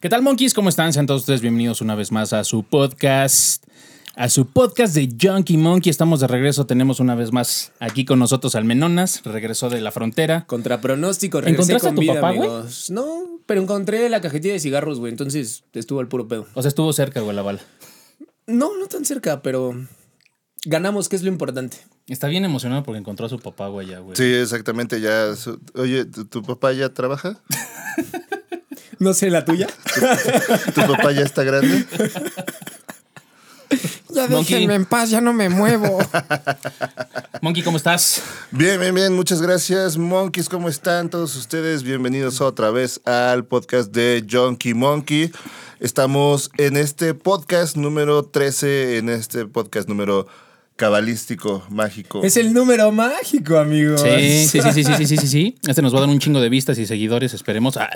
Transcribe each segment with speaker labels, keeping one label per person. Speaker 1: ¿Qué tal, monkeys? ¿Cómo están? Sean todos ustedes bienvenidos una vez más a su podcast. A su podcast de Junkie Monkey. Estamos de regreso. Tenemos una vez más aquí con nosotros al Menonas. Regresó de la frontera.
Speaker 2: Contra pronóstico, regresé
Speaker 1: ¿Encontraste
Speaker 2: con
Speaker 1: a tu
Speaker 2: vida,
Speaker 1: papá, güey?
Speaker 2: amigos. No, pero encontré la cajetilla de cigarros, güey, entonces estuvo al puro pedo.
Speaker 1: O sea, estuvo cerca, güey, la bala.
Speaker 2: No, no tan cerca, pero ganamos, que es lo importante.
Speaker 1: Está bien emocionado porque encontró a su papá, güey, ya, güey.
Speaker 3: Sí, exactamente, ya. su- Oye, ¿tu, tu papá ya trabaja?
Speaker 2: No sé, la tuya.
Speaker 3: ¿Tu papá ya está grande?
Speaker 4: Ya
Speaker 1: Monkey.
Speaker 4: déjenme en paz, ya no me muevo.
Speaker 1: Monkey, ¿cómo estás?
Speaker 3: Bien, bien, bien, muchas gracias. Monkeys, ¿cómo están todos ustedes? Bienvenidos otra vez al podcast de Junkie Monkey. Estamos en este podcast número 13, en este podcast número cabalístico, mágico.
Speaker 2: Es el número mágico, amigos.
Speaker 1: Sí, sí, sí, sí, sí, sí, sí, sí, sí. Este nos va a dar un chingo de vistas y seguidores, esperemos. Ah,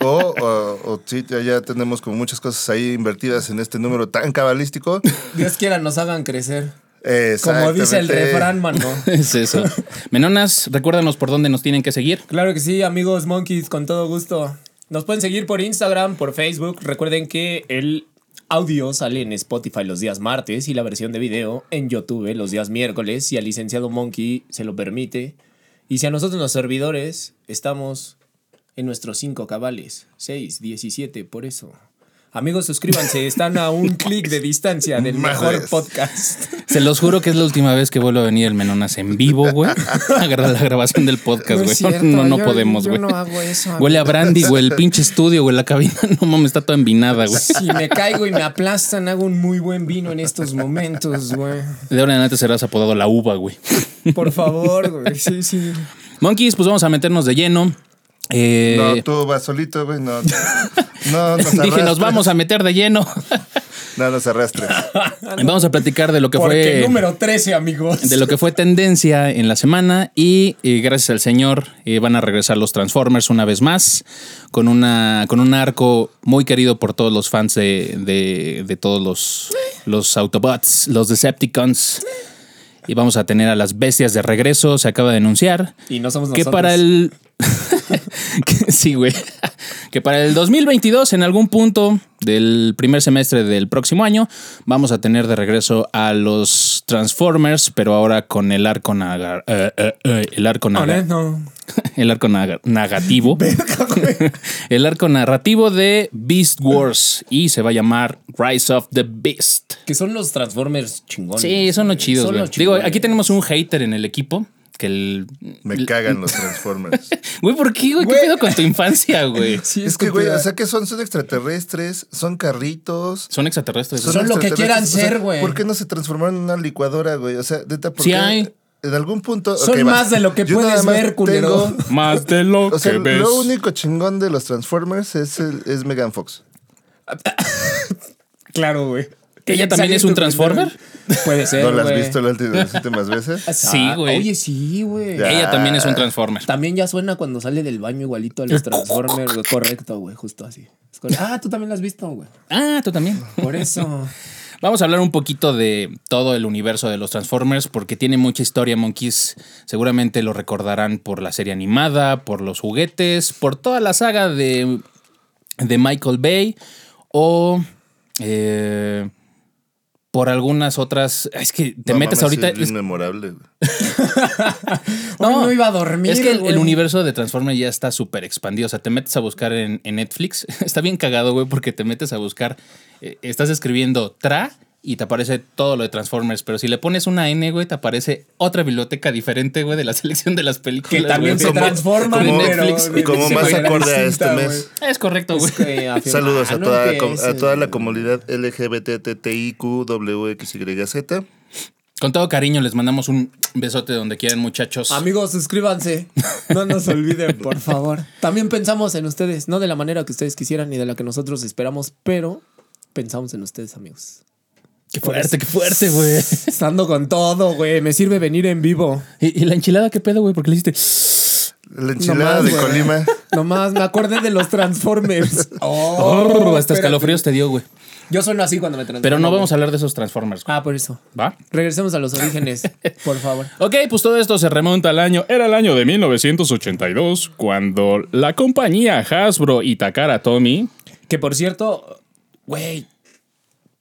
Speaker 3: O, o- o sí, ya- ya tenemos como muchas cosas ahí invertidas en este número tan cabalístico.
Speaker 2: Dios quiera nos hagan crecer. Como
Speaker 3: Exactamente.
Speaker 2: dice el refrán, mano.
Speaker 1: es eso. Menonas, recuérdanos por dónde nos tienen que seguir.
Speaker 2: Claro que sí, amigos monkeys, con todo gusto. Nos pueden seguir por Instagram, por Facebook. Recuerden que el audio sale en Spotify los días martes y la versión de video en YouTube los días miércoles, si al licenciado Monkey se lo permite. Y si a nosotros los servidores estamos en nuestros cinco cabales, 6, 17, por eso. Amigos, suscríbanse, están a un clic de distancia del mejor
Speaker 3: Madres.
Speaker 2: podcast.
Speaker 1: Se los juro que es la última vez que vuelvo a venir el Menonas en vivo, güey. Agarrar la grabación del podcast,
Speaker 4: No es
Speaker 1: güey.
Speaker 4: cierto,
Speaker 1: No, no
Speaker 4: yo-
Speaker 1: podemos,
Speaker 4: yo
Speaker 1: güey.
Speaker 4: no hago eso, amigo.
Speaker 1: Huele a brandy, güey. El pinche estudio, güey. La cabina, no mames, está toda envinada, güey.
Speaker 2: Si me caigo y me aplasta.
Speaker 4: Están, hago un muy buen vino en estos momentos, güey.
Speaker 1: De ahora en adelante serás apodado la uva, güey.
Speaker 4: Por favor, güey. Sí, sí.
Speaker 1: Monkeys, pues vamos a meternos de lleno. Eh,
Speaker 3: No, tú vas solito, güey. No, no, nos
Speaker 1: dije, nos
Speaker 3: arrastres.
Speaker 1: vamos a meter de lleno.
Speaker 3: No nos arrastres.
Speaker 1: Vamos a platicar de lo que
Speaker 2: Porque
Speaker 1: fue.
Speaker 2: número 13, amigos.
Speaker 1: de lo que fue tendencia en la semana y eh, gracias al señor eh, van a regresar los Transformers una vez más con una con un arco muy querido por todos los fans de, de- de todos los los Autobots, los Decepticons y vamos a tener a las bestias de regreso, se acaba de anunciar
Speaker 2: Y no somos
Speaker 1: que
Speaker 2: nosotros.
Speaker 1: para el que- sí, güey. Que para el 2022 en algún punto del primer semestre del próximo año vamos a tener de regreso a los Transformers, pero ahora con el arco nagar- eh, eh, eh, el arco nagar-
Speaker 2: no.
Speaker 1: el arco nagar- negativo. el arco narrativo de Beast Wars y se va a llamar Rise of the Beast.
Speaker 2: Que son los Transformers chingones.
Speaker 1: Sí, son los
Speaker 2: güey.
Speaker 1: chidos,
Speaker 2: Son
Speaker 1: güey.
Speaker 2: los
Speaker 1: Digo,
Speaker 2: chingones.
Speaker 1: aquí tenemos un hater en el equipo que el
Speaker 3: Me cagan los Transformers.
Speaker 1: Güey, ¿por qué, güey? ¿Qué
Speaker 2: Güey.
Speaker 1: pedo con tu infancia, güey?
Speaker 2: Sí,
Speaker 3: Es que, güey,
Speaker 2: cultura.
Speaker 3: o sea, que son? Son extraterrestres, son carritos.
Speaker 1: Son extraterrestres.
Speaker 3: Son,
Speaker 2: Son lo que
Speaker 3: extraterrestres.
Speaker 2: quieran
Speaker 3: O sea,
Speaker 2: ser, güey.
Speaker 3: ¿Por qué no se transformaron en una licuadora, güey? O sea, neta, ¿por
Speaker 1: Sí
Speaker 3: qué
Speaker 1: hay.
Speaker 3: En algún punto.
Speaker 2: Son
Speaker 3: ok, va.
Speaker 2: más de lo que
Speaker 3: Yo
Speaker 2: puedes
Speaker 3: nada más
Speaker 2: ver, culero.
Speaker 3: tengo-
Speaker 1: Más de lo
Speaker 3: o sea, lo único chingón de los Transformers es, el- es Megan Fox.
Speaker 2: Claro, güey.
Speaker 1: ¿Ella también es un Transformer?
Speaker 2: Puede ser.
Speaker 3: ¿No las has
Speaker 2: güey.
Speaker 3: visto las últimas- las últimas veces?
Speaker 1: Sí,
Speaker 2: Ah,
Speaker 1: güey.
Speaker 2: Oye, sí, güey.
Speaker 3: Ya.
Speaker 1: Ella también es un Transformer.
Speaker 2: También ya suena cuando sale del baño igualito a los Transformers. güey. Correcto, güey. Justo así. Es correcto. Ah, tú también las has visto, güey.
Speaker 1: Ah, tú también.
Speaker 2: Por eso.
Speaker 1: Vamos a hablar un poquito de todo el universo de los Transformers porque tiene mucha historia, Monkeys. Seguramente lo recordarán por la serie animada, por los juguetes, por toda la saga de, de Michael Bay o eh, por algunas otras... Es que te
Speaker 3: No
Speaker 1: metes
Speaker 3: mames,
Speaker 1: ahorita...
Speaker 3: Es
Speaker 1: es-
Speaker 3: inmemorable. güey.
Speaker 2: Hoy no iba a dormir,
Speaker 1: Es que el, el
Speaker 2: güey.
Speaker 1: universo de Transformers ya está súper expandido. O sea, te metes a buscar en, en Netflix. está bien cagado, güey, porque te metes a buscar. eh, estás escribiendo tra y te aparece todo lo de Transformers. Pero si le pones una N, güey, te aparece otra biblioteca diferente, güey, de la selección de las películas.
Speaker 2: Que también
Speaker 1: güey.
Speaker 2: se
Speaker 1: Como-
Speaker 2: transforman,
Speaker 1: como
Speaker 3: como-
Speaker 1: Netflix,
Speaker 2: pero-
Speaker 3: como
Speaker 2: sí,
Speaker 3: más
Speaker 2: güey,
Speaker 3: acorde a este
Speaker 2: distinta,
Speaker 3: mes.
Speaker 2: güey.
Speaker 1: Es correcto, güey.
Speaker 2: Es que afirma-
Speaker 3: Saludos
Speaker 2: Ah,
Speaker 3: a
Speaker 2: no, eh.
Speaker 3: toda,
Speaker 2: que
Speaker 3: com-
Speaker 2: es
Speaker 3: a
Speaker 2: el-
Speaker 3: toda la comunidad LGBTTIQWXYZ.
Speaker 1: Con todo cariño, les mandamos un besote donde quieran, muchachos.
Speaker 2: Amigos, suscríbanse. No nos olviden, por favor. También pensamos en ustedes, no de la manera que ustedes quisieran ni de la que nosotros esperamos, pero pensamos en ustedes, amigos.
Speaker 1: qué fuerte, qué fuerte, güey.
Speaker 2: Estando con todo, güey. Me sirve venir en vivo.
Speaker 1: ¿Y, y la enchilada qué pedo, güey? ¿Por qué le hiciste?
Speaker 3: La enchilada
Speaker 2: Nomás,
Speaker 3: de
Speaker 2: güey.
Speaker 3: Colima.
Speaker 2: Nomás me acordé de los Transformers.
Speaker 1: Oh, hasta
Speaker 2: espérate.
Speaker 1: escalofríos te dio, güey.
Speaker 2: Yo sueno así cuando me transformo.
Speaker 1: Pero no vamos a hablar de esos Transformers. güey.
Speaker 2: Ah, por eso.
Speaker 1: ¿Va?
Speaker 2: Regresemos a los orígenes, por favor.
Speaker 1: Ok, pues todo esto se remonta al año. Era el año de 1982, cuando la compañía Hasbro y Takara Tomy.
Speaker 2: Que por cierto, güey,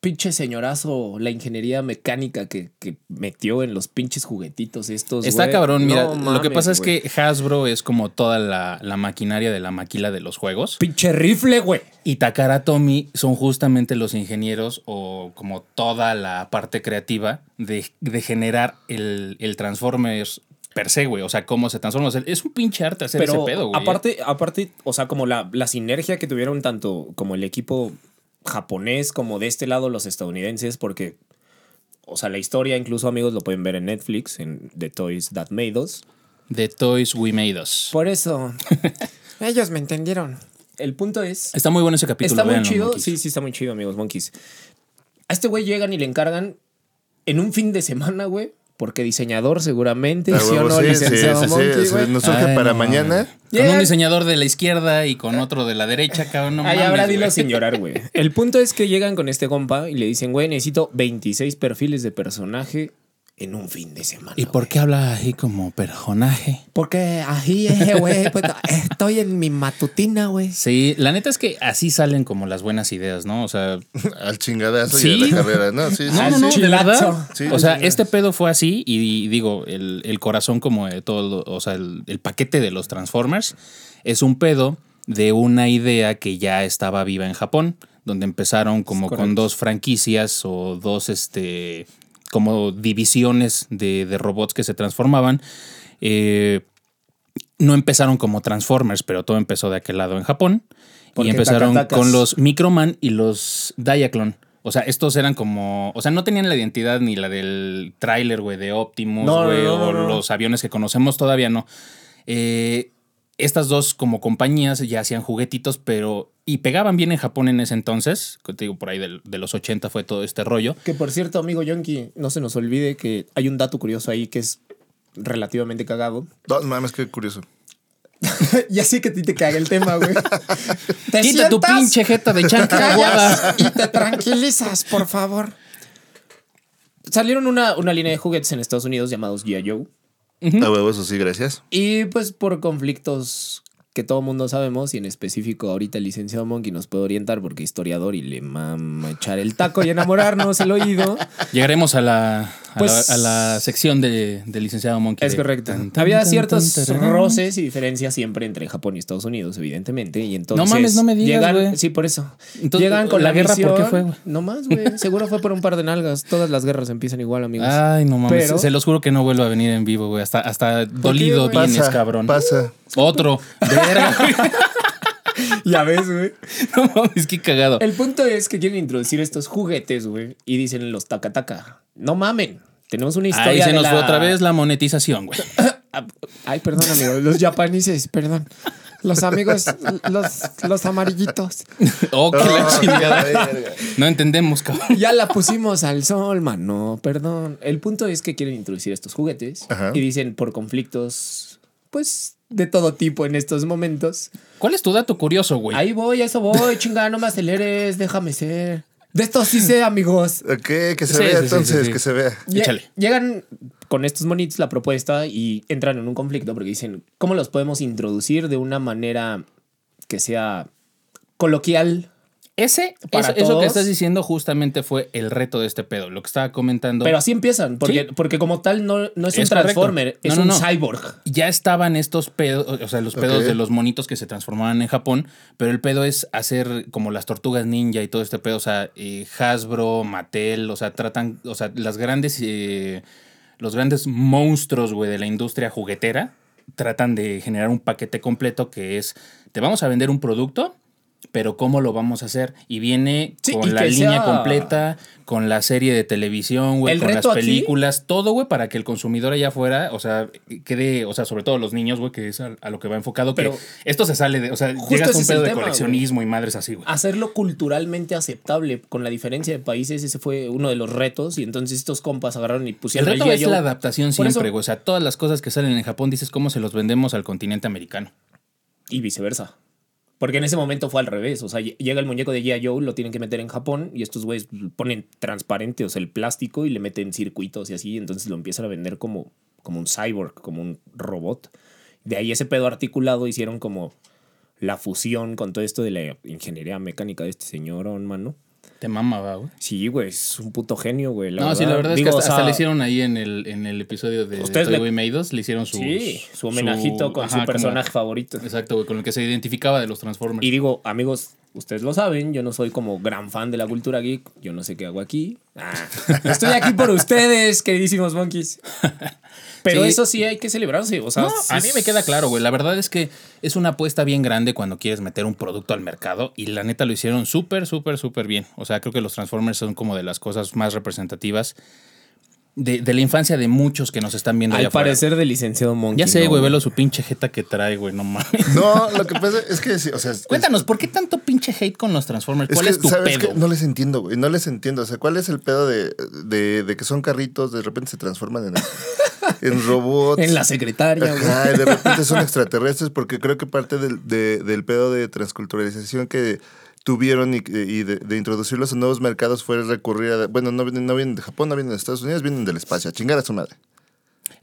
Speaker 2: pinche señorazo, la ingeniería mecánica que, que metió en los pinches juguetitos estos.
Speaker 1: Está
Speaker 2: Pues, güey.
Speaker 1: cabrón, mira.
Speaker 2: No
Speaker 1: lo que
Speaker 2: mames,
Speaker 1: pasa es
Speaker 2: güey.
Speaker 1: que Hasbro es como toda la, la maquinaria de la maquila de los juegos.
Speaker 2: Pinche rifle, güey.
Speaker 1: Y Takara Tomy son justamente los ingenieros o como toda la parte creativa de, de generar el, el Transformers per se, güey. O sea, cómo se transforma. O sea, es un pinche arte hacer
Speaker 2: Pero
Speaker 1: ese pedo, güey.
Speaker 2: aparte, aparte, o sea, como la, la sinergia que tuvieron tanto como el equipo japonés como de este lado los estadounidenses, porque, o sea, la historia, incluso amigos, lo pueden ver en Netflix, en The Toys That Made Us.
Speaker 1: The Toys We Made Us.
Speaker 2: Por eso,
Speaker 4: Ellos me entendieron.
Speaker 2: el punto es...
Speaker 1: Está muy bueno ese Este capítulo.
Speaker 2: Está muy
Speaker 1: véanlo,
Speaker 2: chido.
Speaker 1: monkeys.
Speaker 2: Sí, sí, está muy chido, amigos Monkeys. A este güey llegan y le encargan en un fin de semana, güey. Porque diseñador seguramente,
Speaker 3: Ah,
Speaker 2: ¿sí o
Speaker 3: huevo,
Speaker 2: no,
Speaker 3: sí, sí,
Speaker 2: licenciado
Speaker 3: sí, sí,
Speaker 2: Monkey,
Speaker 3: sí,
Speaker 2: güey?
Speaker 3: Nos surge
Speaker 1: Ay,
Speaker 3: para
Speaker 1: Ah, no,
Speaker 3: mañana.
Speaker 1: Con
Speaker 2: Yeah.
Speaker 1: un diseñador de la izquierda y con otro de la derecha, cabrón. No
Speaker 2: Ay,
Speaker 1: mames,
Speaker 2: ahora
Speaker 1: güey.
Speaker 2: Ah, dilo sin llorar, güey. El punto es que llegan con este compa y le dicen, güey, necesito 26 perfiles de personaje en un fin de semana.
Speaker 1: ¿Y por
Speaker 2: güey.
Speaker 1: qué habla así como personaje?
Speaker 4: Porque ahí es, güey. pues, estoy en mi matutina, güey.
Speaker 1: Sí, la neta es que así salen como las buenas ideas, ¿no? O sea,
Speaker 3: Al chingadazo y a
Speaker 1: Sí.
Speaker 3: la carrera, ¿no? Sí, sí,
Speaker 1: no, no,
Speaker 3: sí.
Speaker 1: no, de
Speaker 4: Chilazo.
Speaker 1: verdad.
Speaker 3: Sí,
Speaker 1: o sea,
Speaker 3: sí, sí.
Speaker 1: este pedo fue así y, y digo, el, el corazón como de todo, lo- o sea, el, el paquete de los Transformers es un pedo de una idea que ya estaba viva en Japón, donde empezaron como con dos franquicias o dos, este, como divisiones de, de robots que se transformaban. Eh, no empezaron como Transformers, pero todo empezó de aquel lado en Japón.
Speaker 2: Porque
Speaker 1: y empezaron
Speaker 2: tacatacas.
Speaker 1: con los Microman y los Diaclon. O sea, estos eran como. O sea, no tenían la identidad ni la del tráiler, güey, de Optimus,
Speaker 2: No, no,
Speaker 1: güey,
Speaker 2: no, no,
Speaker 1: o
Speaker 2: no.
Speaker 1: los aviones que conocemos todavía no. Eh, estas dos, como compañías, ya hacían juguetitos, pero. Y pegaban bien en Japón en ese entonces. que Te digo, por ahí del- de los 80 fue todo este rollo.
Speaker 2: Que por cierto, amigo Yonki, no se nos olvide que hay un dato curioso ahí que es relativamente cagado.
Speaker 3: No mames, qué curioso.
Speaker 2: ya sé que a ti te caga el tema, güey.
Speaker 4: Te
Speaker 1: Quita tu
Speaker 4: sientas,
Speaker 1: pinche jeta de chancla aguada.
Speaker 4: callas y te tranquilizas, por favor.
Speaker 2: Salieron una, una línea de juguetes en Estados Unidos llamados G.I. Joe.
Speaker 3: A huevo, eso sí, gracias.
Speaker 2: Y pues por conflictos que todo mundo sabemos, y en específico ahorita el licenciado Monkey nos puede orientar porque historiador y le mama echar el taco y enamorarnos el oído.
Speaker 1: Llegaremos a la, a
Speaker 2: Pues-
Speaker 1: la, a la sección de, del licenciado Monkey.
Speaker 2: Es
Speaker 1: de-
Speaker 2: correcto.
Speaker 1: tan, tan,
Speaker 2: Había
Speaker 1: tan,
Speaker 2: ciertos
Speaker 1: tan, tararán.
Speaker 2: roces y diferencias siempre entre Japón y Estados Unidos, evidentemente. Y entonces.
Speaker 1: mames, no me digas,
Speaker 2: llegan-
Speaker 1: güey.
Speaker 2: Sí, por eso.
Speaker 1: Entonces,
Speaker 2: llegan con la,
Speaker 1: ¿la guerra por qué
Speaker 2: misión-
Speaker 1: fue, güey?
Speaker 2: No más, güey. Seguro fue por un par de nalgas. Todas las guerras empiezan igual, amigos.
Speaker 1: Ay, no mames.
Speaker 2: Pero-
Speaker 1: Se los juro que no vuelvo a venir en vivo, güey. Hasta, hasta dolido
Speaker 3: Pasa,
Speaker 1: vienes, cabrón.
Speaker 3: Pasa.
Speaker 1: Otro. Verga, güey.
Speaker 2: ya ves, güey.
Speaker 1: No mames, qué cagado.
Speaker 2: El punto es que quieren introducir estos juguetes, güey, y dicen los tacataca. No mamen. Tenemos una historia.
Speaker 1: Ahí se
Speaker 2: de
Speaker 1: nos
Speaker 2: la-
Speaker 1: fue otra vez la monetización, güey.
Speaker 2: Ah, Ay, perdón, amigo. Los
Speaker 4: Panices,
Speaker 2: japanices.
Speaker 4: perdón. Los amigos, los, los amarillitos.
Speaker 1: Oh, qué la
Speaker 3: Ah,
Speaker 1: chingada.
Speaker 3: verga.
Speaker 1: No entendemos, cabrón.
Speaker 2: Ya la pusimos al sol, mano. Perdón. El punto es que quieren introducir estos juguetes
Speaker 3: Ajá.
Speaker 2: y dicen por conflictos, pues de todo tipo en estos momentos.
Speaker 1: ¿Cuál es tu dato curioso, güey?
Speaker 2: Ahí voy, a eso voy, chingada, no me aceleres, déjame ser. De estos sí sé, amigos.
Speaker 3: Ok, que se
Speaker 1: Sí,
Speaker 3: vea
Speaker 1: sí, sí,
Speaker 3: entonces,
Speaker 1: sí, sí.
Speaker 3: que se vea.
Speaker 2: Lle-
Speaker 1: Échale.
Speaker 2: Llegan con estos monitos la propuesta y entran en un conflicto porque dicen, ¿cómo los podemos introducir de una manera que sea coloquial?
Speaker 1: Ese,
Speaker 2: Para
Speaker 1: eso, eso
Speaker 2: todos.
Speaker 1: que estás diciendo justamente fue el reto de este pedo. Lo que estaba comentando.
Speaker 2: Pero así empiezan, porque,
Speaker 1: Sí.
Speaker 2: porque como tal no, no es, un
Speaker 1: Es correcto.
Speaker 2: Transformer, es
Speaker 1: No, no,
Speaker 2: un
Speaker 1: no.
Speaker 2: cyborg.
Speaker 1: ya estaban estos pedos, o sea, los pedos
Speaker 3: Ok.
Speaker 1: de los monitos que se transformaban en Japón, pero el pedo es hacer como las tortugas ninja y todo este pedo, o sea, eh, Hasbro, Mattel, o sea, tratan, o sea, las grandes, eh, los grandes monstruos, güey, de la industria juguetera, tratan de generar un paquete completo que es, te vamos a vender un producto, pero ¿cómo lo vamos a hacer? Y viene
Speaker 2: Sí,
Speaker 1: con
Speaker 2: y
Speaker 1: la
Speaker 2: que
Speaker 1: línea
Speaker 2: sea-
Speaker 1: completa, con la serie de televisión, güey,
Speaker 2: El
Speaker 1: con las
Speaker 2: reto aquí-
Speaker 1: películas, todo, güey, para que el consumidor allá afuera, o sea, quede, o sea, sobre todo los niños, güey, que es a, a lo que va enfocado, pero
Speaker 2: Pero-
Speaker 1: esto se sale de, o sea,
Speaker 2: Justo
Speaker 1: llegas
Speaker 2: ese
Speaker 1: a un
Speaker 2: es el
Speaker 1: pedo de
Speaker 2: tema, Ah,
Speaker 1: coleccionismo y madres así, güey.
Speaker 2: hacerlo culturalmente aceptable. Con la diferencia de países, ese fue uno de los retos. Y entonces estos compas agarraron y
Speaker 1: El
Speaker 2: pusieron.
Speaker 1: reto
Speaker 2: G.I.
Speaker 1: es
Speaker 2: Joe.
Speaker 1: la adaptación
Speaker 2: Por eso-
Speaker 1: siempre, güey. O sea, todas las cosas que salen en Japón dices cómo se los vendemos al continente americano.
Speaker 2: Y viceversa. Porque en ese momento fue al revés. O sea, lle- llega el muñeco de G.I. Joe, lo tienen que meter en Japón. Y estos güeyes ponen transparente, o sea, el plástico y le meten circuitos y así. Entonces lo empiezan a vender como, como un cyborg, como un robot. De ahí ese pedo articulado hicieron como la fusión con todo esto de la ingeniería mecánica de este señor, mano.
Speaker 1: Te mamaba, güey.
Speaker 2: Sí, güey, es un puto genio, güey.
Speaker 1: no, sí, la verdad
Speaker 2: Digo,
Speaker 1: es que hasta,
Speaker 2: o sea,
Speaker 1: hasta le hicieron ahí en el, en el episodio de
Speaker 2: Ustedes
Speaker 1: Toy
Speaker 2: le-
Speaker 1: Boy Meidos, le hicieron su...
Speaker 2: Sí, su homenajito con
Speaker 1: ajá,
Speaker 2: su personaje
Speaker 1: como-
Speaker 2: favorito.
Speaker 1: exacto, güey, con el que se identificaba de los Transformers.
Speaker 2: Y digo, amigos, ustedes lo saben, yo no soy como gran fan de la cultura geek, yo no sé qué hago aquí. Ah, estoy aquí por ustedes, queridísimos monkeys. Pero
Speaker 1: Sí.
Speaker 2: eso sí hay que celebrarse, o sea,
Speaker 1: No,
Speaker 2: Ah, sí
Speaker 1: a mí me queda claro, güey. La verdad es que es una apuesta bien grande cuando quieres meter un producto al mercado y la neta lo hicieron súper, súper, súper bien. O sea, creo que los Transformers son como de las cosas más representativas de, de la infancia de muchos que nos están viendo allá
Speaker 2: Al
Speaker 1: afuera.
Speaker 2: parecer de licenciado monkey.
Speaker 1: Ya sé,
Speaker 2: no,
Speaker 1: güey, velo su pinche jeta que trae, güey, no mames.
Speaker 3: No, lo que pasa es que, sí, o sea, es-
Speaker 1: Cuéntanos, ¿por qué tanto pinche hate con los Transformers? ¿Cuál es, tu
Speaker 3: ¿sabes
Speaker 1: pedo?
Speaker 3: qué? No les entiendo, güey. No les entiendo. O sea, ¿cuál es el pedo de, de, de que son carritos, de repente se transforman en, en robots?
Speaker 2: En la secretaria, güey.
Speaker 3: Ajá, y de repente son extraterrestres, porque creo que parte del, de- del pedo de transculturalización que tuvieron y, y de, de introducirlos a nuevos mercados fue recurrir a... Bueno, no vienen, no vienen de Japón, no vienen de Estados Unidos, vienen del espacio. A chingar a su madre.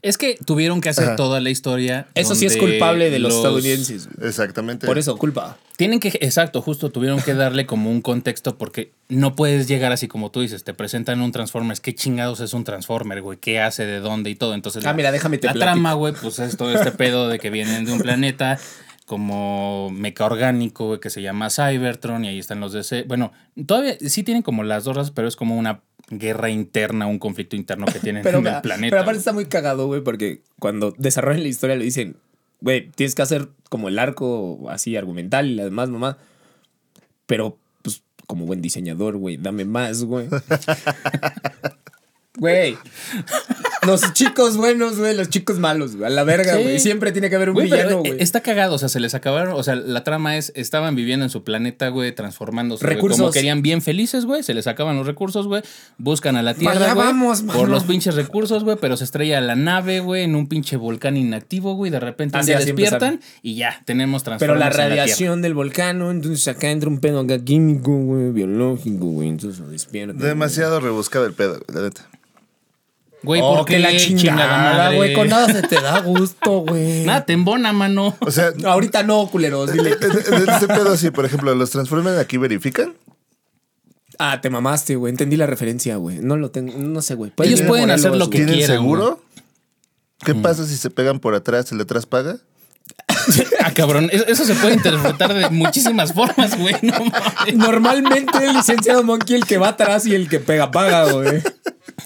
Speaker 1: Es que tuvieron que hacer
Speaker 3: Ajá.
Speaker 1: toda la historia.
Speaker 2: Eso sí es
Speaker 1: donde
Speaker 2: culpable de los, estadounidenses. güey.
Speaker 3: Exactamente.
Speaker 2: Por eso, culpa.
Speaker 1: Tienen que, exacto, justo tuvieron que darle como un contexto porque no puedes llegar así como tú dices, te presentan un Transformers, qué chingados es un Transformer, güey, qué hace, de dónde y todo. Entonces,
Speaker 2: Ah, mira, déjame te
Speaker 1: La
Speaker 2: platico.
Speaker 1: trama, güey, pues es todo este pedo de que vienen de un planeta como meca orgánico güey, que se llama Cybertron y ahí están los DC. Bueno, todavía sí tienen como las dos razas, pero es como una guerra interna, un conflicto interno que tienen
Speaker 2: Pero,
Speaker 1: en el
Speaker 2: pero
Speaker 1: planeta.
Speaker 2: aparte está muy cagado, güey, porque cuando desarrollan la historia le dicen, güey, tienes que hacer como el arco así argumental y además, mamá. Pero, pues, como buen diseñador, güey, dame más, güey. Güey. Los chicos buenos, güey, los chicos malos, güey. A la verga,
Speaker 1: Sí.
Speaker 2: güey. Siempre tiene que haber un
Speaker 1: Güey, pero,
Speaker 2: villano,
Speaker 1: eh,
Speaker 2: güey.
Speaker 1: Está cagado, o sea, se les acabaron. O sea, la trama es: estaban viviendo en su planeta, güey, transformándose. güey,
Speaker 2: Recursos.
Speaker 1: como querían, bien felices, güey. Se les acaban los recursos, güey. Buscan a la tierra,
Speaker 4: allá
Speaker 1: güey.
Speaker 4: vamos,
Speaker 1: Por
Speaker 4: mano.
Speaker 1: los pinches recursos, güey. Pero se estrella la nave, güey, en un pinche volcán inactivo, güey. De repente
Speaker 2: Ah, Así,
Speaker 1: se
Speaker 2: así
Speaker 1: despiertan
Speaker 2: empezaron.
Speaker 1: y ya, tenemos
Speaker 2: Pero
Speaker 1: transformación.
Speaker 2: la radiación del volcán, entonces acá entra un pedo acá químico, güey, biológico, güey, entonces lo despierta. güey.
Speaker 3: Demasiado rebuscado el pedo, la neta.
Speaker 1: Güey,
Speaker 2: Oh,
Speaker 1: porque
Speaker 2: que la chingada,
Speaker 1: madre?
Speaker 2: güey, con
Speaker 4: Nada se te da gusto, güey.
Speaker 1: Nada, te embona, mano.
Speaker 3: O sea,
Speaker 2: No, ahorita no, culeros,
Speaker 3: en,
Speaker 2: dile.
Speaker 3: en- en este pedo, sí, por ejemplo, los transforman aquí verifican.
Speaker 2: Ah, te mamaste, güey. Entendí la referencia, güey. No lo tengo, no sé, güey.
Speaker 1: Ellos
Speaker 2: Tiene
Speaker 1: pueden hacer
Speaker 2: Morelos,
Speaker 1: lo que
Speaker 2: güey.
Speaker 3: ¿Tienen
Speaker 1: quieran,
Speaker 3: seguro? ¿Qué
Speaker 1: Mm.
Speaker 3: pasa si se pegan por atrás? ¿El de atrás paga?
Speaker 1: Ah, cabrón. Eso, eso se puede interpretar de muchísimas formas, güey. No mames.
Speaker 2: Normalmente el licenciado Monkey el que va atrás y el que pega paga, güey.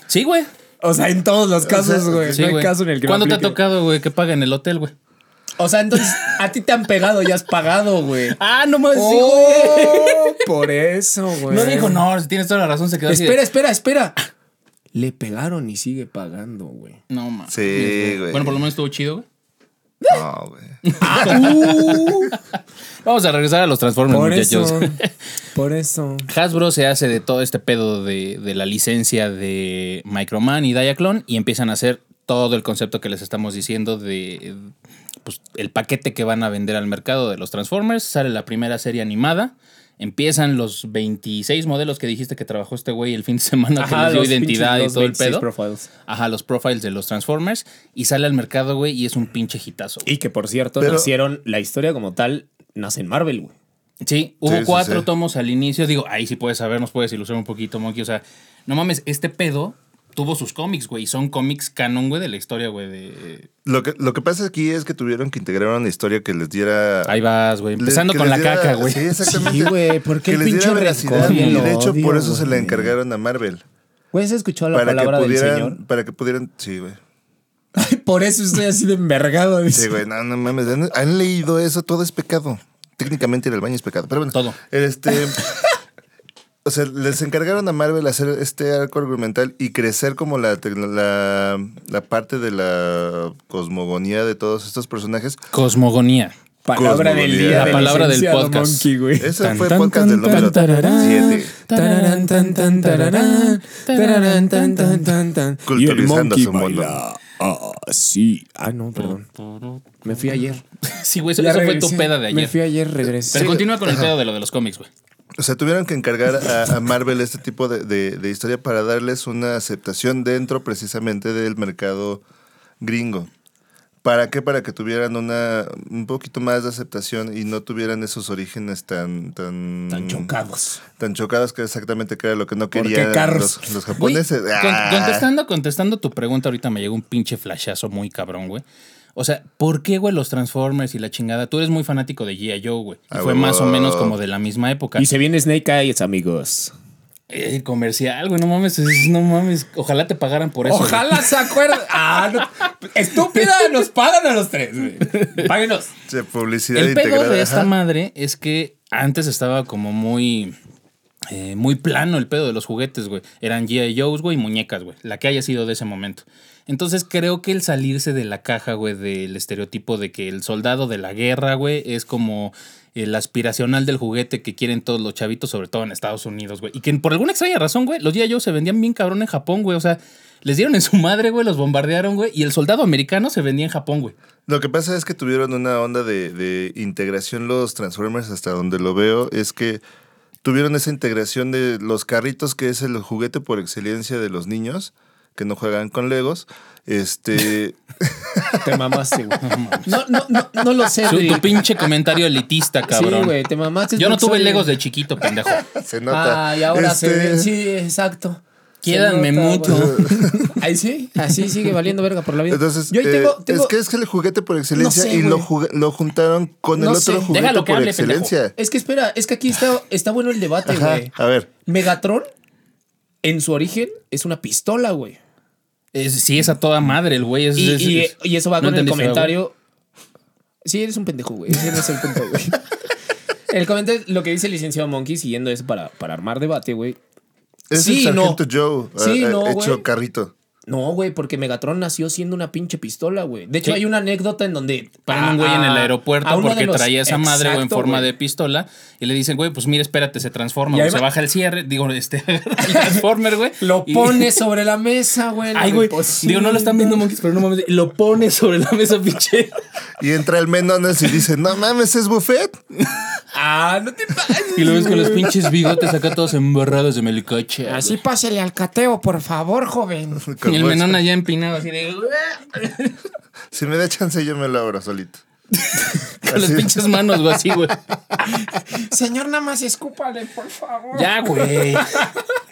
Speaker 1: Sí, güey.
Speaker 2: O sea, en todos los casos, güey.
Speaker 1: Sí,
Speaker 2: no hay
Speaker 1: güey.
Speaker 2: caso en el que no
Speaker 1: ¿Cuándo te ha
Speaker 2: aplique.
Speaker 1: tocado, güey, que paguen el hotel, güey?
Speaker 2: O sea, entonces a ti te han pegado y has pagado, güey.
Speaker 1: Ah, no más.
Speaker 2: Oh, por eso, güey.
Speaker 1: no dijo, no, tienes toda la razón, se quedó así. de-
Speaker 2: Espera, espera, espera. Le pegaron y sigue pagando, güey.
Speaker 1: No, mames.
Speaker 3: Sí, güey.
Speaker 1: Bueno, por lo menos estuvo chido, güey.
Speaker 3: No, güey.
Speaker 1: Ah.
Speaker 2: Uh.
Speaker 1: Vamos a regresar a los Transformers,
Speaker 2: Por
Speaker 1: muchachos.
Speaker 2: eso. Por eso.
Speaker 1: Hasbro se hace de todo este pedo de, de la licencia de Microman y Diaclone y empiezan a hacer todo el concepto que les estamos diciendo de pues, el paquete que van a vender al mercado de los Transformers. Sale la primera serie animada. Empiezan los 26 modelos que dijiste que trabajó este güey el fin de semana que les dio
Speaker 2: los
Speaker 1: identidad
Speaker 2: pinches-
Speaker 1: y
Speaker 2: los
Speaker 1: todo el
Speaker 2: 26
Speaker 1: pedo.
Speaker 2: profiles.
Speaker 1: Ajá, los profiles de los Transformers y sale al mercado, güey, y es un pinche hitazo.
Speaker 2: Y que por cierto,
Speaker 3: Pero-
Speaker 2: nacieron la historia como tal, nace en Marvel, güey.
Speaker 1: Sí, hubo
Speaker 3: sí,
Speaker 1: cuatro
Speaker 3: sí.
Speaker 1: tomos al inicio. Digo, ahí sí puedes saber, nos puedes ilustrar un poquito, Monkey. O sea, no mames, este pedo tuvo sus cómics, güey. y Son cómics canon, güey, de la historia, güey. De...
Speaker 3: Lo que, lo que pasa aquí es que tuvieron que integrar una historia que les diera.
Speaker 1: Ahí vas, güey.
Speaker 3: les-
Speaker 1: Empezando
Speaker 3: que
Speaker 1: con
Speaker 3: les
Speaker 1: la
Speaker 3: diera-
Speaker 1: caca, güey.
Speaker 3: Sí, exactamente.
Speaker 2: Sí, güey, ¿por qué
Speaker 3: que
Speaker 2: el
Speaker 3: les diera
Speaker 2: pinche
Speaker 3: veracidad.
Speaker 2: rencor?
Speaker 3: Y
Speaker 2: Lo
Speaker 3: de hecho,
Speaker 2: odio,
Speaker 3: por eso se la
Speaker 2: güey.
Speaker 3: encargaron a Marvel.
Speaker 2: Güey, ¿se escuchó la
Speaker 3: para que
Speaker 2: palabra del señor?
Speaker 3: pudieran. Para que pudieran. Sí, güey.
Speaker 2: Por eso estoy así de envergado.
Speaker 3: Sí, güey. No, no mames. ¿Han, han leído eso. Todo es pecado. técnicamente ir al baño es pecado. Pero bueno.
Speaker 1: Todo.
Speaker 3: Este. o sea, les encargaron a Marvel hacer este arco argumental y crecer como la, tec- la, la parte de la cosmogonía de todos estos personajes.
Speaker 1: Cosmogonía.
Speaker 5: Palabra del
Speaker 3: Cosmogonía.
Speaker 5: día.
Speaker 3: La
Speaker 1: palabra del
Speaker 5: licenciado
Speaker 1: podcast.
Speaker 5: Monkey, güey.
Speaker 3: Ese
Speaker 1: Eh, Tan,
Speaker 3: fue el
Speaker 1: tan,
Speaker 3: podcast
Speaker 1: tan,
Speaker 3: del número
Speaker 1: tan, tararán.
Speaker 3: 7.
Speaker 2: Tararán, tan, tan, tararán, tararán, tan, tan, tan, tan.
Speaker 3: Culturizando su mundo.
Speaker 5: así. Ah, no, perdón. Me fui ayer.
Speaker 1: Sí, güey, eso,
Speaker 5: Ya
Speaker 1: eso fue tu
Speaker 5: regresé.
Speaker 1: peda de
Speaker 5: Me
Speaker 1: ayer.
Speaker 5: fui
Speaker 1: Pero
Speaker 5: ayer, regresé.
Speaker 1: continúa con el pedo de lo de los cómics, güey.
Speaker 3: O sea, tuvieron que encargar a, a Marvel este tipo de, de- de historia para darles una aceptación dentro precisamente del mercado gringo. ¿Para qué? Para que tuvieran una un poquito más de aceptación y no tuvieran esos orígenes tan... Tan,
Speaker 5: Tan chocados.
Speaker 3: Tan chocados que exactamente que era lo que no
Speaker 5: Porque
Speaker 3: querían
Speaker 5: carros.
Speaker 3: los, los
Speaker 1: Güey,
Speaker 3: japoneses.
Speaker 1: con-
Speaker 3: ¡Ah!
Speaker 1: contestando, contestando tu pregunta, ahorita me llegó un pinche flashazo muy cabrón, güey. O sea, ¿por qué, güey, los Transformers y la chingada? Tú eres muy fanático de G.I. Joe, güey. Y
Speaker 3: Ah,
Speaker 1: fue
Speaker 3: huevo.
Speaker 1: más o menos como de la misma época.
Speaker 5: Y se viene Snake Eyes, amigos.
Speaker 1: El comercial, güey, no mames, es- no mames. Ojalá te pagaran por eso. güey.
Speaker 2: Ojalá se acuerden. Ah, no. Estúpida, nos pagan a los tres. güey. Páguenos.
Speaker 3: Ah, Che, publicidad
Speaker 1: El pedo
Speaker 3: integrada.
Speaker 1: de esta
Speaker 3: ajá.
Speaker 1: madre es que antes estaba como muy. eh, muy plano el pedo de los juguetes, güey. Eran G.I. Joe's, güey, y muñecas, güey. La que haya sido de ese momento. Entonces creo que el salirse de la caja, güey, del estereotipo de que el soldado de la guerra, güey, es como el aspiracional del juguete que quieren todos los chavitos, sobre todo en Estados Unidos, güey. Y que por alguna extraña razón, güey, los G.I. Joe se vendían bien cabrón en Japón, güey. O sea, les dieron en su madre, güey, los bombardearon, güey. Y el soldado americano se vendía en Japón, güey.
Speaker 3: Lo que pasa es que tuvieron una onda de, de integración los Transformers, hasta donde lo veo, es que tuvieron esa integración de los carritos, que es el juguete por excelencia de los niños, que no juegan con Legos. Este.
Speaker 5: Te mamaste, güey.
Speaker 2: No, no, no, no lo sé.
Speaker 1: Su-
Speaker 2: güey.
Speaker 1: tu pinche comentario elitista, cabrón.
Speaker 2: Sí, güey, te mamaste.
Speaker 1: Yo no
Speaker 2: porque
Speaker 1: tuve
Speaker 2: soy-
Speaker 1: Legos de chiquito, pendejo.
Speaker 3: se nota.
Speaker 2: Ah, y ahora se
Speaker 3: Este,
Speaker 2: ve. Sí, exacto.
Speaker 1: Quiéranme
Speaker 2: Se nota,
Speaker 1: mucho.
Speaker 2: güey. Ahí sí, así sigue valiendo verga por la vida.
Speaker 3: Entonces,
Speaker 2: yo ahí
Speaker 3: eh,
Speaker 2: tengo, tengo-
Speaker 3: es que es que el juguete por excelencia
Speaker 2: sé,
Speaker 3: y lo,
Speaker 2: güey.
Speaker 3: ju- lo juntaron con
Speaker 2: No
Speaker 3: el
Speaker 2: sé.
Speaker 3: otro juguete
Speaker 1: Déjalo que
Speaker 3: por
Speaker 1: hable, pendejo.
Speaker 3: excelencia.
Speaker 2: es que espera, es que aquí está, está bueno el debate,
Speaker 3: Ajá,
Speaker 2: Eh, güey.
Speaker 3: A ver,
Speaker 2: Megatron, en su origen, es una pistola, güey.
Speaker 1: Es- sí, es a toda madre el güey. es-
Speaker 2: Y,
Speaker 1: es-
Speaker 2: y-
Speaker 1: es-
Speaker 2: y eso va
Speaker 1: no
Speaker 2: con el
Speaker 1: entendiste,
Speaker 2: comentario. Sí, eres un pendejo, güey. Ese no es el punto, güey. El comentario, lo que dice el licenciado Monkey, siguiendo eso para, para armar debate, güey.
Speaker 3: es
Speaker 2: Sí,
Speaker 3: el
Speaker 2: no.
Speaker 3: sargento Joe
Speaker 2: Sí,
Speaker 3: eh, eh,
Speaker 2: no,
Speaker 3: hecho
Speaker 2: güey.
Speaker 3: carrito.
Speaker 2: No, güey, porque Megatron nació siendo una pinche pistola, güey. De hecho,
Speaker 1: Sí.
Speaker 2: hay una anécdota en donde.
Speaker 1: Para un güey en el aeropuerto porque traía esa madre güey, en forma de pistola y le dicen, güey, pues mira, espérate, se transforma,
Speaker 2: Y ahí
Speaker 1: güey, se
Speaker 2: va-
Speaker 1: baja el cierre, digo, este, el transformer, güey.
Speaker 2: Lo
Speaker 1: y-
Speaker 2: pone sobre la mesa, güey.
Speaker 1: Ay, güey. Digo, no lo están viendo monkeys, pero no mames. Lo pone sobre la mesa, pinche.
Speaker 3: Y entra el Menones y dice, no mames, es buffet.
Speaker 2: Ah, no te pases.
Speaker 1: Y lo ves con los pinches bigotes acá todos embarrados de melicoche.
Speaker 2: Así pásale al cateo, por favor, joven.
Speaker 1: Y el
Speaker 3: Como
Speaker 1: menón allá empinado, así de.
Speaker 3: Si me da chance, yo me lo abro solito.
Speaker 1: Con las
Speaker 3: Así.
Speaker 1: pinches manos, güey, así, güey.
Speaker 2: Señor, nada más escúpale, por favor.
Speaker 1: Ya, güey.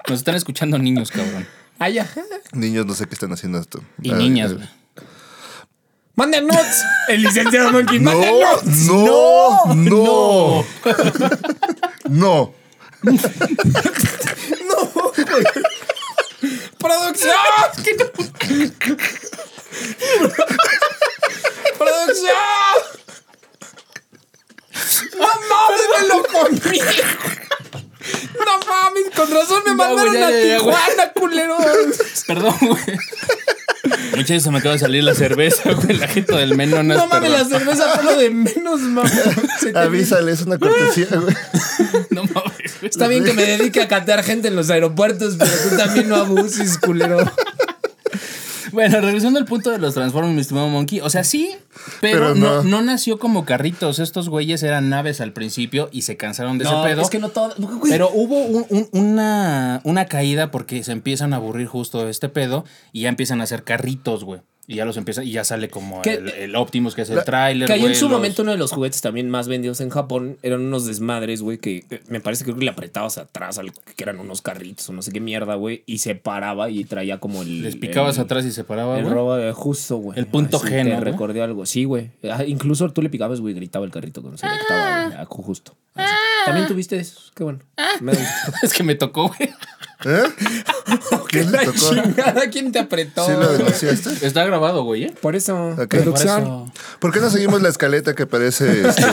Speaker 1: Nos están escuchando niños, cabrón.
Speaker 2: Ay, ajá.
Speaker 3: Niños, no sé qué están haciendo esto.
Speaker 1: Y
Speaker 3: Ah,
Speaker 1: niñas,
Speaker 3: eh,
Speaker 1: güey.
Speaker 2: Manden nuts. El licenciado Monkey.
Speaker 3: No,
Speaker 2: manden nuts.
Speaker 3: no, no, no.
Speaker 2: Producción. Producción. No mames, me lo comí. No mames, con razón me mandaron
Speaker 1: güey, ya,
Speaker 2: a
Speaker 1: ya, ya, güey.
Speaker 2: Tijuana, culero.
Speaker 1: Perdón, güey. Muchas veces se me acaba de salir la cerveza, güey. La gente del menú no es.
Speaker 2: No mames, la
Speaker 1: perdón.
Speaker 2: cerveza fue lo de menos, mamá. Se te-
Speaker 3: Avísale, es una cortesía, güey.
Speaker 1: No mames. güey.
Speaker 2: Está bien que me dedique a catear gente en los aeropuertos, pero tú también no abuses, culero.
Speaker 1: Bueno, regresando al punto de los Transformers, mi estimado Monkey. O sea, sí, pero,
Speaker 3: Pero
Speaker 1: no.
Speaker 3: no.
Speaker 1: no nació como carritos. Estos güeyes eran naves al principio y se cansaron de ese pedo.
Speaker 2: no todo. güey.
Speaker 1: Pero hubo un- un- una, una caída porque se empiezan a aburrir justo de este pedo y ya empiezan a hacer carritos, güey. Y ya los empiezan, y ya sale como
Speaker 2: Que-
Speaker 1: el, el Optimus, que es el tráiler.
Speaker 2: Que ahí en
Speaker 1: güey,
Speaker 2: su
Speaker 1: los-
Speaker 2: momento uno de los juguetes también más vendidos en Japón eran unos desmadres, güey, que eh, me parece que creo que le apretabas atrás, al, que eran unos carritos o no sé qué mierda, güey, y se paraba y traía como el...
Speaker 1: Les picabas
Speaker 2: el-
Speaker 1: atrás y se paraba,
Speaker 2: El
Speaker 1: güey.
Speaker 2: robo de justo, güey.
Speaker 1: El punto
Speaker 2: Así
Speaker 1: G,
Speaker 2: Te
Speaker 1: ¿no, güey?
Speaker 2: recordé algo. Sí, güey. Ah, incluso tú le picabas, güey, gritaba el carrito cuando se le quitaba, güey, a ju- justo. Así. También tuviste esos. Qué bueno. Me da gusto.
Speaker 1: Es que me tocó, güey.
Speaker 3: ¿Eh? ¿Quién le
Speaker 2: La
Speaker 3: tocó?
Speaker 2: chingada, ¿quién te apretó?
Speaker 3: ¿Sí lo denunciaste?
Speaker 1: Está grabado, güey, ¿eh?
Speaker 2: Por eso,
Speaker 3: Ok.
Speaker 2: producción.
Speaker 3: ¿Por qué no seguimos la escaleta que parece este,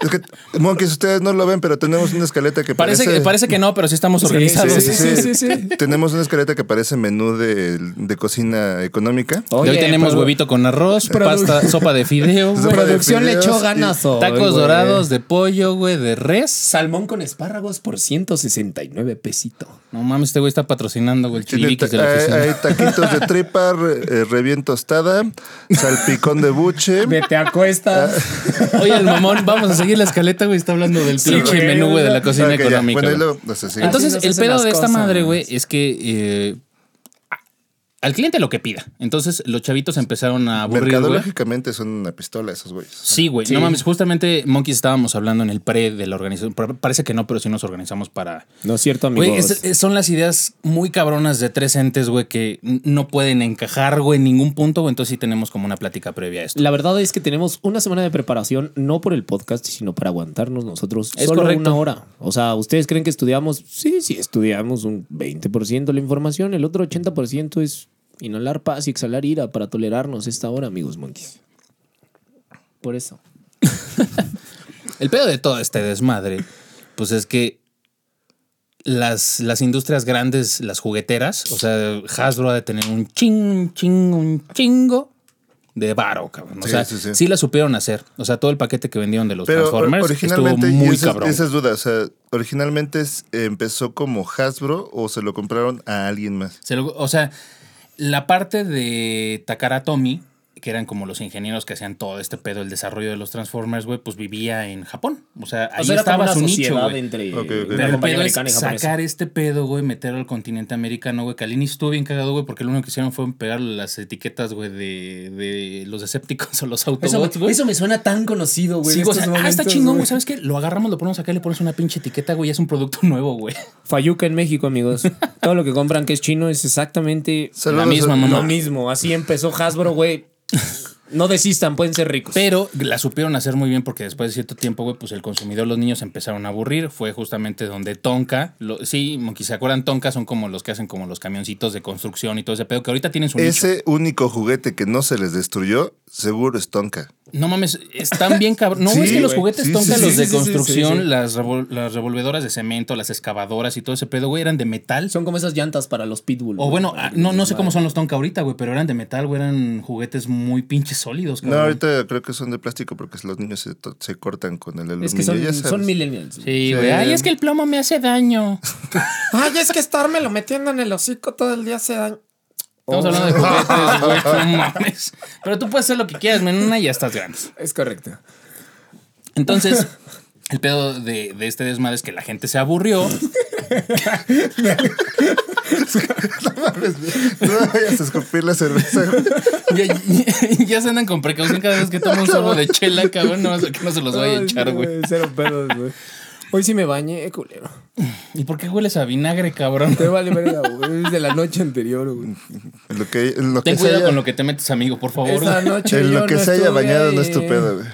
Speaker 3: Es que, Monkeys, ustedes no lo ven, pero tenemos una escaleta que
Speaker 1: Parece,
Speaker 3: parece...
Speaker 1: que- parece que no, pero sí estamos organizados.
Speaker 3: Sí, sí, sí, Tenemos una escaleta que parece menú de, de cocina económica.
Speaker 1: De hoy tenemos huevito con arroz, pasta, sopa de fideo, güey,
Speaker 3: Sopa de
Speaker 2: Producción le
Speaker 3: fideos
Speaker 2: echó
Speaker 3: y-
Speaker 2: ganas hoy,
Speaker 1: tacos
Speaker 2: güey.
Speaker 1: dorados de pollo, güey, de res.
Speaker 4: Salmón con espárragos por 169 pesito.
Speaker 1: No mames, este güey está patrocinando, güey, el
Speaker 3: Tiene ta-
Speaker 1: chiliquis de la
Speaker 2: eh,
Speaker 3: hay,
Speaker 1: oficina.
Speaker 3: hay taquitos de tripa, re- eh, revién tostada, salpicón de buche.
Speaker 2: Me te acuestas.
Speaker 1: Oye, el mamón, vamos a seguir la escaleta, güey, está hablando del pinche
Speaker 2: güey,
Speaker 1: menú, güey, de la
Speaker 3: Ah,
Speaker 1: cocina
Speaker 3: ok, ya.
Speaker 1: económica.
Speaker 3: Bueno, ahí
Speaker 1: güey.
Speaker 3: lo- no sé, sí.
Speaker 1: Entonces,
Speaker 2: Así nos
Speaker 1: el
Speaker 2: hacen
Speaker 1: pedo
Speaker 2: las
Speaker 1: de esta
Speaker 2: cosas.
Speaker 1: madre, güey, es que eh, a- al cliente lo que pida. Entonces, los chavitos empezaron a aburrir, güey.
Speaker 3: Mercadológicamente son una pistola esos güeyes.
Speaker 1: Sí, güey. No mames, justamente Monkeys estábamos hablando en el pre de la organización. Pero Parece que no, pero sí nos organizamos para.
Speaker 4: No es cierto, amigos.
Speaker 1: Güey, es- es- son las ideas muy cabronas de tres entes, güey, que n- no pueden encajar, güey, en ningún punto, güey. Entonces sí tenemos como una plática previa a esto.
Speaker 4: La verdad es que tenemos una semana de preparación, no por el podcast, sino para aguantarnos nosotros
Speaker 1: Es
Speaker 4: solo
Speaker 1: correcto.
Speaker 4: una hora. O sea, ¿ustedes creen que estudiamos? Sí, sí, estudiamos un 20% la información, el otro 80% es inhalar paz y exhalar ira para tolerarnos esta hora, amigos monkeys. Por eso.
Speaker 1: El pedo de todo este desmadre, pues es que las, las industrias grandes, las jugueteras, o sea, Hasbro ha de tener un ching, ching, un chingo de varo, cabrón. O
Speaker 3: Sí,
Speaker 1: sea,
Speaker 3: sí,
Speaker 1: sí,
Speaker 3: sí.
Speaker 1: la supieron hacer. O sea, todo el paquete que vendieron de los
Speaker 3: Pero or-
Speaker 1: Transformers estuvo
Speaker 3: originalmente, y
Speaker 1: muy
Speaker 3: esas,
Speaker 1: cabrón.
Speaker 3: esas dudas, o sea, originalmente es- empezó como Hasbro o se lo compraron a alguien más.
Speaker 1: Se lo- o sea, la parte de Takara Tomy, que eran como los ingenieros que hacían todo este pedo, el desarrollo de los Transformers, güey, pues vivía en Japón. O sea, ahí estaba su nicho, güey.
Speaker 4: entre
Speaker 3: Ok,
Speaker 4: una
Speaker 3: ok.
Speaker 1: Pero el
Speaker 4: compañía
Speaker 1: pedo es
Speaker 4: americana y japonesa.
Speaker 1: sacar este pedo, güey, meterlo al continente americano, güey. Calini estuvo bien cagado, güey, porque lo único que hicieron fue pegar las etiquetas, güey, de, de los Decepticons o los Autobots, güey.
Speaker 2: me suena tan conocido,
Speaker 1: Sí,
Speaker 2: en
Speaker 1: güey, o
Speaker 2: estos
Speaker 1: sea, ah, está
Speaker 2: momentos,
Speaker 1: chingón, güey. ¿Sabes qué? Lo agarramos, lo ponemos acá, le pones una pinche etiqueta, güey, y es un producto nuevo, güey.
Speaker 4: Fayuca en México, amigos. Todo lo que compran que es chino es exactamente
Speaker 3: Saludos,
Speaker 1: la misma
Speaker 3: eh,
Speaker 1: mamá.
Speaker 4: lo mismo. Así empezó Hasbro, güey. No desistan, pueden ser
Speaker 2: Pues
Speaker 4: ricos.
Speaker 1: Pero la supieron hacer muy bien porque después de cierto tiempo, güey, pues el consumidor, los niños empezaron a aburrir. Fue justamente donde Tonka, lo- sí, monkey, ¿se acuerdan? Tonka son como los que hacen como los camioncitos de construcción y todo ese pedo, que ahorita tienen su nicho.
Speaker 3: Ese único juguete que no se les destruyó, seguro es Tonka.
Speaker 1: No mames, están bien cabrón. No,
Speaker 3: Sí,
Speaker 1: es que los
Speaker 3: güey.
Speaker 1: juguetes
Speaker 3: Sí,
Speaker 1: Tonka,
Speaker 3: sí,
Speaker 1: los
Speaker 3: sí,
Speaker 1: de
Speaker 3: sí, sí,
Speaker 1: construcción,
Speaker 3: sí, sí.
Speaker 1: Las, revol- las revolvedoras de cemento, las excavadoras y todo ese pedo, güey, eran de metal.
Speaker 4: Son como esas llantas para los pitbull.
Speaker 1: O bueno, ah, no, no sé cómo son los Tonka ahorita, güey, pero eran de metal, güey, eran juguetes muy pinches sólidos,
Speaker 3: No,
Speaker 1: cabrón.
Speaker 3: ahorita creo que son de plástico porque los niños se, to- se cortan con el aluminio.
Speaker 4: Es que son,
Speaker 3: ya sabes.
Speaker 4: son millennials.
Speaker 1: Sí, güey. Ay, es que el plomo me hace daño.
Speaker 2: Ay, es que estármelo metiendo en el hocico todo el día se dan.
Speaker 1: Estamos hablando de juguetes, güey. No mames. Pero tú puedes hacer lo que quieras, men, en una y ya estás grande.
Speaker 2: Es correcto.
Speaker 1: Entonces, el pedo de, de este desmadre es que la gente se aburrió.
Speaker 3: No vayas a escupir la cerveza. güey.
Speaker 1: Ya, ya- ya se andan con precaución cada vez que toman un sorbo de chela, cabrón. No, que no se los vaya a echar, güey.
Speaker 2: Cero pedos, güey. Hoy sí me bañé, eh, culero.
Speaker 1: ¿Y por qué hueles a vinagre, cabrón?
Speaker 2: Te vale verga, güey. Es de la noche anterior, güey.
Speaker 3: Lo que, en lo que
Speaker 1: Ten
Speaker 3: se
Speaker 1: cuidado
Speaker 3: haya,
Speaker 1: con lo que te metes, amigo, por favor.
Speaker 2: Esa
Speaker 1: güey.
Speaker 2: noche
Speaker 3: en
Speaker 2: yo
Speaker 3: lo que
Speaker 2: no
Speaker 3: se haya
Speaker 2: estuve
Speaker 3: bañado
Speaker 2: ahí.
Speaker 3: no es tu pedo, güey.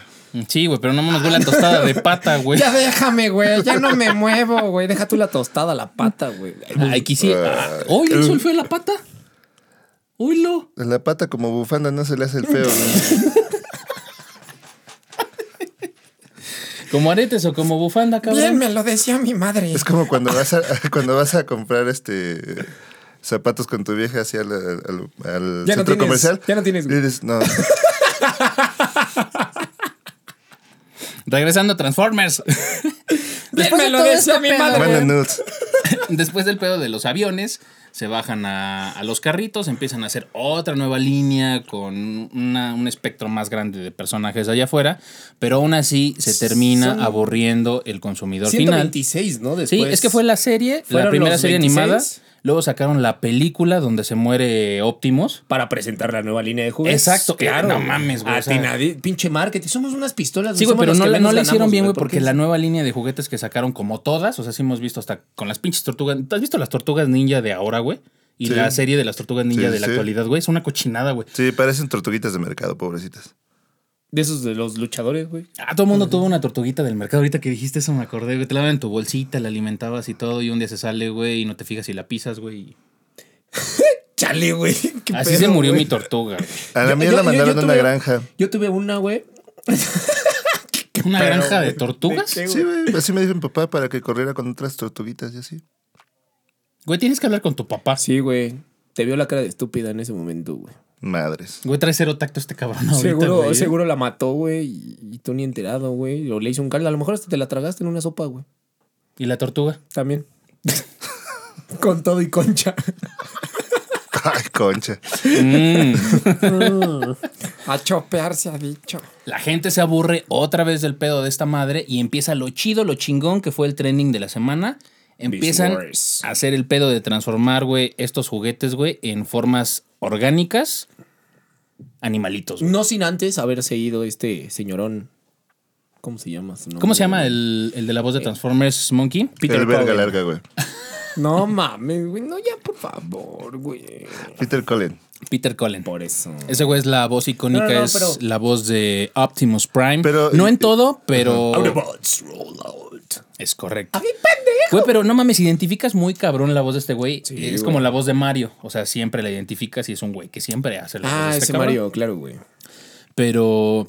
Speaker 1: Sí, güey, pero no mames, huele a tostada de pata, güey.
Speaker 2: Ya déjame, güey. Ya no me muevo, güey. Deja tú la tostada, la pata, güey.
Speaker 1: Ay, quisi. ah, ¡Uy, le hizo el feo a la pata! ¡Uylo!
Speaker 3: En la pata como bufanda no se le hace el feo, güey.
Speaker 1: Como aretes o como bufanda,
Speaker 2: Bien,
Speaker 1: cabrón.
Speaker 2: me lo decía mi madre.
Speaker 3: Es como cuando vas a, cuando vas a comprar este zapatos con tu vieja hacia al, al
Speaker 2: Ya no
Speaker 3: centro
Speaker 2: tienes,
Speaker 3: comercial.
Speaker 2: ya no tienes, güey.
Speaker 3: Y dices, no,
Speaker 1: Regresando a Transformers.
Speaker 2: Bien,
Speaker 1: Después
Speaker 2: me
Speaker 1: de
Speaker 2: lo
Speaker 1: todo
Speaker 2: decía
Speaker 1: este
Speaker 2: mi
Speaker 1: pedo,
Speaker 2: madre.
Speaker 3: manda nudes.
Speaker 1: Después del pedo de los aviones, se bajan a, a los carritos, empiezan a hacer otra nueva línea con una- un espectro más grande de personajes allá afuera, pero aún así se termina
Speaker 4: Son-
Speaker 1: aburriendo el consumidor final.
Speaker 4: 126, ¿no? Después.
Speaker 1: Sí, es que fue la serie, la
Speaker 4: fueron
Speaker 1: primera
Speaker 4: los
Speaker 1: serie
Speaker 4: 26.
Speaker 1: animada. Luego sacaron la película donde se muere Optimus.
Speaker 4: Para presentar la nueva línea de juguetes.
Speaker 1: Exacto, eh,
Speaker 4: claro.
Speaker 1: no mames, güey, o sea-
Speaker 4: Atinadi- pinche marketing. Somos unas pistolas.
Speaker 1: Sí, güey,
Speaker 4: somos
Speaker 1: pero
Speaker 4: los
Speaker 1: no,
Speaker 4: que
Speaker 1: la- no
Speaker 4: menos
Speaker 1: la hicieron
Speaker 4: ganamos,
Speaker 1: bien, güey, porque
Speaker 4: es-
Speaker 1: la nueva línea de juguetes que sacaron, como todas, o sea, sí hemos visto hasta con las pinches tortugas. ¿Tú has visto las tortugas ninja de ahora, güey? Y
Speaker 3: Sí.
Speaker 1: la serie de las tortugas ninja
Speaker 3: Sí,
Speaker 1: de la
Speaker 3: sí.
Speaker 1: actualidad, güey. Es una cochinada, güey.
Speaker 3: Sí, parecen tortuguitas de mercado, pobrecitas.
Speaker 4: De esos de los luchadores, güey.
Speaker 1: Ah, todo el mundo tuvo una tortuguita del mercado. Ahorita que dijiste eso me acordé, güey. Te la daban en tu bolsita, la alimentabas y todo. Y un día se sale, güey, y no te fijas si la pisas, güey.
Speaker 2: Chale, güey. qué
Speaker 1: Así
Speaker 2: pedo,
Speaker 1: se murió
Speaker 2: güey.
Speaker 1: mi tortuga, güey.
Speaker 3: A la
Speaker 4: Yo-
Speaker 3: mía
Speaker 4: yo-
Speaker 3: la
Speaker 4: yo- yo
Speaker 3: mandaron a una
Speaker 4: tuve-
Speaker 3: granja.
Speaker 4: Yo tuve una, güey.
Speaker 2: Qué
Speaker 1: ¿Una
Speaker 2: Pero,
Speaker 1: granja de
Speaker 2: güey,
Speaker 1: tortugas?
Speaker 2: ¿de qué,
Speaker 3: Sí, güey, así me dijo mi papá para que corriera con otras tortuguitas y así.
Speaker 1: Güey, tienes que hablar con tu papá.
Speaker 4: Sí, güey.
Speaker 2: Te vio la cara de estúpida en ese momento, güey.
Speaker 3: Madres.
Speaker 1: Güey, trae cero tacto este cabrón. ahorita,
Speaker 2: seguro,
Speaker 1: güey.
Speaker 2: seguro la mató, güey. Y y tú ni enterado, güey. O le hizo un caldo. A lo mejor hasta te la tragaste en una sopa, güey.
Speaker 1: ¿Y la tortuga?
Speaker 2: También. Con todo y concha.
Speaker 3: Ay, concha.
Speaker 1: Mm.
Speaker 2: A chopear se ha dicho.
Speaker 1: La gente se aburre otra vez del pedo de esta madre y empieza lo chido, lo chingón que fue el trending de la semana. Empiezan
Speaker 2: Wars.
Speaker 1: a hacer el pedo de transformar, güey, estos juguetes, güey, en formas orgánicas, animalitos. güey.
Speaker 2: No sin antes haberse ido este señorón. ¿Cómo se llama? su nombre?
Speaker 1: ¿Cómo se llama el, el de la voz de Transformers Monkey?
Speaker 3: Peter
Speaker 2: Peter
Speaker 3: verga
Speaker 2: Powell.
Speaker 3: larga, güey.
Speaker 2: No mames, güey. No, ya, por favor, güey.
Speaker 3: Peter Cullen.
Speaker 1: Peter Cullen.
Speaker 2: Por eso.
Speaker 1: Ese güey es la voz icónica,
Speaker 2: No, no, no,
Speaker 1: es
Speaker 2: pero-
Speaker 1: la voz de Optimus Prime.
Speaker 3: Pero-
Speaker 1: no en todo, pero
Speaker 2: Autobots roll out.
Speaker 1: es correcto. Güey, pero no mames, identificas muy cabrón la voz de este güey. es
Speaker 2: güey.
Speaker 1: como la voz de Mario. O sea, siempre la identificas y es un güey que siempre hace la voz de
Speaker 2: Ah,
Speaker 1: este
Speaker 2: ese
Speaker 1: cabrón.
Speaker 2: Mario, claro, güey.
Speaker 1: Pero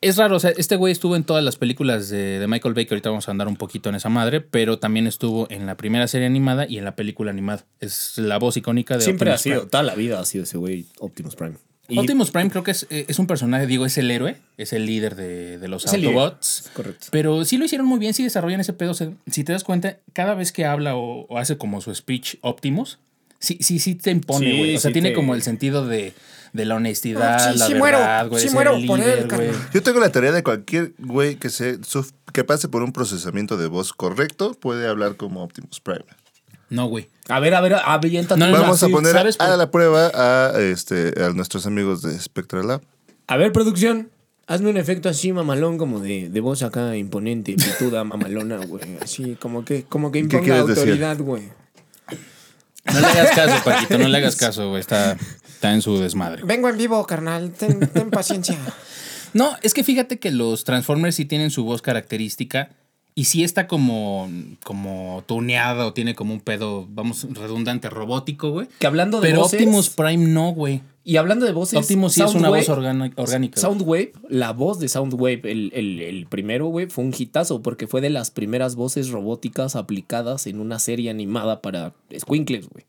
Speaker 1: es raro, o sea, este güey estuvo en todas las películas de, de Michael Bay, que ahorita vamos a andar un poquito en esa madre, pero también estuvo en la primera serie animada y en la película animada. Es la voz icónica de
Speaker 2: Siempre ha
Speaker 1: Optimus
Speaker 2: sido,
Speaker 1: Prime.
Speaker 2: toda la vida ha sido ese güey Optimus Prime. Y-
Speaker 1: Optimus Prime creo que es, eh, es un personaje, digo, es el héroe, es el líder de, de los
Speaker 2: Es el líder,
Speaker 1: Autobots.
Speaker 2: correcto.
Speaker 1: Pero sí lo hicieron muy bien, sí desarrollan ese pedo. o sea, si te das cuenta, cada vez que habla o, o hace como su speech Optimus, sí, sí, sí te impone,
Speaker 2: Sí,
Speaker 1: güey. o sea,
Speaker 2: sí
Speaker 1: tiene
Speaker 2: te-
Speaker 1: como el sentido de, de la honestidad,
Speaker 6: Ah, sí,
Speaker 1: la
Speaker 6: sí muero,
Speaker 1: verdad, güey.
Speaker 6: sí
Speaker 1: es
Speaker 6: muero
Speaker 1: el
Speaker 6: por él,
Speaker 1: líder,
Speaker 6: carnal.
Speaker 1: güey.
Speaker 3: Yo tengo la teoría de cualquier güey que, se, suf- que pase por un procesamiento de voz correcto puede hablar como Optimus Prime.
Speaker 1: No, güey.
Speaker 2: A ver, a ver, avienta.
Speaker 1: No, no, no.
Speaker 3: Vamos a
Speaker 1: sí,
Speaker 3: poner
Speaker 1: ¿sabes por-
Speaker 3: a la prueba a, este, a nuestros amigos de Spectra Lab.
Speaker 2: A ver, producción. Hazme un efecto así mamalón, como de, de voz acá imponente, pituda, mamalona, güey. Así, como que, como que imponga
Speaker 3: quieres decir?
Speaker 2: autoridad, güey.
Speaker 1: No le hagas caso, Paquito, no le hagas caso, güey. Está, está en su desmadre.
Speaker 6: Vengo en vivo, carnal. Ten, ten paciencia.
Speaker 1: No, es que fíjate que los Transformers sí tienen su voz característica y sí está como, como tuneada o tiene como un pedo, vamos, redundante, robótico, güey.
Speaker 2: Que hablando de
Speaker 1: Pero
Speaker 2: voces-
Speaker 1: Optimus Prime no, güey.
Speaker 2: Y hablando de voces.
Speaker 1: Optimus sí es una
Speaker 2: Soundwave-
Speaker 1: voz organa- orgánica. güey.
Speaker 2: Soundwave, la voz de Soundwave, el, el- el primero, güey, fue un hitazo porque fue de las primeras voces robóticas aplicadas en una serie animada para Squinkles, güey.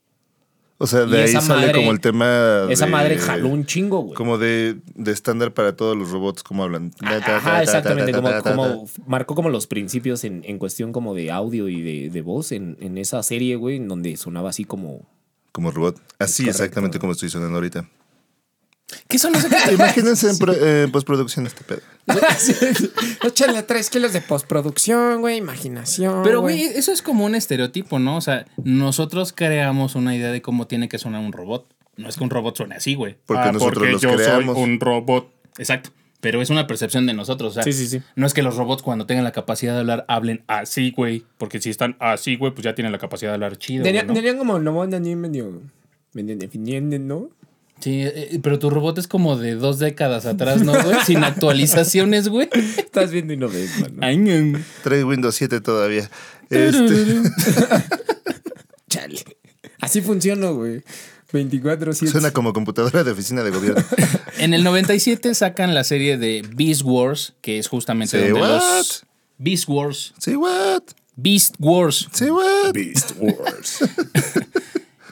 Speaker 3: O sea,
Speaker 2: Y
Speaker 3: de ahí
Speaker 2: esa
Speaker 3: sale
Speaker 2: madre-
Speaker 3: como el tema.
Speaker 2: Esa
Speaker 3: de-
Speaker 2: madre jaló un chingo, güey.
Speaker 3: Ah, Como de de estándar para todos los robots, como hablan.
Speaker 2: Ajá, exactamente, como, como marcó como los principios en, en cuestión como de audio y de, de voz en, en esa serie, güey, en donde sonaba así como...
Speaker 3: Como robot. Así,
Speaker 2: correcto.
Speaker 3: exactamente como estoy sonando ahorita.
Speaker 1: ¿Qué son esas que-
Speaker 3: Imagínense en, pro- eh, en postproducción este pedo.
Speaker 6: Échale tres kilos de postproducción, güey. Imaginación.
Speaker 1: Pero, güey, eso es como un estereotipo, ¿no? O sea, nosotros creamos una idea de cómo tiene que sonar un robot. No es que un robot suene así, güey.
Speaker 3: Porque nosotros los creamos.
Speaker 1: un robot. Exacto. Pero es una percepción de nosotros. O sea,
Speaker 2: Sí, sí, sí.
Speaker 1: No es que los robots cuando tengan la capacidad de hablar hablen así, güey. Porque si están así, güey, pues ya tienen la capacidad de hablar chido. güey, ¿no?
Speaker 2: como no van ni medio... definiendo, ¿no?
Speaker 1: Sí, eh, pero tu robot es como de dos décadas atrás, ¿no, güey? Sin actualizaciones, güey.
Speaker 2: Estás viendo y no ves, mano.
Speaker 1: Ay, no.
Speaker 3: Trae Windows 7 todavía. Este,
Speaker 2: Chale. Así funciona, güey. 24
Speaker 3: suena como computadora de oficina de gobierno.
Speaker 1: En el 97 sacan la serie de Beast Wars, que es justamente
Speaker 3: Say
Speaker 1: donde
Speaker 3: what?
Speaker 1: los Beast Wars,
Speaker 3: Say what?
Speaker 1: Beast Wars.
Speaker 3: Say what?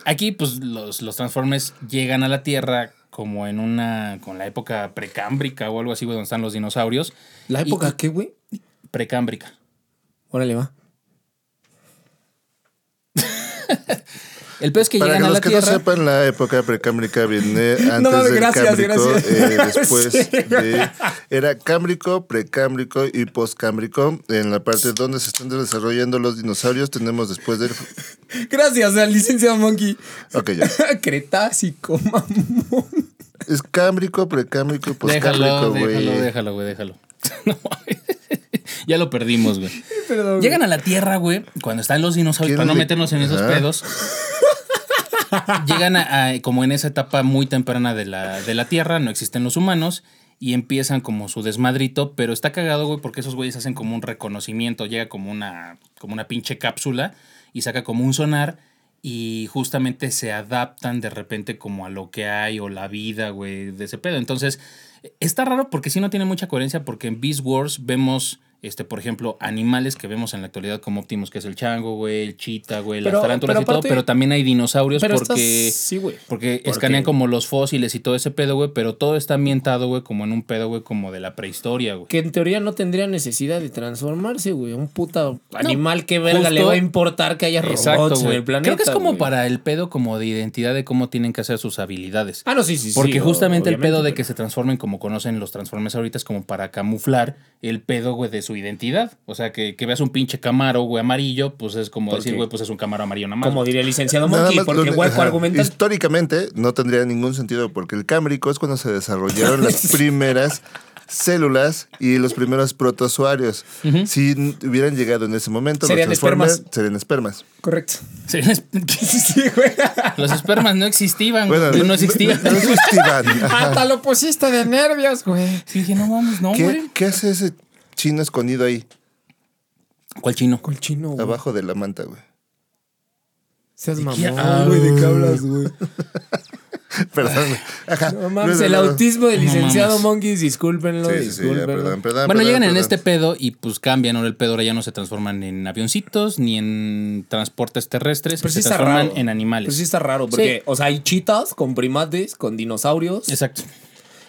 Speaker 1: Aquí pues los los Transformers llegan a la Tierra como en una con la época precámbrica o algo así güey, donde están los dinosaurios.
Speaker 2: ¿La
Speaker 1: Y-
Speaker 2: época qué, güey?
Speaker 1: precámbrica.
Speaker 2: Órale, va.
Speaker 1: El peor es que
Speaker 3: Para que
Speaker 1: llegan a
Speaker 3: los
Speaker 1: la
Speaker 3: que no
Speaker 1: Tierra.
Speaker 3: sepan, la época precámbrica viene antes
Speaker 2: mames,
Speaker 3: del
Speaker 2: gracias,
Speaker 3: cámbrico,
Speaker 2: gracias.
Speaker 3: eh, después
Speaker 2: Sí.
Speaker 3: de... Era cámbrico, precámbrico y postcámbrico. En la parte donde se están desarrollando los dinosaurios tenemos después del...
Speaker 2: Gracias al licenciado Monkey.
Speaker 3: Ok, ya.
Speaker 2: Cretácico,
Speaker 4: Pues
Speaker 2: mamón.
Speaker 3: Es cámbrico, precámbrico y postcámbrico,
Speaker 1: déjalo, déjalo,
Speaker 3: pues, güey.
Speaker 1: déjalo, güey, déjalo. No, ya lo perdimos, güey.
Speaker 2: Perdón.
Speaker 1: Llegan a la Tierra, güey, cuando están los dinosaurios,
Speaker 3: ¿Quién
Speaker 1: para no
Speaker 3: le-
Speaker 1: meternos en esos
Speaker 3: Ajá.
Speaker 1: pedos. Llegan a, a- como en esa etapa muy temprana de la, de la Tierra, no existen los humanos y empiezan como su desmadrito, pero está cagado, güey, porque esos güeyes hacen como un reconocimiento, llega como una, como una pinche cápsula y saca como un sonar y justamente se adaptan de repente como a lo que hay o la vida, güey, de ese pedo. Entonces, Está raro porque sí no tiene mucha coherencia porque en Beast Wars vemos, este, por ejemplo, animales que vemos en la actualidad como Optimus, que es el chango, güey, el chita, güey, las
Speaker 2: Pero-
Speaker 1: tarántulas
Speaker 2: pero
Speaker 1: y todo,
Speaker 2: aparte-
Speaker 1: pero también hay dinosaurios
Speaker 2: Pero
Speaker 1: porque...
Speaker 2: estas- sí, güey.
Speaker 1: Porque
Speaker 2: Porque-
Speaker 1: escanean como los fósiles y todo ese pedo, güey, pero todo está ambientado, güey, como en un pedo, güey, como de la prehistoria, güey.
Speaker 4: Que en teoría no tendría necesidad de transformarse, güey. Un puta animal que verga
Speaker 1: justo-
Speaker 4: le va a importar que haya robots
Speaker 1: Exacto,
Speaker 4: en
Speaker 1: güey.
Speaker 4: el planeta.
Speaker 1: Creo que es como
Speaker 4: güey.
Speaker 1: para el pedo como de identidad de cómo tienen que hacer sus habilidades.
Speaker 4: Ah, no, sí, sí, sí.
Speaker 1: Porque
Speaker 4: o-
Speaker 1: justamente el pedo
Speaker 4: obviamente,
Speaker 1: de que se transformen como conocen los transformes ahorita es como para camuflar el pedo, güey, de su identidad. O sea, que, que veas un pinche camaro, güey, amarillo, pues es como decir,
Speaker 2: qué?
Speaker 1: güey, pues es un camaro amarillo nada más.
Speaker 2: Como
Speaker 1: güey.
Speaker 2: diría el licenciado
Speaker 3: Nada
Speaker 2: Monkey,
Speaker 3: más
Speaker 2: porque
Speaker 3: lo-
Speaker 2: hueco
Speaker 3: ajá,
Speaker 2: argumenta.
Speaker 3: Históricamente no tendría ningún sentido porque el cámbrico es cuando se desarrollaron las primeras células y los primeros protozoarios. Si n- hubieran llegado en ese momento,
Speaker 2: Serían
Speaker 3: los Transformers
Speaker 2: espermas.
Speaker 3: serían espermas.
Speaker 2: Correcto.
Speaker 1: Sí, güey. los espermas no existían, güey,
Speaker 3: Bueno,
Speaker 1: no, existían.
Speaker 3: No, no existían. Ajá.
Speaker 6: Hasta lo pusiste de nervios, güey.
Speaker 1: Sí, dije, no mames, no,
Speaker 3: ¿Qué,
Speaker 1: güey.
Speaker 3: qué hace ese chino escondido ahí,
Speaker 1: ¿Cuál chino?
Speaker 6: Con chino, güey.
Speaker 3: abajo de la manta, güey?
Speaker 6: Seas mamón.
Speaker 1: Ah,
Speaker 6: güey.
Speaker 3: ¿De qué hablas, güey? Perdón. güey. Ajá.
Speaker 4: No mames,
Speaker 3: No, no,
Speaker 4: el
Speaker 3: no.
Speaker 4: autismo del
Speaker 1: No
Speaker 4: licenciado
Speaker 1: mames.
Speaker 4: Monkeys, discúlpenlo,
Speaker 3: Sí, sí, sí, ya,
Speaker 4: discúlpenlo.
Speaker 3: perdón, perdón.
Speaker 1: Bueno,
Speaker 3: Ah, perdón,
Speaker 1: llegan en
Speaker 3: perdón.
Speaker 1: este pedo y pues cambian. Ahora el pedo ahora ya no se transforman en avioncitos ni en transportes terrestres,
Speaker 2: Pero sí
Speaker 1: se
Speaker 2: está
Speaker 1: transforman
Speaker 2: raro.
Speaker 1: en animales.
Speaker 2: Pues sí está raro, porque,
Speaker 1: Sí.
Speaker 2: o sea, hay chitas con primates, con dinosaurios.
Speaker 1: Exacto.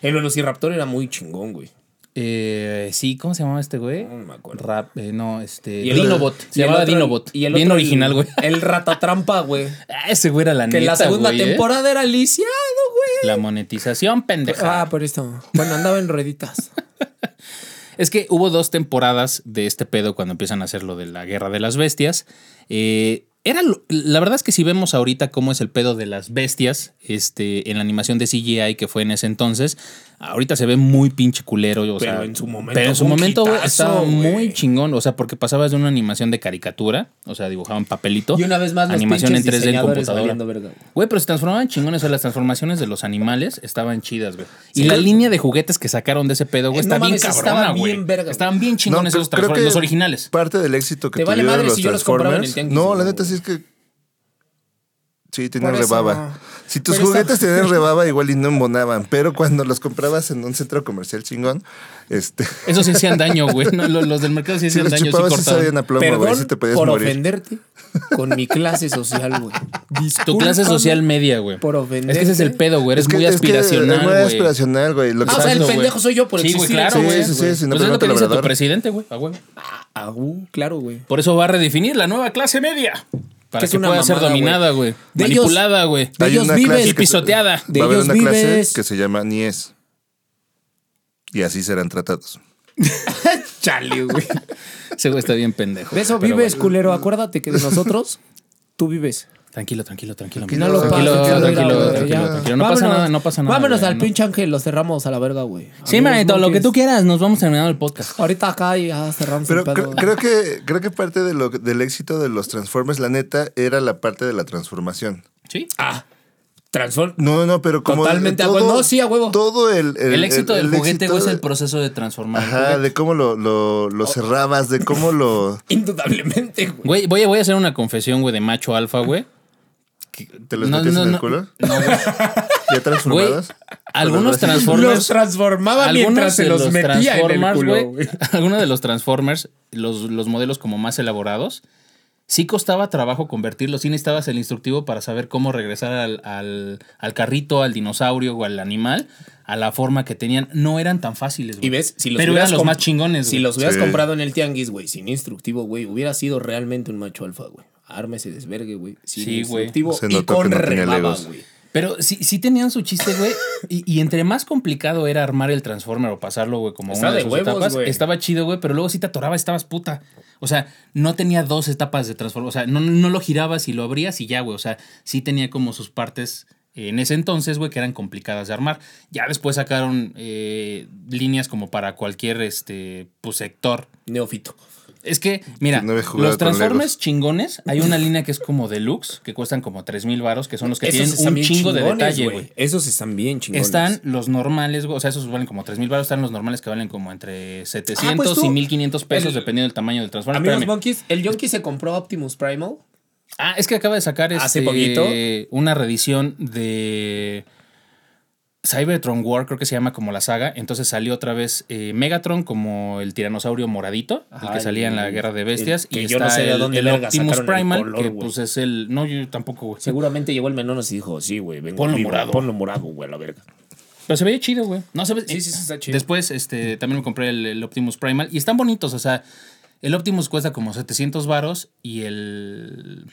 Speaker 2: El Velociraptor era muy chingón, güey.
Speaker 1: Eh, sí, ¿cómo se llamaba este güey? No
Speaker 2: me acuerdo.
Speaker 1: Rap, eh, no, este.
Speaker 2: Y el-
Speaker 1: Dinobot.
Speaker 2: y
Speaker 1: Se
Speaker 2: el
Speaker 1: llamaba
Speaker 2: otro-
Speaker 1: Dinobot.
Speaker 2: y el
Speaker 1: Bien
Speaker 2: otro, el-
Speaker 1: original, güey.
Speaker 2: El ratatrampa, güey.
Speaker 1: Ah, ese güey era la
Speaker 2: Que en la
Speaker 1: neta,
Speaker 2: segunda
Speaker 1: güey, ¿eh?
Speaker 2: temporada era lisiado, güey.
Speaker 1: La monetización, pendeja.
Speaker 6: Ah, por esto. Bueno, andaba en rueditas.
Speaker 1: Es que hubo dos temporadas de este pedo cuando empiezan a hacer lo de la guerra de las bestias. Eh, era lo- la verdad es que si vemos ahorita cómo es el pedo de las bestias este, en la animación de CGI que fue en ese entonces, ahorita se ve muy pinche culero. o
Speaker 2: Pero
Speaker 1: sea,
Speaker 2: en su momento
Speaker 1: Pero en su
Speaker 2: fue un
Speaker 1: momento güey,
Speaker 2: hitazo,
Speaker 1: estaba
Speaker 2: güey.
Speaker 1: muy chingón. O sea, porque pasabas de una animación de caricatura, o sea, dibujaban papelito.
Speaker 2: Y una vez más, los
Speaker 1: animación en 3D
Speaker 2: pinches
Speaker 1: en
Speaker 2: diseñadores
Speaker 1: computadora.
Speaker 2: valiendo verga, güey.
Speaker 1: Güey, pero se transformaban chingones. O sea, las transformaciones de los animales estaban chidas, güey. Y la línea de juguetes que sacaron de ese pedo, güey,
Speaker 2: Eh, no
Speaker 1: está bien
Speaker 2: mames,
Speaker 1: cabrona,
Speaker 2: estaban
Speaker 1: güey.
Speaker 2: bien verga, güey.
Speaker 1: Estaban bien
Speaker 3: No,
Speaker 1: chingones
Speaker 3: creo-
Speaker 1: esos
Speaker 3: creo
Speaker 1: Transformers,
Speaker 3: que
Speaker 1: los originales.
Speaker 3: Parte del éxito que
Speaker 2: Te vale
Speaker 3: tuvieron
Speaker 2: madre
Speaker 3: los
Speaker 2: si yo los compraba en
Speaker 3: Transformers.
Speaker 2: el tianguis,
Speaker 3: no,
Speaker 2: güey.
Speaker 3: la neta sí es que sí tenían
Speaker 6: Por eso.
Speaker 3: rebaba. Si tus
Speaker 6: Pero está-
Speaker 3: juguetes tenían rebaba igual y no embonaban, pero cuando los comprabas en un centro comercial chingón, este
Speaker 1: Esos sí hacían daño, güey. No, lo- los, del mercado sí
Speaker 3: si
Speaker 1: hacían
Speaker 3: los
Speaker 1: daño, sí
Speaker 3: chupabas sí sabían
Speaker 1: cortaban.
Speaker 3: a plomo, güey,
Speaker 4: Perdón
Speaker 3: si te podías
Speaker 4: por
Speaker 3: morir.
Speaker 4: ofenderte con mi clase social, güey.
Speaker 1: Tu clase
Speaker 4: Discúlpame.
Speaker 1: social media, güey.
Speaker 4: por
Speaker 1: Es que ese es el
Speaker 4: ofenderte.
Speaker 1: pedo, güey. Eres
Speaker 3: Es que-
Speaker 1: muy
Speaker 3: es que
Speaker 1: aspiracional,
Speaker 3: Es muy
Speaker 1: güey.
Speaker 3: aspiracional, güey. Lo que
Speaker 2: Ah, o
Speaker 3: pasa
Speaker 2: sea, el
Speaker 3: es-
Speaker 1: Exacto, güey.
Speaker 2: pendejo soy yo por
Speaker 1: Sí, güey,
Speaker 2: existir,
Speaker 1: claro,
Speaker 3: sí,
Speaker 1: güey.
Speaker 3: sí, sí, si no,
Speaker 1: Pues es
Speaker 3: pero
Speaker 1: lo que
Speaker 3: no te
Speaker 1: dice tu
Speaker 3: labrador.
Speaker 1: presidente, güey. a huevo.
Speaker 4: Ah, uh, claro, güey.
Speaker 1: Por eso va a redefinir la nueva clase media. Para
Speaker 4: Que es
Speaker 1: que
Speaker 4: una
Speaker 1: pueda ser
Speaker 4: mamada, güey.
Speaker 1: dominada, güey.
Speaker 4: De ellos-
Speaker 1: Manipulada, güey.
Speaker 4: de
Speaker 3: hay
Speaker 4: ellos
Speaker 3: una
Speaker 4: vive
Speaker 3: clase
Speaker 1: y
Speaker 3: que se-
Speaker 1: pisoteada.
Speaker 4: De
Speaker 3: Va a haber
Speaker 4: ellos
Speaker 3: una clase
Speaker 4: vives.
Speaker 3: que se llama Nies. Y así serán tratados.
Speaker 4: Chale, güey.
Speaker 1: Ese güey está bien pendejo.
Speaker 4: De eso
Speaker 1: pero
Speaker 4: vives,
Speaker 1: bueno.
Speaker 4: culero. Acuérdate que de nosotros, tú vives.
Speaker 1: Tranquilo, tranquilo, tranquilo.
Speaker 3: Tranquilo,
Speaker 1: amigo.
Speaker 3: tranquilo,
Speaker 1: tranquilo,
Speaker 3: tranquilo,
Speaker 1: tranquilo,
Speaker 3: tranquilo,
Speaker 1: tranquilo,
Speaker 3: ya.
Speaker 1: tranquilo. No pasa nada, no pasa nada.
Speaker 4: Vámonos
Speaker 1: güey,
Speaker 4: al
Speaker 1: no.
Speaker 4: pinche ángel, lo cerramos a la verga, güey.
Speaker 1: Sí,
Speaker 4: Amigos
Speaker 1: manito, lo que
Speaker 4: monkeys.
Speaker 1: tú quieras, nos vamos terminando el podcast.
Speaker 4: Ahorita acá ya cerramos
Speaker 3: Pero
Speaker 4: el pedo.
Speaker 3: cre- creo que creo que parte de lo- del éxito de los Transformers, la neta, era la parte de la transformación.
Speaker 1: ¿Sí?
Speaker 2: Ah, transform.
Speaker 3: No, no, pero como
Speaker 2: Totalmente a
Speaker 1: ah,
Speaker 2: huevo. No, sí, a huevo.
Speaker 3: Todo el,
Speaker 1: El éxito del
Speaker 3: el
Speaker 1: juguete,
Speaker 3: éxito
Speaker 1: güey, es
Speaker 3: de-
Speaker 1: el proceso de transformar. el
Speaker 3: Ajá,
Speaker 1: juguete. Oh.
Speaker 3: de cómo lo, lo, lo cerrabas, de cómo lo
Speaker 2: Indudablemente, güey.
Speaker 1: Güey, voy a, voy a hacer una confesión, güey, de macho alfa, güey.
Speaker 3: te los
Speaker 1: No,
Speaker 3: metías
Speaker 1: no,
Speaker 3: en el
Speaker 1: no.
Speaker 3: culo.
Speaker 1: No, güey.
Speaker 3: Ya
Speaker 1: Güey,
Speaker 3: transformados.
Speaker 1: algunos
Speaker 3: Pero
Speaker 2: Los
Speaker 3: así-
Speaker 1: Transformers.
Speaker 2: transformaba mientras
Speaker 1: Algunos
Speaker 2: se
Speaker 1: de
Speaker 2: los,
Speaker 1: los
Speaker 2: metía en el
Speaker 1: Transformers,
Speaker 2: culo,
Speaker 1: güey.
Speaker 2: güey.
Speaker 1: Algunos de los Transformers, los, los modelos como más elaborados, sí costaba trabajo convertirlos. Sí necesitabas el instructivo para saber cómo regresar al, al, al carrito, al dinosaurio o al animal, a la forma que tenían. No eran tan fáciles, güey.
Speaker 2: Y ves, si los
Speaker 1: Pero
Speaker 2: hubieras
Speaker 1: eran los
Speaker 2: comp-
Speaker 1: más chingones,
Speaker 2: Si
Speaker 1: güey.
Speaker 2: los hubieras
Speaker 3: Sí.
Speaker 2: comprado en el tianguis, güey, sin instructivo, güey, hubiera sido realmente un macho alfa, güey. Arma ese desvergue, güey. Sin
Speaker 1: Sí, güey.
Speaker 2: instructivo
Speaker 3: Se
Speaker 2: y
Speaker 3: notó
Speaker 2: con
Speaker 3: que no tenía
Speaker 2: rebaba,
Speaker 3: legos.
Speaker 2: güey.
Speaker 1: Pero sí, sí tenían su chiste, güey. Y, y entre más complicado era armar el Transformer o pasarlo, güey, como
Speaker 2: Está
Speaker 1: una de,
Speaker 2: de
Speaker 1: sus
Speaker 2: huevos,
Speaker 1: etapas,
Speaker 2: güey.
Speaker 1: estaba chido, güey. Pero luego sí te atoraba, estabas puta. O sea, no tenía dos etapas de Transformer. O sea, no, no lo girabas y lo abrías y ya, güey. O sea, sí tenía como sus partes eh, en ese entonces, güey, que eran complicadas de armar. Ya después sacaron eh, líneas como para cualquier este, pues, sector.
Speaker 2: Neófito.
Speaker 1: Es que, mira,
Speaker 3: Que no había jugado
Speaker 1: los
Speaker 3: con
Speaker 1: Transformers
Speaker 3: Legos.
Speaker 1: chingones, hay una línea que es como deluxe, que cuestan como 3 mil varos, que son los que
Speaker 2: Esos
Speaker 1: tienen
Speaker 2: están
Speaker 1: un
Speaker 2: bien
Speaker 1: chingo de
Speaker 2: chingones,
Speaker 1: detalle, güey.
Speaker 2: Esos están bien chingones.
Speaker 1: Están los normales, güey. O sea, esos valen como 3 mil baros. Están los normales que valen como entre 700
Speaker 2: pues tú-
Speaker 1: y 1500 pesos,
Speaker 2: el-
Speaker 1: dependiendo del tamaño del transformador.
Speaker 2: Amigos
Speaker 1: Espérame.
Speaker 2: monkeys, el Yonki se compró Optimus Primal.
Speaker 1: Ah, es que acaba de sacar
Speaker 2: Hace
Speaker 1: este,
Speaker 2: poquito.
Speaker 1: una reedición de. Cybertron War, creo que se llama como la saga. Entonces salió otra vez eh, Megatron como el tiranosaurio moradito, el
Speaker 2: Ajá,
Speaker 1: que salía en la
Speaker 2: el-
Speaker 1: Guerra de
Speaker 2: el
Speaker 1: Bestias.
Speaker 2: que
Speaker 1: y
Speaker 2: yo no
Speaker 1: está
Speaker 2: sé de
Speaker 1: el-
Speaker 2: dónde
Speaker 1: el,
Speaker 2: verga
Speaker 1: Optimus
Speaker 2: sacaron el
Speaker 1: Primal,
Speaker 2: color,
Speaker 1: que
Speaker 2: güey.
Speaker 1: pues es el. No, yo tampoco, güey.
Speaker 4: Seguramente llegó el menor y dijo, sí, güey, vengo
Speaker 1: Ponlo
Speaker 4: vivo,
Speaker 1: morado.
Speaker 4: Ponlo morado, güey, a la verga.
Speaker 1: Pero se veía chido, güey. No, se ve-
Speaker 2: Sí, sí, sí, está chido.
Speaker 1: Después este, también me compré el, el Optimus Primal y están bonitos. O sea, el Optimus cuesta como 700 varos y el.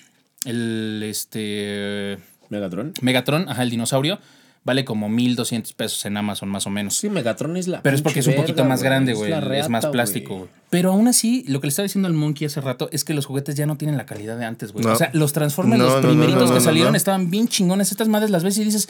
Speaker 1: El. Este.
Speaker 4: Megatron.
Speaker 1: Megatron, ajá, el dinosaurio, vale como 1200 pesos en Amazon, más o menos.
Speaker 4: Sí, Megatron es la.
Speaker 1: Pero es porque es un
Speaker 4: pinche
Speaker 1: poquito
Speaker 4: verga,
Speaker 1: más grande, güey.
Speaker 4: la
Speaker 1: Es,
Speaker 4: reata,
Speaker 1: más plástico,
Speaker 4: güey.
Speaker 1: güey. Pero aún así, lo que le estaba diciendo al Monkey hace rato es que los juguetes ya no tienen la calidad de antes, güey.
Speaker 3: No.
Speaker 1: O sea, los Transformers,
Speaker 3: No,
Speaker 1: los
Speaker 3: no, no,
Speaker 1: primeritos
Speaker 3: no, no,
Speaker 1: que
Speaker 3: no,
Speaker 1: salieron
Speaker 3: no.
Speaker 1: estaban bien chingones. Estas madres las ves y dices,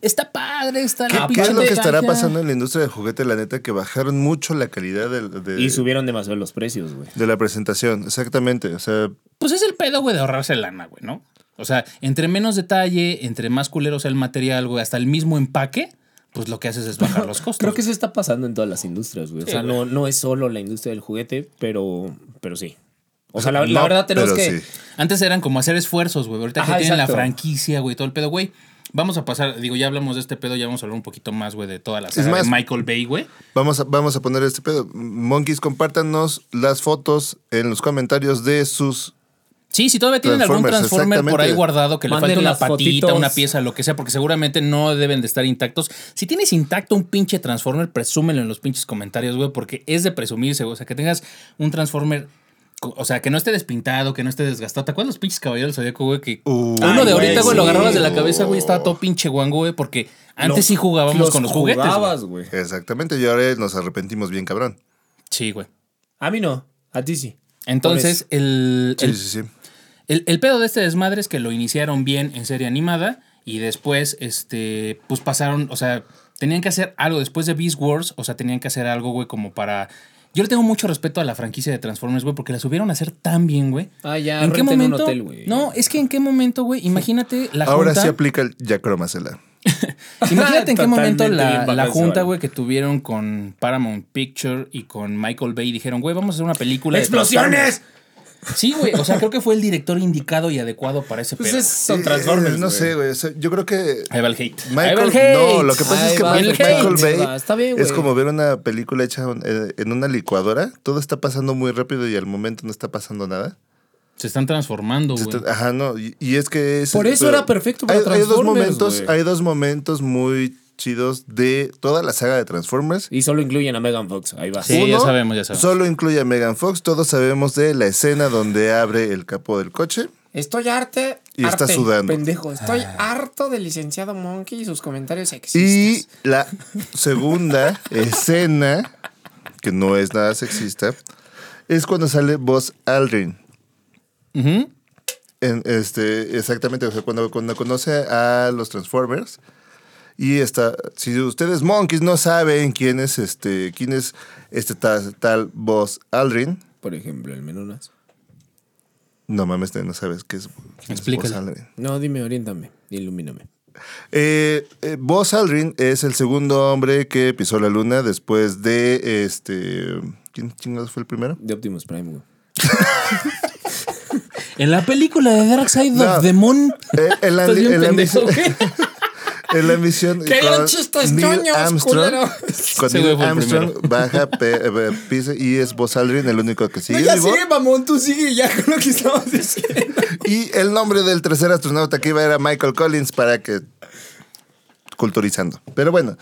Speaker 1: está padre, está
Speaker 3: ¿Qué,
Speaker 1: la
Speaker 3: qué es lo que estará
Speaker 1: medalla".
Speaker 3: pasando en la industria del juguete? La neta, que bajaron mucho la calidad del- de,
Speaker 4: Y subieron demasiado los precios, güey.
Speaker 3: de la presentación. Exactamente. O sea,
Speaker 1: Pues es el pedo, güey, de ahorrarse lana, güey, ¿no? O sea, entre menos detalle, entre más culero sea el material, güey, hasta el mismo empaque, pues lo que haces es bajar los costos.
Speaker 4: Creo que eso está pasando en todas las industrias, güey. O
Speaker 1: Sí,
Speaker 4: sea,
Speaker 1: güey.
Speaker 4: no, no es solo la industria del juguete, pero, pero sí. O sea, la, la
Speaker 3: no,
Speaker 4: verdad tenemos
Speaker 3: pero
Speaker 4: que.
Speaker 3: sí.
Speaker 1: Antes eran como hacer esfuerzos, güey. Ahorita
Speaker 4: Ajá,
Speaker 1: que tienen la
Speaker 4: exacto.
Speaker 1: franquicia, güey, todo el pedo, güey. Vamos a pasar, digo, ya hablamos de este pedo, ya vamos a hablar un poquito más, güey, de toda la saga
Speaker 3: más-
Speaker 1: de Michael Bay, güey.
Speaker 3: Vamos a, vamos a poner este pedo. Monkeys, compártanos las fotos en los comentarios de sus.
Speaker 1: Sí, si todavía tienen algún
Speaker 3: Transformers,
Speaker 1: Transformer por ahí
Speaker 3: exactamente.
Speaker 1: guardado que le
Speaker 4: Manden
Speaker 1: falta una
Speaker 4: las
Speaker 1: patita,
Speaker 4: fotitos.
Speaker 1: una pieza, lo que sea, porque seguramente no deben de estar intactos. Si tienes intacto un pinche Transformer, presúmelo en los pinches comentarios, güey, porque es de presumirse, güey. O sea, que tengas un Transformer, co- o sea, que no esté despintado, que no esté desgastado. ¿Te acuerdas los pinches caballeros del Zodíaco, güey? Que
Speaker 3: Uh,
Speaker 1: uno
Speaker 4: Ay,
Speaker 1: de ahorita,
Speaker 4: güey,
Speaker 1: güey, lo
Speaker 4: sí.
Speaker 1: agarrabas de la cabeza, güey, estaba todo pinche guango, güey, porque antes
Speaker 4: Los-
Speaker 1: sí jugábamos con los juguetes. güey.
Speaker 4: jugabas, güey.
Speaker 3: Exactamente. Y ahora nos arrepentimos bien, cabrón.
Speaker 1: Sí, güey.
Speaker 4: A mí no, a ti sí.
Speaker 1: Entonces, el,
Speaker 3: Sí,
Speaker 1: el-
Speaker 3: sí, sí.
Speaker 1: El, el pedo de este desmadre es que lo iniciaron bien en serie animada y después, este, pues pasaron, o sea, tenían que hacer algo después de Beast Wars, o sea, tenían que hacer algo, güey, como para... Yo le tengo mucho respeto a la franquicia de Transformers, güey, porque la subieron a hacer tan bien, güey.
Speaker 4: Ah, ya, renten un hotel, güey.
Speaker 1: No, es que en qué momento, güey, imagínate la
Speaker 3: Ahora
Speaker 1: junta...
Speaker 3: sí aplica el Jack Romacela.
Speaker 1: Imagínate en qué
Speaker 4: Totalmente
Speaker 1: momento la,
Speaker 4: bien
Speaker 1: la junta,
Speaker 4: vacacional.
Speaker 1: güey, que tuvieron con Paramount Picture y con Michael Bay dijeron, güey, vamos a hacer una película. de
Speaker 6: ¡Explosiones!
Speaker 1: Transformers". Sí, güey. O sea, creo que fue el director indicado y adecuado para ese pedo.
Speaker 6: Pues es- son
Speaker 3: Eh,
Speaker 6: Transformers.
Speaker 3: no
Speaker 6: güey.
Speaker 3: sé, güey. O sea, yo creo que.
Speaker 1: Ahí va el hate. Ahí va
Speaker 3: Michael,
Speaker 1: el hate.
Speaker 3: no, lo que pasa
Speaker 4: Ahí
Speaker 3: es que
Speaker 4: va
Speaker 3: Michael,
Speaker 4: el hate.
Speaker 3: Michael
Speaker 4: Ahí va,
Speaker 3: Bay
Speaker 4: está bien,
Speaker 3: es
Speaker 4: güey.
Speaker 3: como ver una película hecha eh, en una licuadora. Todo está pasando muy rápido y al momento no está pasando nada.
Speaker 1: Se están transformando,
Speaker 3: Se
Speaker 1: güey.
Speaker 3: está- Ajá, no. Y, y es que es.
Speaker 4: Por eso era perfecto para
Speaker 3: hay, hay dos
Speaker 4: Transformers,
Speaker 3: momentos,
Speaker 4: güey.
Speaker 3: hay dos momentos muy chidos de toda la saga de Transformers.
Speaker 4: Y solo incluyen a Megan Fox. Ahí va.
Speaker 1: Sí, ya
Speaker 3: Uno,
Speaker 1: sabemos, ya sabemos.
Speaker 3: Solo incluye a Megan Fox. Todos sabemos de la escena donde abre el capó del coche.
Speaker 6: Estoy arte.
Speaker 3: Y está
Speaker 6: arte,
Speaker 3: sudando.
Speaker 6: Pendejo. Estoy
Speaker 4: Ah.
Speaker 6: harto del licenciado Monkey y sus comentarios
Speaker 3: Y
Speaker 6: sexistas.
Speaker 3: la segunda escena, que no es nada sexista, es cuando sale Buzz Aldrin.
Speaker 1: Ujú.
Speaker 3: En, este, exactamente, o sea, cuando, cuando conoce a los Transformers. Y está, si ustedes monkeys no saben quién es este, quién es este tal, tal Buzz Aldrin,
Speaker 4: Por ejemplo, el Menonas.
Speaker 3: no mames, no sabes qué es, quién es
Speaker 1: Explícale.
Speaker 3: Buzz Aldrin.
Speaker 4: No, dime, oriéntame, ilumíname.
Speaker 3: Eh, eh, Buzz Aldrin es el segundo hombre que pisó la luna después de este. ¿Quién chingados fue el primero?
Speaker 4: De Optimus Prime, güey.
Speaker 1: En la película de Dark Side
Speaker 3: No.
Speaker 1: of the Moon.
Speaker 3: Eh, en la,
Speaker 1: Estás bien
Speaker 3: en la
Speaker 1: pendejo,
Speaker 3: misión,
Speaker 1: güey.
Speaker 3: en la misión
Speaker 6: Que eran chistes ñoños, culeros.
Speaker 3: con
Speaker 1: Ese güey
Speaker 3: Neil
Speaker 1: fue el
Speaker 3: Armstrong baja pe- eh, pisa y es Buzz Aldrin el único que sigue
Speaker 6: ya
Speaker 3: vivo.
Speaker 6: sigue, mamón, tú sigue ya con lo que estabas diciendo.
Speaker 3: Y el nombre del tercer astronauta que iba era Michael Collins para que culturizando. Pero bueno.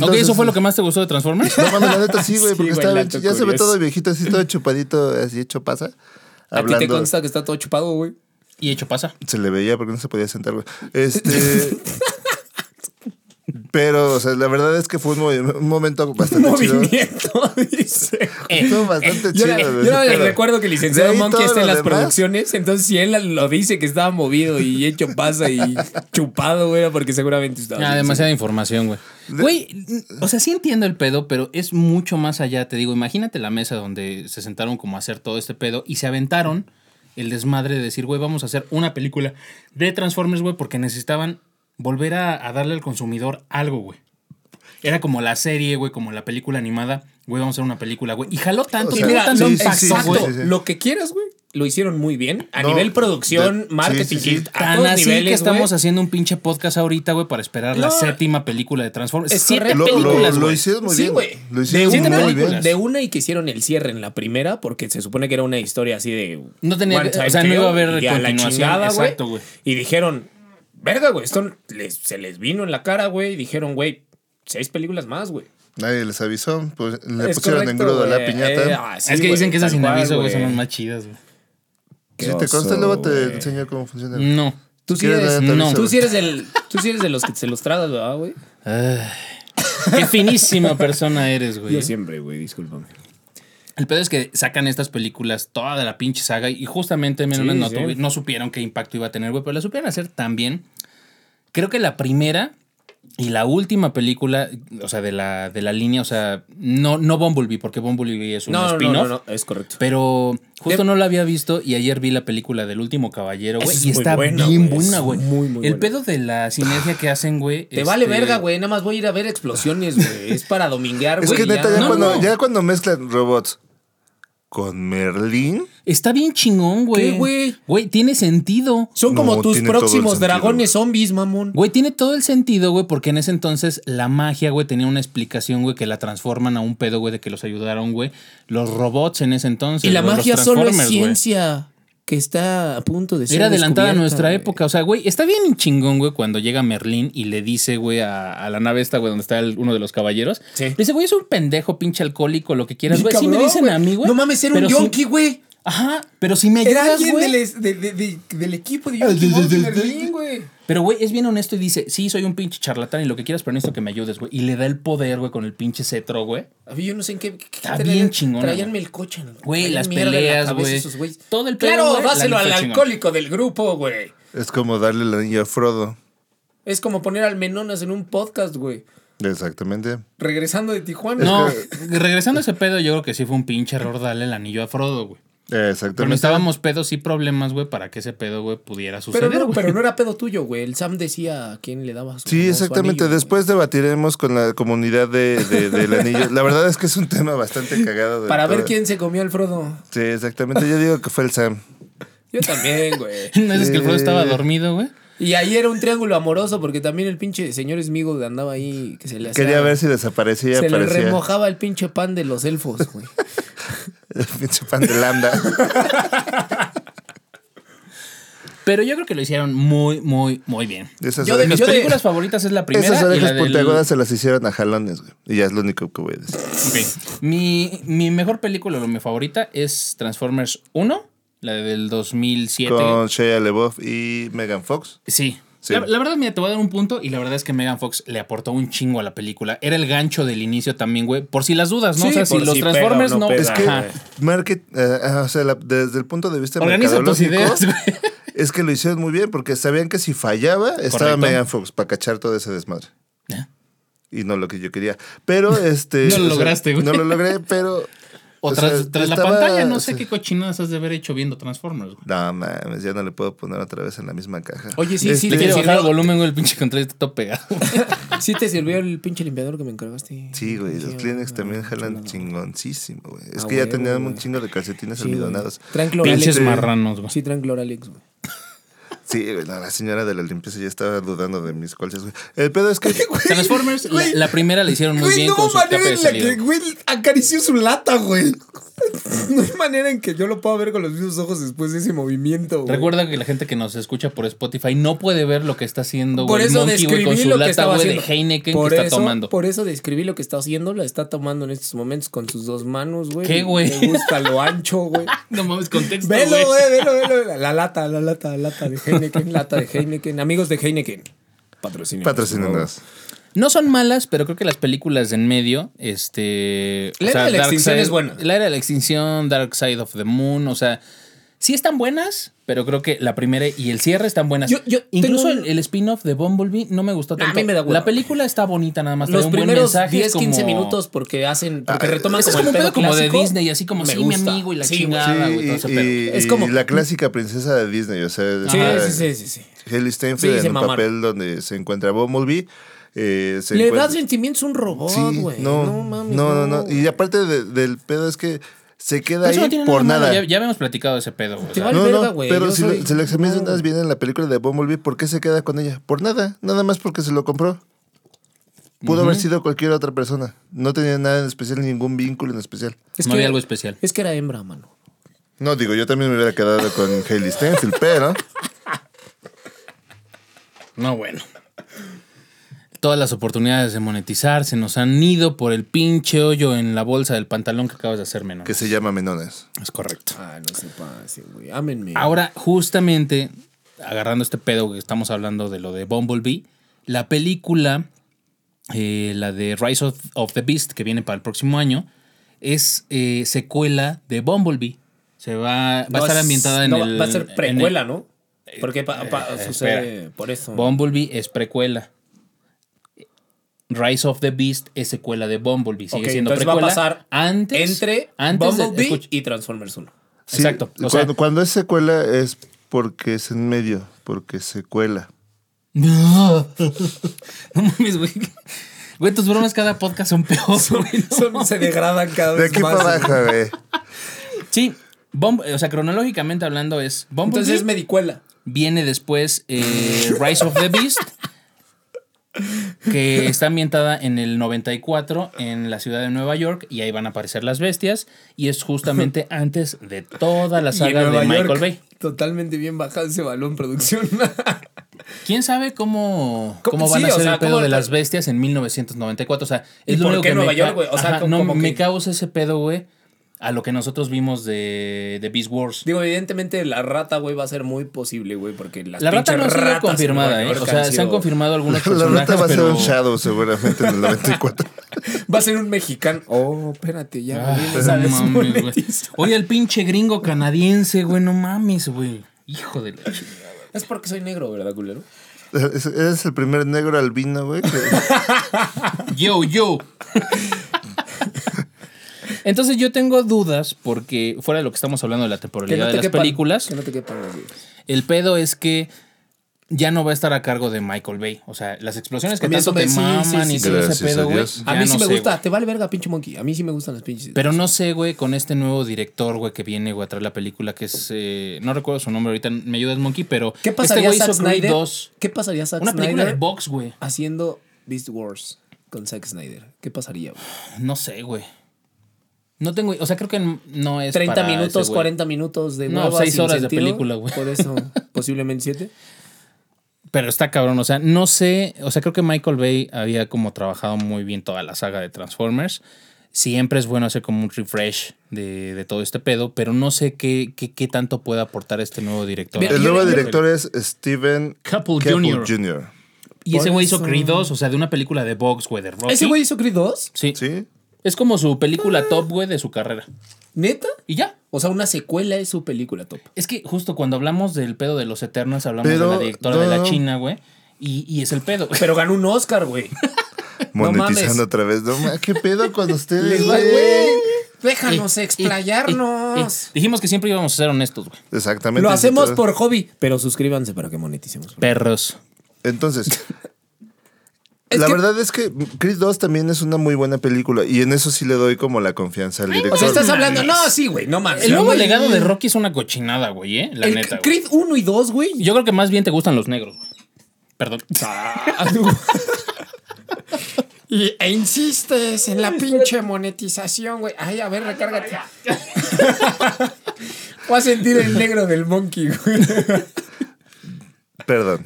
Speaker 1: ok, ¿eso fue lo que más te gustó de Transformers?
Speaker 3: No mames, la neta sí, güey, porque
Speaker 4: güey,
Speaker 3: estaba bien
Speaker 4: dato
Speaker 3: ch- ya se ve
Speaker 4: curioso.
Speaker 3: todo viejito, así todo chupadito, así hecho pasa.
Speaker 4: A ti te
Speaker 3: Hablando-
Speaker 4: consta que está todo chupado, güey.
Speaker 1: y hecho pasa.
Speaker 3: Se le veía porque no se podía sentar, güey. Este. Pero, o sea, la verdad es que fue un, movi- un momento bastante chido.
Speaker 4: Movimiento, dice.
Speaker 3: Estuvo bastante
Speaker 4: Yo,
Speaker 3: chido. güey.
Speaker 4: yo les
Speaker 3: Pero
Speaker 4: recuerdo que el
Speaker 3: de
Speaker 4: licenciado
Speaker 3: ahí
Speaker 4: Monkey
Speaker 3: todo
Speaker 4: está en
Speaker 3: lo
Speaker 4: las
Speaker 3: demás,
Speaker 4: producciones, entonces si él lo dice que estaba movido y hecho pasa y chupado, güey, era porque seguramente estaba.
Speaker 1: Ah,
Speaker 4: así.
Speaker 1: demasiada información, güey. Güey, n- o sea, sí entiendo el pedo, pero es mucho más allá. Te digo, imagínate la mesa donde se sentaron como a hacer todo este pedo y se aventaron el desmadre de decir, güey, vamos a hacer una película de Transformers, güey, porque necesitaban volver a, a darle al consumidor algo, güey. Era como la serie, güey, como la película animada. Güey, vamos a hacer una película, güey. Y jaló tanto,
Speaker 3: O
Speaker 1: y
Speaker 3: sea,
Speaker 1: tuvo tanto
Speaker 3: sí, sí,
Speaker 1: impacto,
Speaker 3: sí, sí,
Speaker 1: güey.
Speaker 3: sí, sí.
Speaker 4: Lo que quieras, güey.
Speaker 2: lo hicieron muy bien. A
Speaker 3: No,
Speaker 2: nivel producción,
Speaker 3: de- sí,
Speaker 2: marketing,
Speaker 3: sí, sí.
Speaker 2: y a
Speaker 1: Tan
Speaker 2: todos
Speaker 1: así que
Speaker 2: niveles,
Speaker 1: estamos
Speaker 2: güey.
Speaker 1: haciendo un pinche podcast ahorita, güey, para esperar la
Speaker 2: No.
Speaker 1: séptima película de Transformers.
Speaker 2: Es
Speaker 1: Siete
Speaker 2: correcto.
Speaker 3: Lo, lo-
Speaker 1: películas,
Speaker 3: lo
Speaker 1: güey.
Speaker 3: hicieron muy
Speaker 2: Sí,
Speaker 3: bien.
Speaker 2: güey.
Speaker 3: Lo
Speaker 2: De
Speaker 3: hicieron
Speaker 2: una,
Speaker 3: muy
Speaker 1: película.
Speaker 3: bien.
Speaker 2: de una y que hicieron el cierre en la primera, porque se supone que era una historia así de.
Speaker 1: No tenía-
Speaker 2: one time
Speaker 1: o sea, no iba a haber
Speaker 2: y a la
Speaker 1: continuación,
Speaker 2: chingada, güey.
Speaker 1: exacto, güey.
Speaker 2: Y dijeron, verga, güey, esto les- se les vino en la cara, güey. Y dijeron, güey, seis películas más, güey.
Speaker 3: Nadie les avisó. Pues, le
Speaker 2: Es
Speaker 3: pusieron
Speaker 2: correcto,
Speaker 3: engrudo a la
Speaker 2: güey. Eh,
Speaker 3: piñata.
Speaker 2: ah, sí,
Speaker 1: es que
Speaker 2: güey,
Speaker 1: dicen que esas
Speaker 2: tal
Speaker 1: sin
Speaker 2: cual,
Speaker 1: aviso, güey, son
Speaker 2: güey.
Speaker 1: las más chidas, güey.
Speaker 3: si te consta,
Speaker 2: oso,
Speaker 3: luego te
Speaker 2: güey.
Speaker 3: enseño cómo funciona.
Speaker 1: No.
Speaker 2: Tú sí,
Speaker 3: ¿Quieres
Speaker 2: eres-
Speaker 3: dar tu
Speaker 1: no.
Speaker 3: aviso?
Speaker 2: tú sí eres del- tú sí eres de los que se los tragas, ¿verdad, güey?
Speaker 1: Qué finísima persona eres, güey.
Speaker 4: Yo siempre, güey, discúlpame.
Speaker 1: El pedo es que sacan estas películas toda de la pinche saga y justamente men,
Speaker 2: Sí,
Speaker 1: no,
Speaker 2: sí.
Speaker 1: tuvi- no supieron qué impacto iba a tener, güey, pero la supieron hacer tan bien. Creo que la primera y la última película, o sea, de la, de la línea, o sea, no, no Bumblebee, porque Bumblebee es un
Speaker 2: No, no, no,
Speaker 1: spin-off.
Speaker 2: no, no, es correcto.
Speaker 1: Pero justo
Speaker 2: De-
Speaker 1: no la había visto y ayer vi la película del último caballero, güey.
Speaker 2: Esa es
Speaker 1: Y
Speaker 2: muy
Speaker 1: está
Speaker 2: buena,
Speaker 1: bien
Speaker 2: güey, es
Speaker 1: buena, güey.
Speaker 2: muy, muy
Speaker 1: El
Speaker 2: buena.
Speaker 1: pedo de la sinergia que hacen, güey. este,
Speaker 2: Te vale verga, güey. Nada más voy a ir a ver explosiones, güey. Es para dominguear,
Speaker 3: Es
Speaker 2: güey.
Speaker 3: que neta, ya,
Speaker 2: No,
Speaker 3: cuando,
Speaker 2: no.
Speaker 3: ya cuando mezclan robots con Merlín.
Speaker 1: Está bien chingón, güey.
Speaker 2: ¿Qué, güey?
Speaker 1: Güey, tiene sentido.
Speaker 2: Son
Speaker 3: No,
Speaker 2: como tus
Speaker 3: tiene todo el
Speaker 2: próximos
Speaker 3: sentido.
Speaker 2: dragones zombies, mamón.
Speaker 1: Güey, tiene todo el sentido, güey, porque en ese entonces la magia, güey, tenía una explicación, güey, que la transforman a un pedo, güey, de que los ayudaron, güey. Los robots en ese entonces.
Speaker 2: y la
Speaker 1: güey, los
Speaker 2: magia solo es
Speaker 1: Transformers, güey.
Speaker 2: ciencia que está a punto de ser.
Speaker 1: Era adelantada a nuestra
Speaker 2: descubierta,
Speaker 1: época. O sea, güey, está bien chingón, güey, cuando llega Merlín y le dice, güey, a, a la nave esta, güey, donde está el- uno de los caballeros.
Speaker 2: Sí.
Speaker 1: Le dice, güey, es un pendejo, pinche alcohólico, lo que quieras,
Speaker 2: Bien
Speaker 1: güey. Sí me
Speaker 2: cabrón,
Speaker 1: dicen
Speaker 2: güey.
Speaker 1: a mí, güey.
Speaker 2: No mames, era un
Speaker 1: pero sí-
Speaker 2: yonki, güey.
Speaker 1: Ajá, pero si me
Speaker 6: Era
Speaker 1: ayudas,
Speaker 6: alguien
Speaker 1: güey.
Speaker 6: del, es- de- de- de- del equipo de
Speaker 1: Ah,
Speaker 6: Yankee Monkey Merlín, güey.
Speaker 1: Pero, güey, es bien honesto y dice, sí, soy un pinche charlatán y lo que quieras, pero necesito que me ayudes, güey. Y le da el poder, güey, con el pinche cetro, güey.
Speaker 2: A mí Yo no sé en qué. qué
Speaker 1: Está bien chingona,
Speaker 2: Traíanme
Speaker 1: güey.
Speaker 2: el coche, ¿no?
Speaker 1: Güey,
Speaker 2: Traían
Speaker 1: las
Speaker 2: mierda en la
Speaker 1: peleas,
Speaker 2: cabeza
Speaker 1: güey.
Speaker 2: esos güeyes.
Speaker 1: Todo el pedo,
Speaker 2: Claro,
Speaker 1: güey, la
Speaker 2: dáselo
Speaker 1: neta
Speaker 2: al
Speaker 1: chingona.
Speaker 2: alcohólico del grupo, güey.
Speaker 3: Es como darle el anillo a Frodo.
Speaker 2: Es como poner al Menonas en un podcast, güey.
Speaker 3: Exactamente.
Speaker 6: Regresando de Tijuana.
Speaker 1: No,
Speaker 3: que-
Speaker 1: regresando a ese pedo, yo creo que sí fue un pinche error darle el anillo a Frodo, güey. Pero
Speaker 3: Exactamente.
Speaker 1: estábamos pedos y problemas, güey, para que ese pedo, güey, pudiera suceder.
Speaker 2: Pero no,
Speaker 1: güey.
Speaker 2: pero no era pedo tuyo, güey. El Sam decía a quién le daba su
Speaker 3: Sí,
Speaker 2: su
Speaker 3: exactamente.
Speaker 2: anillo, güey.
Speaker 3: Después debatiremos con la comunidad de, de- del anillo. La verdad es que es un tema bastante cagado. de
Speaker 2: Para ver
Speaker 3: todo.
Speaker 2: quién se comió al Frodo.
Speaker 3: Sí, exactamente. Yo digo que fue el Sam.
Speaker 2: Yo también, güey.
Speaker 1: ¿No es que el Frodo estaba dormido, güey?
Speaker 2: Y ahí era un triángulo amoroso porque también el pinche señor Smigol andaba ahí que se le hacía-
Speaker 3: Quería ver si desaparecía.
Speaker 2: se le
Speaker 3: aparecía.
Speaker 2: remojaba el pinche pan de los elfos, güey.
Speaker 1: Pues
Speaker 3: El pinche pan de lambda.
Speaker 1: Pero yo creo que lo hicieron muy, muy, muy bien.
Speaker 3: Esas
Speaker 2: Yo de-
Speaker 3: orejas,
Speaker 1: Mis películas favoritas es la primera
Speaker 3: esas
Speaker 1: y
Speaker 3: orejas
Speaker 1: la del-
Speaker 3: puntiagudas se las hicieron a jalones, güey. Y ya es lo único que voy a decir.
Speaker 1: Ok. Mi, mi mejor película, o mi favorita, es Transformers 1, la del 2007.
Speaker 3: Con Shia LeBeouf y Megan Fox.
Speaker 1: Sí.
Speaker 3: Sí.
Speaker 1: La, la verdad, mira, te voy a dar un punto y la verdad es que Megan Fox le aportó un chingo a la película. Era el gancho del inicio también, güey. Por si las dudas, ¿no?
Speaker 2: Sí,
Speaker 1: o sea, si
Speaker 2: por
Speaker 1: los
Speaker 2: si pega o
Speaker 1: Transformers
Speaker 2: no
Speaker 1: no... pues,
Speaker 2: pega.
Speaker 3: Es que
Speaker 1: Ajá.
Speaker 3: market, eh, ah, o sea, la- desde el punto de vista
Speaker 1: Organiza tus
Speaker 3: mercadológico,
Speaker 1: ideas, güey.
Speaker 3: es que lo hicieron muy bien porque sabían que si fallaba estaba
Speaker 1: Correcto.
Speaker 3: Megan Fox para cachar todo ese desmadre.
Speaker 1: Ah.
Speaker 3: Y no lo que yo quería. Pero este.
Speaker 1: No lo lograste, güey.
Speaker 3: No lo logré, pero.
Speaker 1: O
Speaker 3: o
Speaker 1: tras,
Speaker 3: sea,
Speaker 1: tras la
Speaker 3: estaba-
Speaker 1: pantalla, no sé
Speaker 3: sí.
Speaker 1: qué cochinadas has de haber hecho viendo Transformers, güey.
Speaker 3: No mames, ya no le puedo poner otra vez en la misma caja. Este,
Speaker 2: Oye, sí, sí,
Speaker 1: Le
Speaker 2: te
Speaker 1: quiero bajar el
Speaker 2: sirvió,
Speaker 1: volumen, güey, el pinche control está todo pegado.
Speaker 2: sí te sirvió el pinche limpiador que me encargaste.
Speaker 3: Sí, güey, los Kleenex también jalan chingoncísimo, güey. Es que ya
Speaker 2: huevo,
Speaker 3: tenían
Speaker 2: Ah, güey.
Speaker 3: un chingo de calcetines
Speaker 2: Sí,
Speaker 3: almidonados.
Speaker 2: güey. Traen cloralex.
Speaker 1: Pinches
Speaker 3: Este-
Speaker 1: marranos, güey.
Speaker 2: Sí, traen cloralex, güey.
Speaker 3: Sí, güey, no, la señora de la limpieza ya estaba dudando de mis colchas, güey. El pedo es que.
Speaker 1: Transformers, la,
Speaker 6: Güey.
Speaker 1: la primera la hicieron muy
Speaker 6: Güey,
Speaker 1: bien
Speaker 6: no
Speaker 1: con
Speaker 6: hubo
Speaker 1: su escape
Speaker 6: manera
Speaker 1: de
Speaker 6: en la
Speaker 1: salida.
Speaker 6: que, güey, acarició su lata, güey. No hay manera en que yo lo pueda ver con los mismos ojos después de ese movimiento, güey.
Speaker 1: Recuerda que la gente que nos escucha por Spotify no puede ver lo que está haciendo,
Speaker 2: Por
Speaker 1: güey. el
Speaker 2: eso
Speaker 1: Monkey, güey,
Speaker 2: describí
Speaker 1: con su
Speaker 2: lo que
Speaker 1: lata,
Speaker 2: estaba
Speaker 1: güey, de
Speaker 2: haciendo.
Speaker 1: Heineken
Speaker 2: por
Speaker 1: que está
Speaker 2: eso,
Speaker 1: tomando.
Speaker 2: Por eso describí lo que está haciendo. La está tomando en estos momentos con sus dos manos, güey.
Speaker 1: ¿Qué, güey?
Speaker 2: Me gusta lo ancho, güey. eh,
Speaker 1: No mames, contexto,
Speaker 6: Velo,
Speaker 1: güey.
Speaker 6: güey, velo, velo. La, la lata, la lata, la lata de
Speaker 2: Heineken,
Speaker 6: Heineken.
Speaker 2: lata de Heineken. Amigos de Heineken. Patrocinio.
Speaker 3: Patrocinadas.
Speaker 1: No son malas, pero creo que las películas de en medio, este...
Speaker 2: La era de la
Speaker 1: Dark
Speaker 2: extinción
Speaker 1: Side-
Speaker 2: es buena.
Speaker 1: La era de la extinción, Dark Side of the Moon, o sea... Sí están buenas, pero creo que la primera y el cierre están buenas.
Speaker 2: Yo- yo
Speaker 1: Incluso
Speaker 2: tengo un-
Speaker 1: el, el spin-off de Bumblebee no me gustó
Speaker 2: Nah, a
Speaker 1: tanto.
Speaker 2: mí me da hueva.
Speaker 1: la película está bonita nada más.
Speaker 2: Los
Speaker 1: trae un buen
Speaker 2: primeros
Speaker 1: mensaje,
Speaker 2: 10,
Speaker 1: es como-
Speaker 2: 15 minutos porque hacen, porque
Speaker 3: Ah,
Speaker 2: retoman
Speaker 1: Ese
Speaker 2: como,
Speaker 1: es como
Speaker 2: el
Speaker 1: un
Speaker 2: pedo
Speaker 1: pedo como de
Speaker 2: clásico.
Speaker 1: Disney, así como
Speaker 2: Me
Speaker 1: sí, mi
Speaker 2: gusta.
Speaker 1: amigo y la
Speaker 2: Sí,
Speaker 1: chingada,
Speaker 3: Sí,
Speaker 1: güey, todo ese
Speaker 3: y,
Speaker 1: pedo.
Speaker 3: y-
Speaker 2: Es como-
Speaker 3: y la clásica princesa de Disney, o sea,
Speaker 2: Sí,
Speaker 3: está
Speaker 2: sí, sí, sí, sí.
Speaker 3: Haley Steinfeld
Speaker 2: Sí, se
Speaker 3: en un
Speaker 2: mamaron.
Speaker 3: papel donde se encuentra Bumblebee. eh, se
Speaker 2: Le
Speaker 3: encuentra-
Speaker 2: das sentimientos a un robot,
Speaker 3: Sí,
Speaker 2: güey.
Speaker 3: no, no, no, no,
Speaker 2: güey.
Speaker 3: Y aparte de- del pedo es que se
Speaker 1: Pero
Speaker 3: queda
Speaker 1: "Pues eso no
Speaker 3: ahí
Speaker 1: tiene
Speaker 3: por
Speaker 1: nada.
Speaker 3: nada.
Speaker 1: malo, Ya, ya habíamos platicado de ese pedo. güey, o sea,
Speaker 6: vale
Speaker 3: no,
Speaker 6: verga,
Speaker 3: no,
Speaker 6: güey,
Speaker 3: pero
Speaker 6: yo
Speaker 3: si,
Speaker 6: soy-
Speaker 3: lo- si lo examinas bien en la película de Bumblebee, ¿por qué se queda con ella? Por nada, nada más porque se lo compró. Pudo haber sido cualquier otra persona. No tenía nada en especial, ningún vínculo en especial.
Speaker 1: no había algo especial.
Speaker 4: Es que era hembra, mano.
Speaker 3: No, digo, yo también me hubiera quedado con Hailey Stenfield, pero
Speaker 1: No, bueno. Todas las oportunidades de monetizar se nos han ido por el pinche hoyo en la bolsa del pantalón que acabas de hacerme, ¿no?
Speaker 3: que se llama Menones.
Speaker 1: Es correcto.
Speaker 4: Ah, no se pase, güey. Ámenme.
Speaker 1: Ahora, justamente, agarrando este pedo que estamos hablando de lo de Bumblebee, la película, eh, la de Rise of, of the Beast, que viene para el próximo año, es eh, secuela de Bumblebee. Se va, va a
Speaker 2: No
Speaker 1: estar
Speaker 2: es-
Speaker 1: ambientada en
Speaker 2: no,
Speaker 1: el-
Speaker 2: Va a ser
Speaker 1: en el-
Speaker 2: precuela, ¿no? Porque pa- pa-
Speaker 1: eh,
Speaker 2: sucede
Speaker 1: espera.
Speaker 2: por eso.
Speaker 1: Bumblebee es precuela. Rise of the Beast es secuela de Bumblebee. Sigue
Speaker 2: Ok,
Speaker 1: siendo
Speaker 2: entonces
Speaker 1: precuela.
Speaker 2: va a pasar
Speaker 1: antes,
Speaker 2: entre
Speaker 1: antes de-
Speaker 2: Bumblebee
Speaker 1: escucha,
Speaker 2: y Transformers 1.
Speaker 3: Sí,
Speaker 1: Exacto, o
Speaker 3: Cuando,
Speaker 1: sea-
Speaker 3: cuando es secuela es porque es en medio, porque secuela.
Speaker 1: No. No mames, güey. Güey, tus bromas cada podcast son peor, güey. no
Speaker 6: Son-
Speaker 1: mames.
Speaker 6: se degradan cada
Speaker 3: De
Speaker 6: vez
Speaker 3: aquí
Speaker 6: más.
Speaker 3: para
Speaker 6: güey.
Speaker 3: abajo, güey.
Speaker 1: Sí. Bum- o sea, cronológicamente hablando es Bumblebee.
Speaker 6: Entonces es medicuela.
Speaker 1: viene después eh, Rise of the Beast, que está ambientada en el 94 en la ciudad de Nueva York y ahí van a aparecer las bestias y es justamente antes de toda la
Speaker 6: Y en
Speaker 1: saga de
Speaker 6: Nueva
Speaker 1: Michael
Speaker 6: York,
Speaker 1: Bay.
Speaker 6: Totalmente bien bajado ese balón producción.
Speaker 1: ¿Quién sabe cómo,
Speaker 6: Co-
Speaker 1: cómo van
Speaker 6: sí,
Speaker 1: a
Speaker 2: o
Speaker 1: ser
Speaker 2: sea,
Speaker 1: el pedo
Speaker 2: cómo-
Speaker 1: de las bestias en 1994? O sea,
Speaker 2: ¿Y
Speaker 1: es lo
Speaker 2: por
Speaker 1: único
Speaker 2: qué
Speaker 1: que
Speaker 2: Nueva
Speaker 1: me,
Speaker 2: York,
Speaker 1: ca-
Speaker 2: güey? O sea,
Speaker 1: Ajá,
Speaker 2: como-
Speaker 1: no,
Speaker 2: como
Speaker 1: me
Speaker 2: que-
Speaker 1: causa ese pedo, güey, a lo que nosotros vimos de, de Beast Wars.
Speaker 2: Digo, evidentemente la rata, güey, va a ser muy posible, güey, porque las
Speaker 1: La rata no ha
Speaker 2: pinches
Speaker 1: sido
Speaker 2: ratas en
Speaker 1: confirmada,
Speaker 2: Nueva
Speaker 1: ¿eh?
Speaker 2: York
Speaker 1: O sea, se han
Speaker 2: sido-
Speaker 1: confirmado algunos
Speaker 3: La
Speaker 1: personajes,
Speaker 3: ruta va a ser
Speaker 1: pero...
Speaker 3: un shadow seguramente en el 94.
Speaker 2: Va a ser un mexicano.
Speaker 6: Oh, espérate, ya.
Speaker 1: Ah,
Speaker 6: güey.
Speaker 1: no mames, güey. Oye, el pinche gringo canadiense, güey, no mames, güey. Hijo de la chingada.
Speaker 2: Es porque soy negro, ¿verdad, culero?
Speaker 3: Es- Eres el primer negro albino, güey. que-
Speaker 1: Yo, yo. Entonces yo tengo dudas porque fuera de lo que estamos hablando de la
Speaker 6: Que
Speaker 1: temporalidad
Speaker 6: no
Speaker 1: de
Speaker 6: te
Speaker 1: las
Speaker 6: quepan,
Speaker 1: películas,
Speaker 6: Que no te quepan los dedos.
Speaker 1: el pedo es que ya no va a estar a cargo de Michael Bay. O sea, las explosiones que
Speaker 6: A mí eso
Speaker 1: tanto te
Speaker 6: me- sí,
Speaker 1: maman
Speaker 6: sí,
Speaker 1: y
Speaker 3: sí.
Speaker 1: todo ese
Speaker 3: Gracias a
Speaker 1: pedo, güey.
Speaker 3: Dios.
Speaker 1: ya
Speaker 6: A mí sí
Speaker 1: no
Speaker 6: me
Speaker 1: sé,
Speaker 6: gusta.
Speaker 1: güey.
Speaker 6: Te vale verga, pinche monkey. A mí sí me gustan las pinches.
Speaker 1: Pero no sé, güey, con este nuevo director, güey, que viene, güey, a traer la película, que es. eh, no recuerdo su nombre ahorita, me ayudas, Monkey, pero.
Speaker 6: ¿Qué
Speaker 1: este
Speaker 6: pasaría
Speaker 1: güey
Speaker 6: Zack
Speaker 1: hizo Creed
Speaker 6: Snyder?
Speaker 1: 2.
Speaker 6: ¿Qué pasaría Zack
Speaker 1: Una película de
Speaker 6: Snyder
Speaker 1: box, güey.
Speaker 6: haciendo Beast Wars con Zack Snyder? ¿Qué pasaría? güey?
Speaker 1: No sé, güey. No tengo. O sea, creo que n- no es.
Speaker 2: 30
Speaker 1: para
Speaker 2: minutos,
Speaker 1: ese güey.
Speaker 2: 40 minutos de
Speaker 1: No,
Speaker 2: hueva
Speaker 1: seis
Speaker 2: sin
Speaker 1: horas de
Speaker 2: sentido.
Speaker 1: película, güey.
Speaker 6: Por eso, posiblemente siete.
Speaker 1: Pero está cabrón, o sea, no sé. O sea, creo que Michael Bay había como trabajado muy bien toda la saga de Transformers. Siempre es bueno hacer como un refresh de, de todo este pedo, pero no sé qué, qué, qué tanto puede aportar este nuevo director.
Speaker 3: El nuevo director es Steven
Speaker 1: Couple
Speaker 3: Couple
Speaker 1: Jr..
Speaker 3: Jr.
Speaker 1: Y ese güey hizo Creed 2, o sea, de una película de box, güey, de Rocky.
Speaker 6: ¿Ese güey hizo Creed 2?
Speaker 1: Sí.
Speaker 3: ¿Sí?
Speaker 1: Es como su película top, güey, de su carrera.
Speaker 6: ¿Neta?
Speaker 1: Y ya.
Speaker 6: O sea, una secuela es su película top.
Speaker 1: Es que justo cuando hablamos del pedo de los Eternos, hablamos
Speaker 3: Pero,
Speaker 1: de la directora
Speaker 3: no,
Speaker 1: de la
Speaker 3: no.
Speaker 1: China, güey. Y, y es el pedo.
Speaker 2: Pero ganó un Oscar, güey.
Speaker 3: Monetizando
Speaker 6: mames.
Speaker 3: otra vez. No, ma- Ah, ¿Qué pedo con ustedes,
Speaker 6: va,
Speaker 3: güey?
Speaker 6: Déjanos
Speaker 1: Eh, eh,
Speaker 6: explayarnos.
Speaker 1: eh, eh. Dijimos que siempre íbamos a ser honestos, güey.
Speaker 3: Exactamente.
Speaker 6: Lo hacemos
Speaker 3: entonces-
Speaker 6: por hobby, pero suscríbanse para que moneticemos.
Speaker 1: Perros.
Speaker 3: Entonces, la verdad es que Chris 2 también es una muy buena película y en eso sí le doy como la confianza al director.
Speaker 6: O sea, estás hablando. No, sí, güey, no mames.
Speaker 1: El nuevo
Speaker 6: Güey,
Speaker 1: legado de Rocky es una cochinada, güey, ¿eh? La
Speaker 6: el
Speaker 1: neta, güey.
Speaker 6: Creed 1 y 2, güey.
Speaker 1: Yo creo que más bien te gustan los negros, güey. Perdón.
Speaker 6: Ah. Y- e insistes en la pinche monetización, güey. Ay, a ver, recárgate. Voy a sentir el negro del monkey, güey.
Speaker 3: Perdón.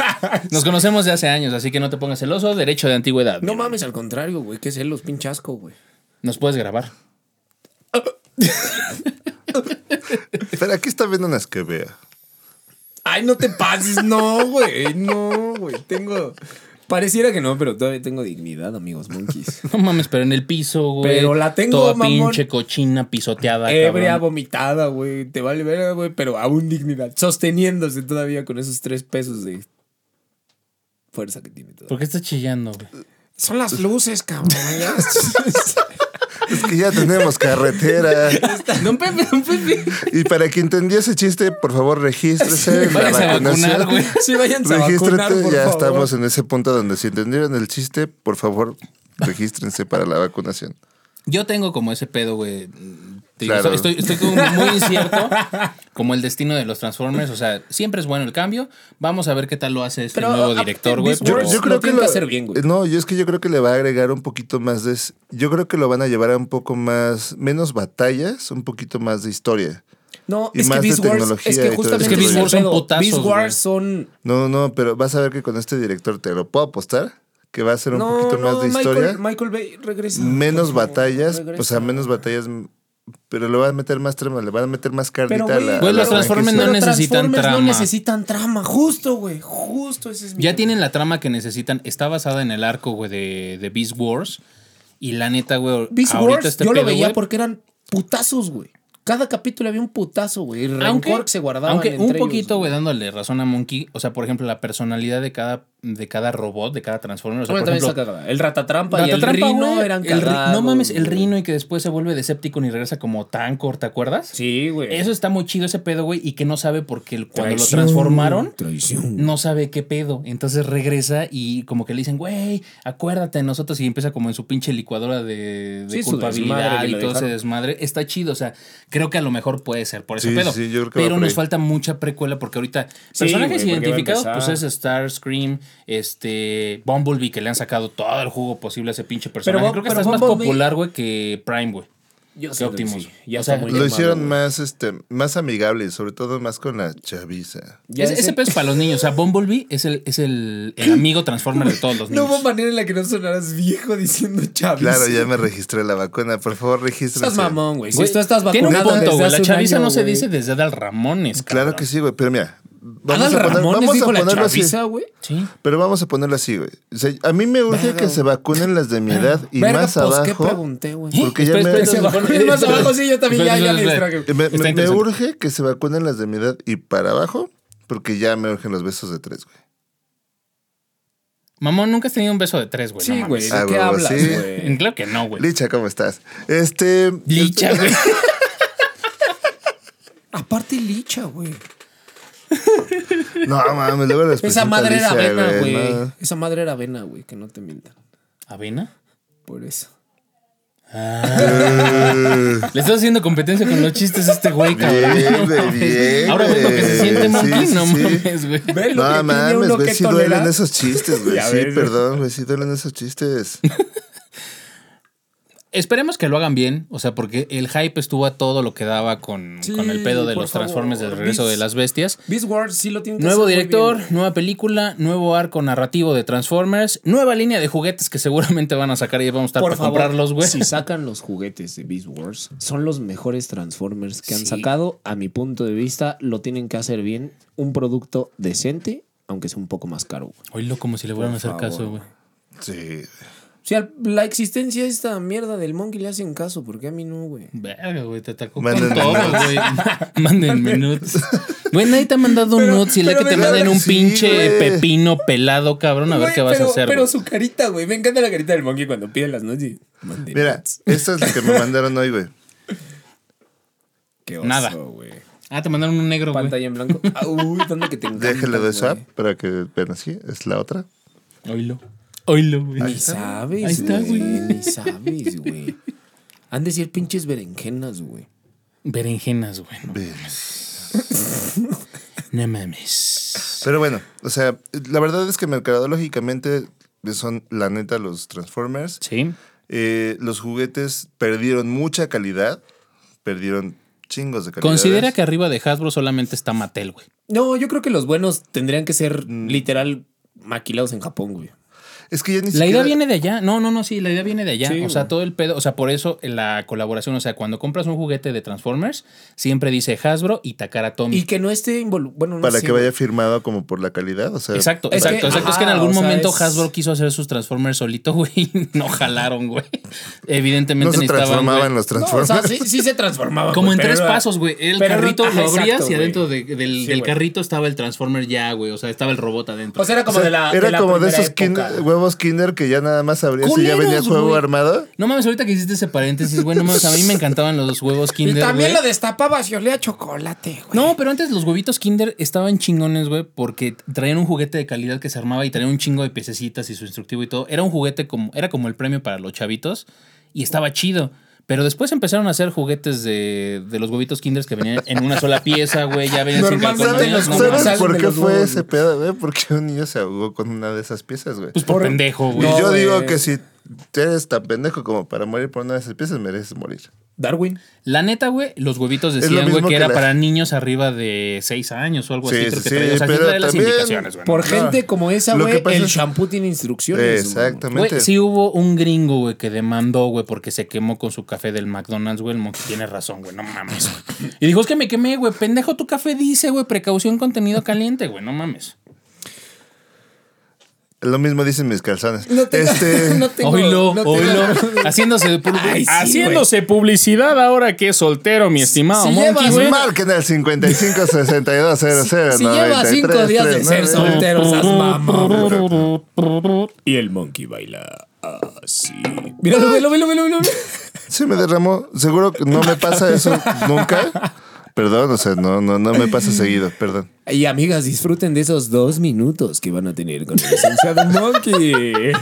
Speaker 1: Nos conocemos de hace años, así que no te pongas celoso. Derecho de antigüedad.
Speaker 6: No mames, al contrario, güey. Que es los pinchasco, güey.
Speaker 1: Nos puedes grabar.
Speaker 3: Pero aquí está viendo unas que vea.
Speaker 6: Ay, no te pases, no, güey. No, güey. Tengo. Pareciera que no, pero todavía tengo dignidad, amigos monkeys.
Speaker 1: No mames, pero en el piso, güey.
Speaker 6: Pero la tengo,
Speaker 1: Toda
Speaker 6: mamón.
Speaker 1: pinche cochina pisoteada.
Speaker 6: Ebria,
Speaker 1: Ah, cabrón.
Speaker 6: vomitada, güey. Te vale verga, güey, pero aún dignidad. Sosteniéndose todavía con esos tres pesos de fuerza que tiene todo.
Speaker 1: ¿Por qué estás chillando, güey?
Speaker 6: Son las luces, cabrón.
Speaker 3: Es que ya tenemos carretera.
Speaker 1: No, Pepe, no, Pepe.
Speaker 3: Y para quien entendió ese chiste, por favor, regístrese en la
Speaker 1: Váyanse a vacunar,
Speaker 3: vacunación.
Speaker 1: güey.
Speaker 6: sí, váyanse a vacunar,
Speaker 3: Regístrate,
Speaker 6: por
Speaker 3: ya
Speaker 6: favor.
Speaker 3: estamos en ese punto donde si entendieron el chiste, por favor, regístrense para la vacunación.
Speaker 1: Yo tengo como ese pedo, güey. mm, Te digo,
Speaker 3: Claro.
Speaker 1: estoy, estoy como muy incierto, como el destino de los Transformers. O sea, siempre es bueno el cambio. Vamos a ver qué tal lo hace este
Speaker 2: Pero,
Speaker 1: nuevo
Speaker 2: ah,
Speaker 1: director,
Speaker 2: ah,
Speaker 1: güey.
Speaker 2: yo-
Speaker 3: Yo,
Speaker 1: pero-
Speaker 3: yo creo que
Speaker 2: tiene
Speaker 3: lo
Speaker 2: que hacer bien, güey.
Speaker 3: No, yo es que yo creo que le va a agregar un poquito más de. Yo creo que lo van a llevar a un poco más. Menos batallas, un poquito más de historia.
Speaker 2: No,
Speaker 3: Y
Speaker 2: es
Speaker 3: más
Speaker 2: que
Speaker 3: de
Speaker 2: Beast Wars.
Speaker 3: tecnología
Speaker 2: Es
Speaker 3: y
Speaker 2: que
Speaker 3: todo
Speaker 2: justamente.
Speaker 3: eso, Es que
Speaker 1: Beast Wars son
Speaker 2: Pero
Speaker 1: putazos,
Speaker 2: Beast
Speaker 1: güey.
Speaker 2: Wars son.
Speaker 3: No, no, pero vas a ver que con este director te lo puedo apostar. Que va a ser un poquito más de historia.
Speaker 2: Michael, Michael Bay regresa.
Speaker 3: menos
Speaker 2: por favor,
Speaker 3: batallas, o sea,
Speaker 2: regresa.
Speaker 3: menos batallas, m- pero le van a meter más trama, le van a meter más carnita
Speaker 2: Pero, güey, pues pero-
Speaker 3: a la. a
Speaker 1: Pues
Speaker 3: la
Speaker 1: Los Transformers
Speaker 3: franquicia.
Speaker 1: no
Speaker 2: pero
Speaker 1: necesitan
Speaker 2: Transformers
Speaker 1: trama.
Speaker 2: No necesitan trama, justo, güey. Justo ese es mi.
Speaker 1: Ya tienen la trama que necesitan. Está basada en el arco, güey, de, de Beast Wars. Y la neta, güey,
Speaker 2: Beast
Speaker 1: ahorita
Speaker 2: Wars,
Speaker 1: este
Speaker 2: yo
Speaker 1: pedo,
Speaker 2: lo veía
Speaker 1: güey,
Speaker 2: porque eran putazos, güey. Cada capítulo había un putazo, güey. El rencor que se guardaba.
Speaker 1: aunque un poquito, güey, dándole razón a Monkey. O sea, por ejemplo, la personalidad de cada, de cada robot, de cada Transformer. O sea, por ejemplo,
Speaker 2: El ratatrampa y el
Speaker 1: Ratatrampa,
Speaker 2: rino
Speaker 1: güey,
Speaker 2: eran
Speaker 1: el ri-
Speaker 2: cagados,
Speaker 1: No mames, el
Speaker 2: güey.
Speaker 1: rino y que después se vuelve Decepticon y regresa como Tancor, ¿te acuerdas?
Speaker 2: Sí, güey.
Speaker 1: Eso está muy chido ese pedo, güey, y que no sabe porque el- cuando lo transformaron, no sabe qué pedo. Entonces regresa y como que le dicen, güey, acuérdate de nosotros y empieza como en su pinche licuadora de, de
Speaker 2: Sí, su
Speaker 1: culpabilidad
Speaker 2: desmadre que
Speaker 1: y
Speaker 2: le
Speaker 1: todo ese
Speaker 2: dejaron.
Speaker 1: desmadre. Está chido, o sea, creo que a lo mejor puede ser por ese
Speaker 3: Sí,
Speaker 1: pedo.
Speaker 3: sí, yo creo que va
Speaker 1: pero
Speaker 3: por
Speaker 1: nos
Speaker 3: ahí.
Speaker 1: falta mucha precuela porque ahorita
Speaker 2: Sí,
Speaker 1: personajes
Speaker 2: güey, porque va a
Speaker 1: identificados, pues
Speaker 2: empezar.
Speaker 1: es Starscream, este, Bumblebee, que le han sacado todo el jugo posible a ese pinche personaje.
Speaker 2: Bum-
Speaker 1: creo que
Speaker 2: pero
Speaker 1: hasta es más
Speaker 2: Bumblebee-
Speaker 1: popular, güey, que Prime, güey.
Speaker 2: Yo
Speaker 1: Qué
Speaker 2: siento que
Speaker 1: Optimus.
Speaker 2: sí.
Speaker 1: O
Speaker 2: Ya está
Speaker 1: sea,
Speaker 2: muy
Speaker 3: Lo
Speaker 2: quemado,
Speaker 3: hicieron
Speaker 2: güey.
Speaker 3: más, este, más amigable, sobre todo más con la chaviza.
Speaker 2: Ya
Speaker 1: ese,
Speaker 2: ese-
Speaker 1: ese pedo es para los niños. O sea, Bumblebee es el, es el, el amigo Transformer de todos los
Speaker 6: No
Speaker 1: niños.
Speaker 6: hubo manera en la que no sonaras viejo diciendo Chávez.
Speaker 3: Claro, ya me registré la vacuna, por favor, regístrense.
Speaker 2: Estás mamón, güey. Si
Speaker 1: Güey,
Speaker 2: tú estás
Speaker 1: Tiene un
Speaker 2: vacunado
Speaker 1: punto,
Speaker 2: desde
Speaker 1: güey. La
Speaker 2: hace un
Speaker 1: chaviza
Speaker 2: año,
Speaker 1: no se
Speaker 2: güey.
Speaker 1: dice desde Adal Ramones,
Speaker 3: Claro que sí, güey, pero mira. Vamos
Speaker 2: Adal
Speaker 3: a, poner-
Speaker 2: Ramones
Speaker 3: vamos a
Speaker 2: dijo la
Speaker 3: ponerlo así.
Speaker 2: chaviza, güey.
Speaker 1: Sí.
Speaker 3: Pero vamos a ponerlo así, güey. O sea, a mí me urge que se vacunen las de mi edad y
Speaker 2: Verga,
Speaker 3: más
Speaker 2: pues,
Speaker 3: abajo.
Speaker 2: ¿qué pregunté, güey?
Speaker 3: Porque ya
Speaker 1: Espera,
Speaker 3: me-
Speaker 1: espera,
Speaker 3: se
Speaker 1: espera,
Speaker 6: vacunen más
Speaker 1: espera,
Speaker 6: abajo, sí, yo también,
Speaker 1: espera,
Speaker 6: ya- ya
Speaker 1: espera,
Speaker 6: me
Speaker 1: espera.
Speaker 6: distraje.
Speaker 3: Eh, Me, me-
Speaker 1: Está
Speaker 3: me
Speaker 1: interesante.
Speaker 3: urge que se vacunen las de mi edad y para abajo, porque ya me urgen los besos de tres, güey.
Speaker 1: Mamón, nunca has tenido un beso de tres, güey. no
Speaker 2: Sí,
Speaker 1: mames.
Speaker 2: güey.
Speaker 3: Ah,
Speaker 2: ¿De qué
Speaker 3: huevo,
Speaker 2: hablas,
Speaker 3: sí.
Speaker 2: güey?
Speaker 1: Claro que no, güey.
Speaker 3: Licha, ¿cómo estás? Este.
Speaker 1: Licha, güey.
Speaker 2: Aparte licha, güey.
Speaker 3: No, mames, luego les
Speaker 2: Esa
Speaker 3: presento a
Speaker 2: madre era
Speaker 3: Alicia,
Speaker 2: avena, güey.
Speaker 3: no.
Speaker 2: Esa madre era avena, güey, que no te mientan.
Speaker 1: ¿Avena?
Speaker 2: Por eso.
Speaker 1: Le estás haciendo competencia con los chistes a este güey, cabrón.
Speaker 3: Bien, güey, bien.
Speaker 1: Ahora ves lo que se siente,
Speaker 3: güey.
Speaker 1: Monkey.
Speaker 3: Sí,
Speaker 1: no
Speaker 3: sí, sí.
Speaker 1: mames, güey.
Speaker 2: Ve lo que
Speaker 3: No
Speaker 2: tiene
Speaker 3: mames,
Speaker 2: uno
Speaker 3: güey,
Speaker 2: que
Speaker 3: sí
Speaker 2: tolera.
Speaker 3: duelen esos chistes, güey.
Speaker 2: Ya
Speaker 3: Sí,
Speaker 2: ves, güey.
Speaker 3: perdón, güey, sí duelen esos chistes.
Speaker 1: Esperemos que lo hagan bien, o sea, porque el hype estuvo a todo lo que daba con,
Speaker 2: Sí,
Speaker 1: con el pedo de
Speaker 2: por
Speaker 1: los Transformers
Speaker 2: favor.
Speaker 1: del regreso de las bestias.
Speaker 2: Beast Wars sí lo tiene que
Speaker 1: Nuevo
Speaker 2: hacer muy
Speaker 1: director,
Speaker 2: bien, güey.
Speaker 1: nueva película, nuevo arco narrativo de Transformers, nueva línea de juguetes que seguramente van a sacar y vamos a estar
Speaker 2: Por
Speaker 1: para
Speaker 2: favor,
Speaker 1: comprarlos, güey.
Speaker 4: Si sacan los juguetes de Beast Wars, son los mejores Transformers que han
Speaker 1: Sí.
Speaker 4: sacado. A mi punto de vista, lo tienen que hacer bien. Un producto decente, aunque sea un poco más caro. güey.
Speaker 1: Oílo como si le fueran a hacer caso, güey.
Speaker 3: Sí.
Speaker 2: Si a la existencia de esta mierda del monkey le hacen caso, porque a mí no, güey.
Speaker 1: Verga, güey, te atacó
Speaker 3: Manden
Speaker 1: con todo,
Speaker 3: nudes.
Speaker 1: güey. Mándenme nudes. Güey, nadie te ha mandado un nudes y la que te
Speaker 3: me-
Speaker 1: manden un
Speaker 3: sí,
Speaker 1: pinche
Speaker 3: güey.
Speaker 1: pepino pelado, cabrón, a ver
Speaker 6: Güey,
Speaker 1: qué vas
Speaker 6: pero-
Speaker 1: a hacer.
Speaker 6: Pero
Speaker 1: güey.
Speaker 6: su carita, güey. Me encanta la carita del monkey cuando pide las noches.
Speaker 3: Mira, esta es la que me mandaron hoy, güey.
Speaker 6: Qué
Speaker 1: Nada.
Speaker 6: güey.
Speaker 1: Ah, te mandaron un negro, güey.
Speaker 6: Pantalla en blanco. Ah, uy, ¿dónde que te encanta,
Speaker 3: Déjenle de
Speaker 6: güey?
Speaker 3: swap para que vean así. Es la otra.
Speaker 1: Oílo. Oílo, güey.
Speaker 3: Ahí
Speaker 4: Ni sabes,
Speaker 1: Ahí está,
Speaker 4: güey.
Speaker 1: güey.
Speaker 4: Ni sabes, güey. Han de ser pinches berenjenas, güey.
Speaker 1: Berenjenas, güey. no. No mames.
Speaker 3: Pero bueno, o sea, la verdad es que mercadológicamente son la neta los Transformers.
Speaker 1: Sí.
Speaker 3: Eh, los juguetes perdieron mucha calidad. Perdieron chingos de calidad.
Speaker 1: Considera que arriba de Hasbro solamente está Mattel, güey.
Speaker 2: No, yo creo que los buenos tendrían que ser
Speaker 3: Mm.
Speaker 2: literal maquilados en Japón, güey.
Speaker 3: Es que ya ni
Speaker 1: La
Speaker 3: siquiera-
Speaker 1: idea viene de allá. No, no, no, sí, la idea viene de allá.
Speaker 2: Sí,
Speaker 1: o sea,
Speaker 2: güey.
Speaker 1: todo el pedo. O sea, por eso la colaboración. O sea, cuando compras un juguete de Transformers, siempre dice Hasbro y Takara Tomy.
Speaker 2: Y que no esté involucrado. Bueno, no
Speaker 3: Para
Speaker 2: sé,
Speaker 3: que
Speaker 2: güey.
Speaker 3: vaya firmado como por la calidad. O sea,
Speaker 1: Exacto,
Speaker 2: Es
Speaker 1: exacto,
Speaker 2: que-
Speaker 1: exacto. es que en
Speaker 2: ajá,
Speaker 1: algún
Speaker 2: o sea,
Speaker 1: momento
Speaker 2: es-
Speaker 1: Hasbro quiso hacer sus Transformers solito, güey. y No jalaron, güey. Evidentemente
Speaker 3: no se
Speaker 1: necesitaban. güey.
Speaker 3: transformaban los
Speaker 2: No, o
Speaker 3: Transformers.
Speaker 2: sea, sí, sí se transformaba.
Speaker 1: Como
Speaker 2: güey,
Speaker 1: en
Speaker 2: pero
Speaker 1: tres
Speaker 2: era-
Speaker 1: pasos, güey. El
Speaker 2: pero era-
Speaker 1: carrito
Speaker 2: ajá,
Speaker 1: lo abrías
Speaker 2: exacto,
Speaker 1: y
Speaker 2: güey.
Speaker 1: adentro de- del,
Speaker 2: Sí,
Speaker 1: del
Speaker 2: güey.
Speaker 1: carrito estaba el Transformer ya, güey. O sea, estaba el robot adentro.
Speaker 2: O sea, era como
Speaker 3: O sea,
Speaker 2: de la.
Speaker 3: era
Speaker 2: la
Speaker 3: como de
Speaker 2: primera
Speaker 3: esos kin-
Speaker 2: época.
Speaker 3: huevos Kinder que ya nada más abrías y ya
Speaker 1: Culeros,
Speaker 3: venía juego
Speaker 1: güey.
Speaker 3: armado.
Speaker 1: No mames, ahorita que hiciste ese paréntesis, güey, no mames, a mí me encantaban los huevos Kinder.
Speaker 2: Y también
Speaker 1: güey.
Speaker 2: lo destapabas y olía a chocolate, güey.
Speaker 1: No, pero antes los huevitos Kinder estaban chingones, güey, porque traían un juguete de calidad que se armaba y traían un chingo de piececitas y su instructivo y todo. Era un juguete como, era como el premio para los chavitos y estaba chido. Pero después empezaron a hacer juguetes de, de los huevitos kinders que venían en una sola pieza, güey. Ya venían sin
Speaker 3: Normal,
Speaker 1: calcomanías,
Speaker 3: ¿sabes,
Speaker 2: los
Speaker 1: no
Speaker 3: sabes
Speaker 1: mames.
Speaker 2: salen
Speaker 3: por
Speaker 2: de
Speaker 3: qué
Speaker 2: los
Speaker 3: fue
Speaker 2: huevos.
Speaker 3: ese pedo, güey? Porque un niño se ahogó con una de esas piezas, güey.
Speaker 1: Pues por, pendejo,
Speaker 3: Y
Speaker 1: güey.
Speaker 2: No,
Speaker 3: yo
Speaker 2: güey.
Speaker 3: digo que si eres tan pendejo como para morir por una de esas piezas, mereces morir.
Speaker 2: Darwin.
Speaker 1: La neta, güey, los huevitos
Speaker 3: lo
Speaker 1: decían, güey,
Speaker 3: mismo
Speaker 1: que
Speaker 3: que
Speaker 1: era
Speaker 3: la-
Speaker 1: para niños arriba de 6 años o algo
Speaker 3: Sí,
Speaker 1: así.
Speaker 3: sí,
Speaker 1: creo que
Speaker 3: sí,
Speaker 1: traía. O sea, sí
Speaker 3: pero
Speaker 1: traía las
Speaker 3: también
Speaker 1: indicaciones, güey.
Speaker 2: Por
Speaker 3: No.
Speaker 2: gente como esa,
Speaker 3: Lo que
Speaker 2: güey,
Speaker 3: pasa
Speaker 2: el
Speaker 3: es-
Speaker 2: shampoo tiene instrucciones. Exacto.
Speaker 3: Exactamente.
Speaker 1: Güey, sí hubo un gringo, güey, que demandó, güey, porque se quemó con su café del McDonald's, güey. El monkey tiene razón, güey, no mames. güey. Y dijo, es que me quemé, güey. Pendejo, tu café dice, güey, precaución contenido caliente, güey, no mames.
Speaker 3: Lo mismo dicen mis calzones.
Speaker 2: No tengo-
Speaker 3: Este,
Speaker 2: no tengo-
Speaker 1: oilo,
Speaker 2: no tengo-
Speaker 1: oilo. Haciéndose, de pul-
Speaker 2: Ay, sí,
Speaker 1: haciéndose publicidad ahora que es soltero, mi estimado
Speaker 2: si
Speaker 1: monkey,
Speaker 2: llevas
Speaker 1: güey.
Speaker 3: pues, marquen al 55 62 00
Speaker 2: Si lleva cinco días de ser soltero, seas mamón.
Speaker 6: Y el monkey baila así.
Speaker 2: Míralo, velo, velo, velo, velo.
Speaker 3: Se me derramó. Seguro que no me pasa eso nunca. Perdón, o sea, no, no, no me pasa seguido, perdón.
Speaker 4: Y amigas, disfruten de esos dos minutos que van a tener con el
Speaker 6: Licenciado monkey.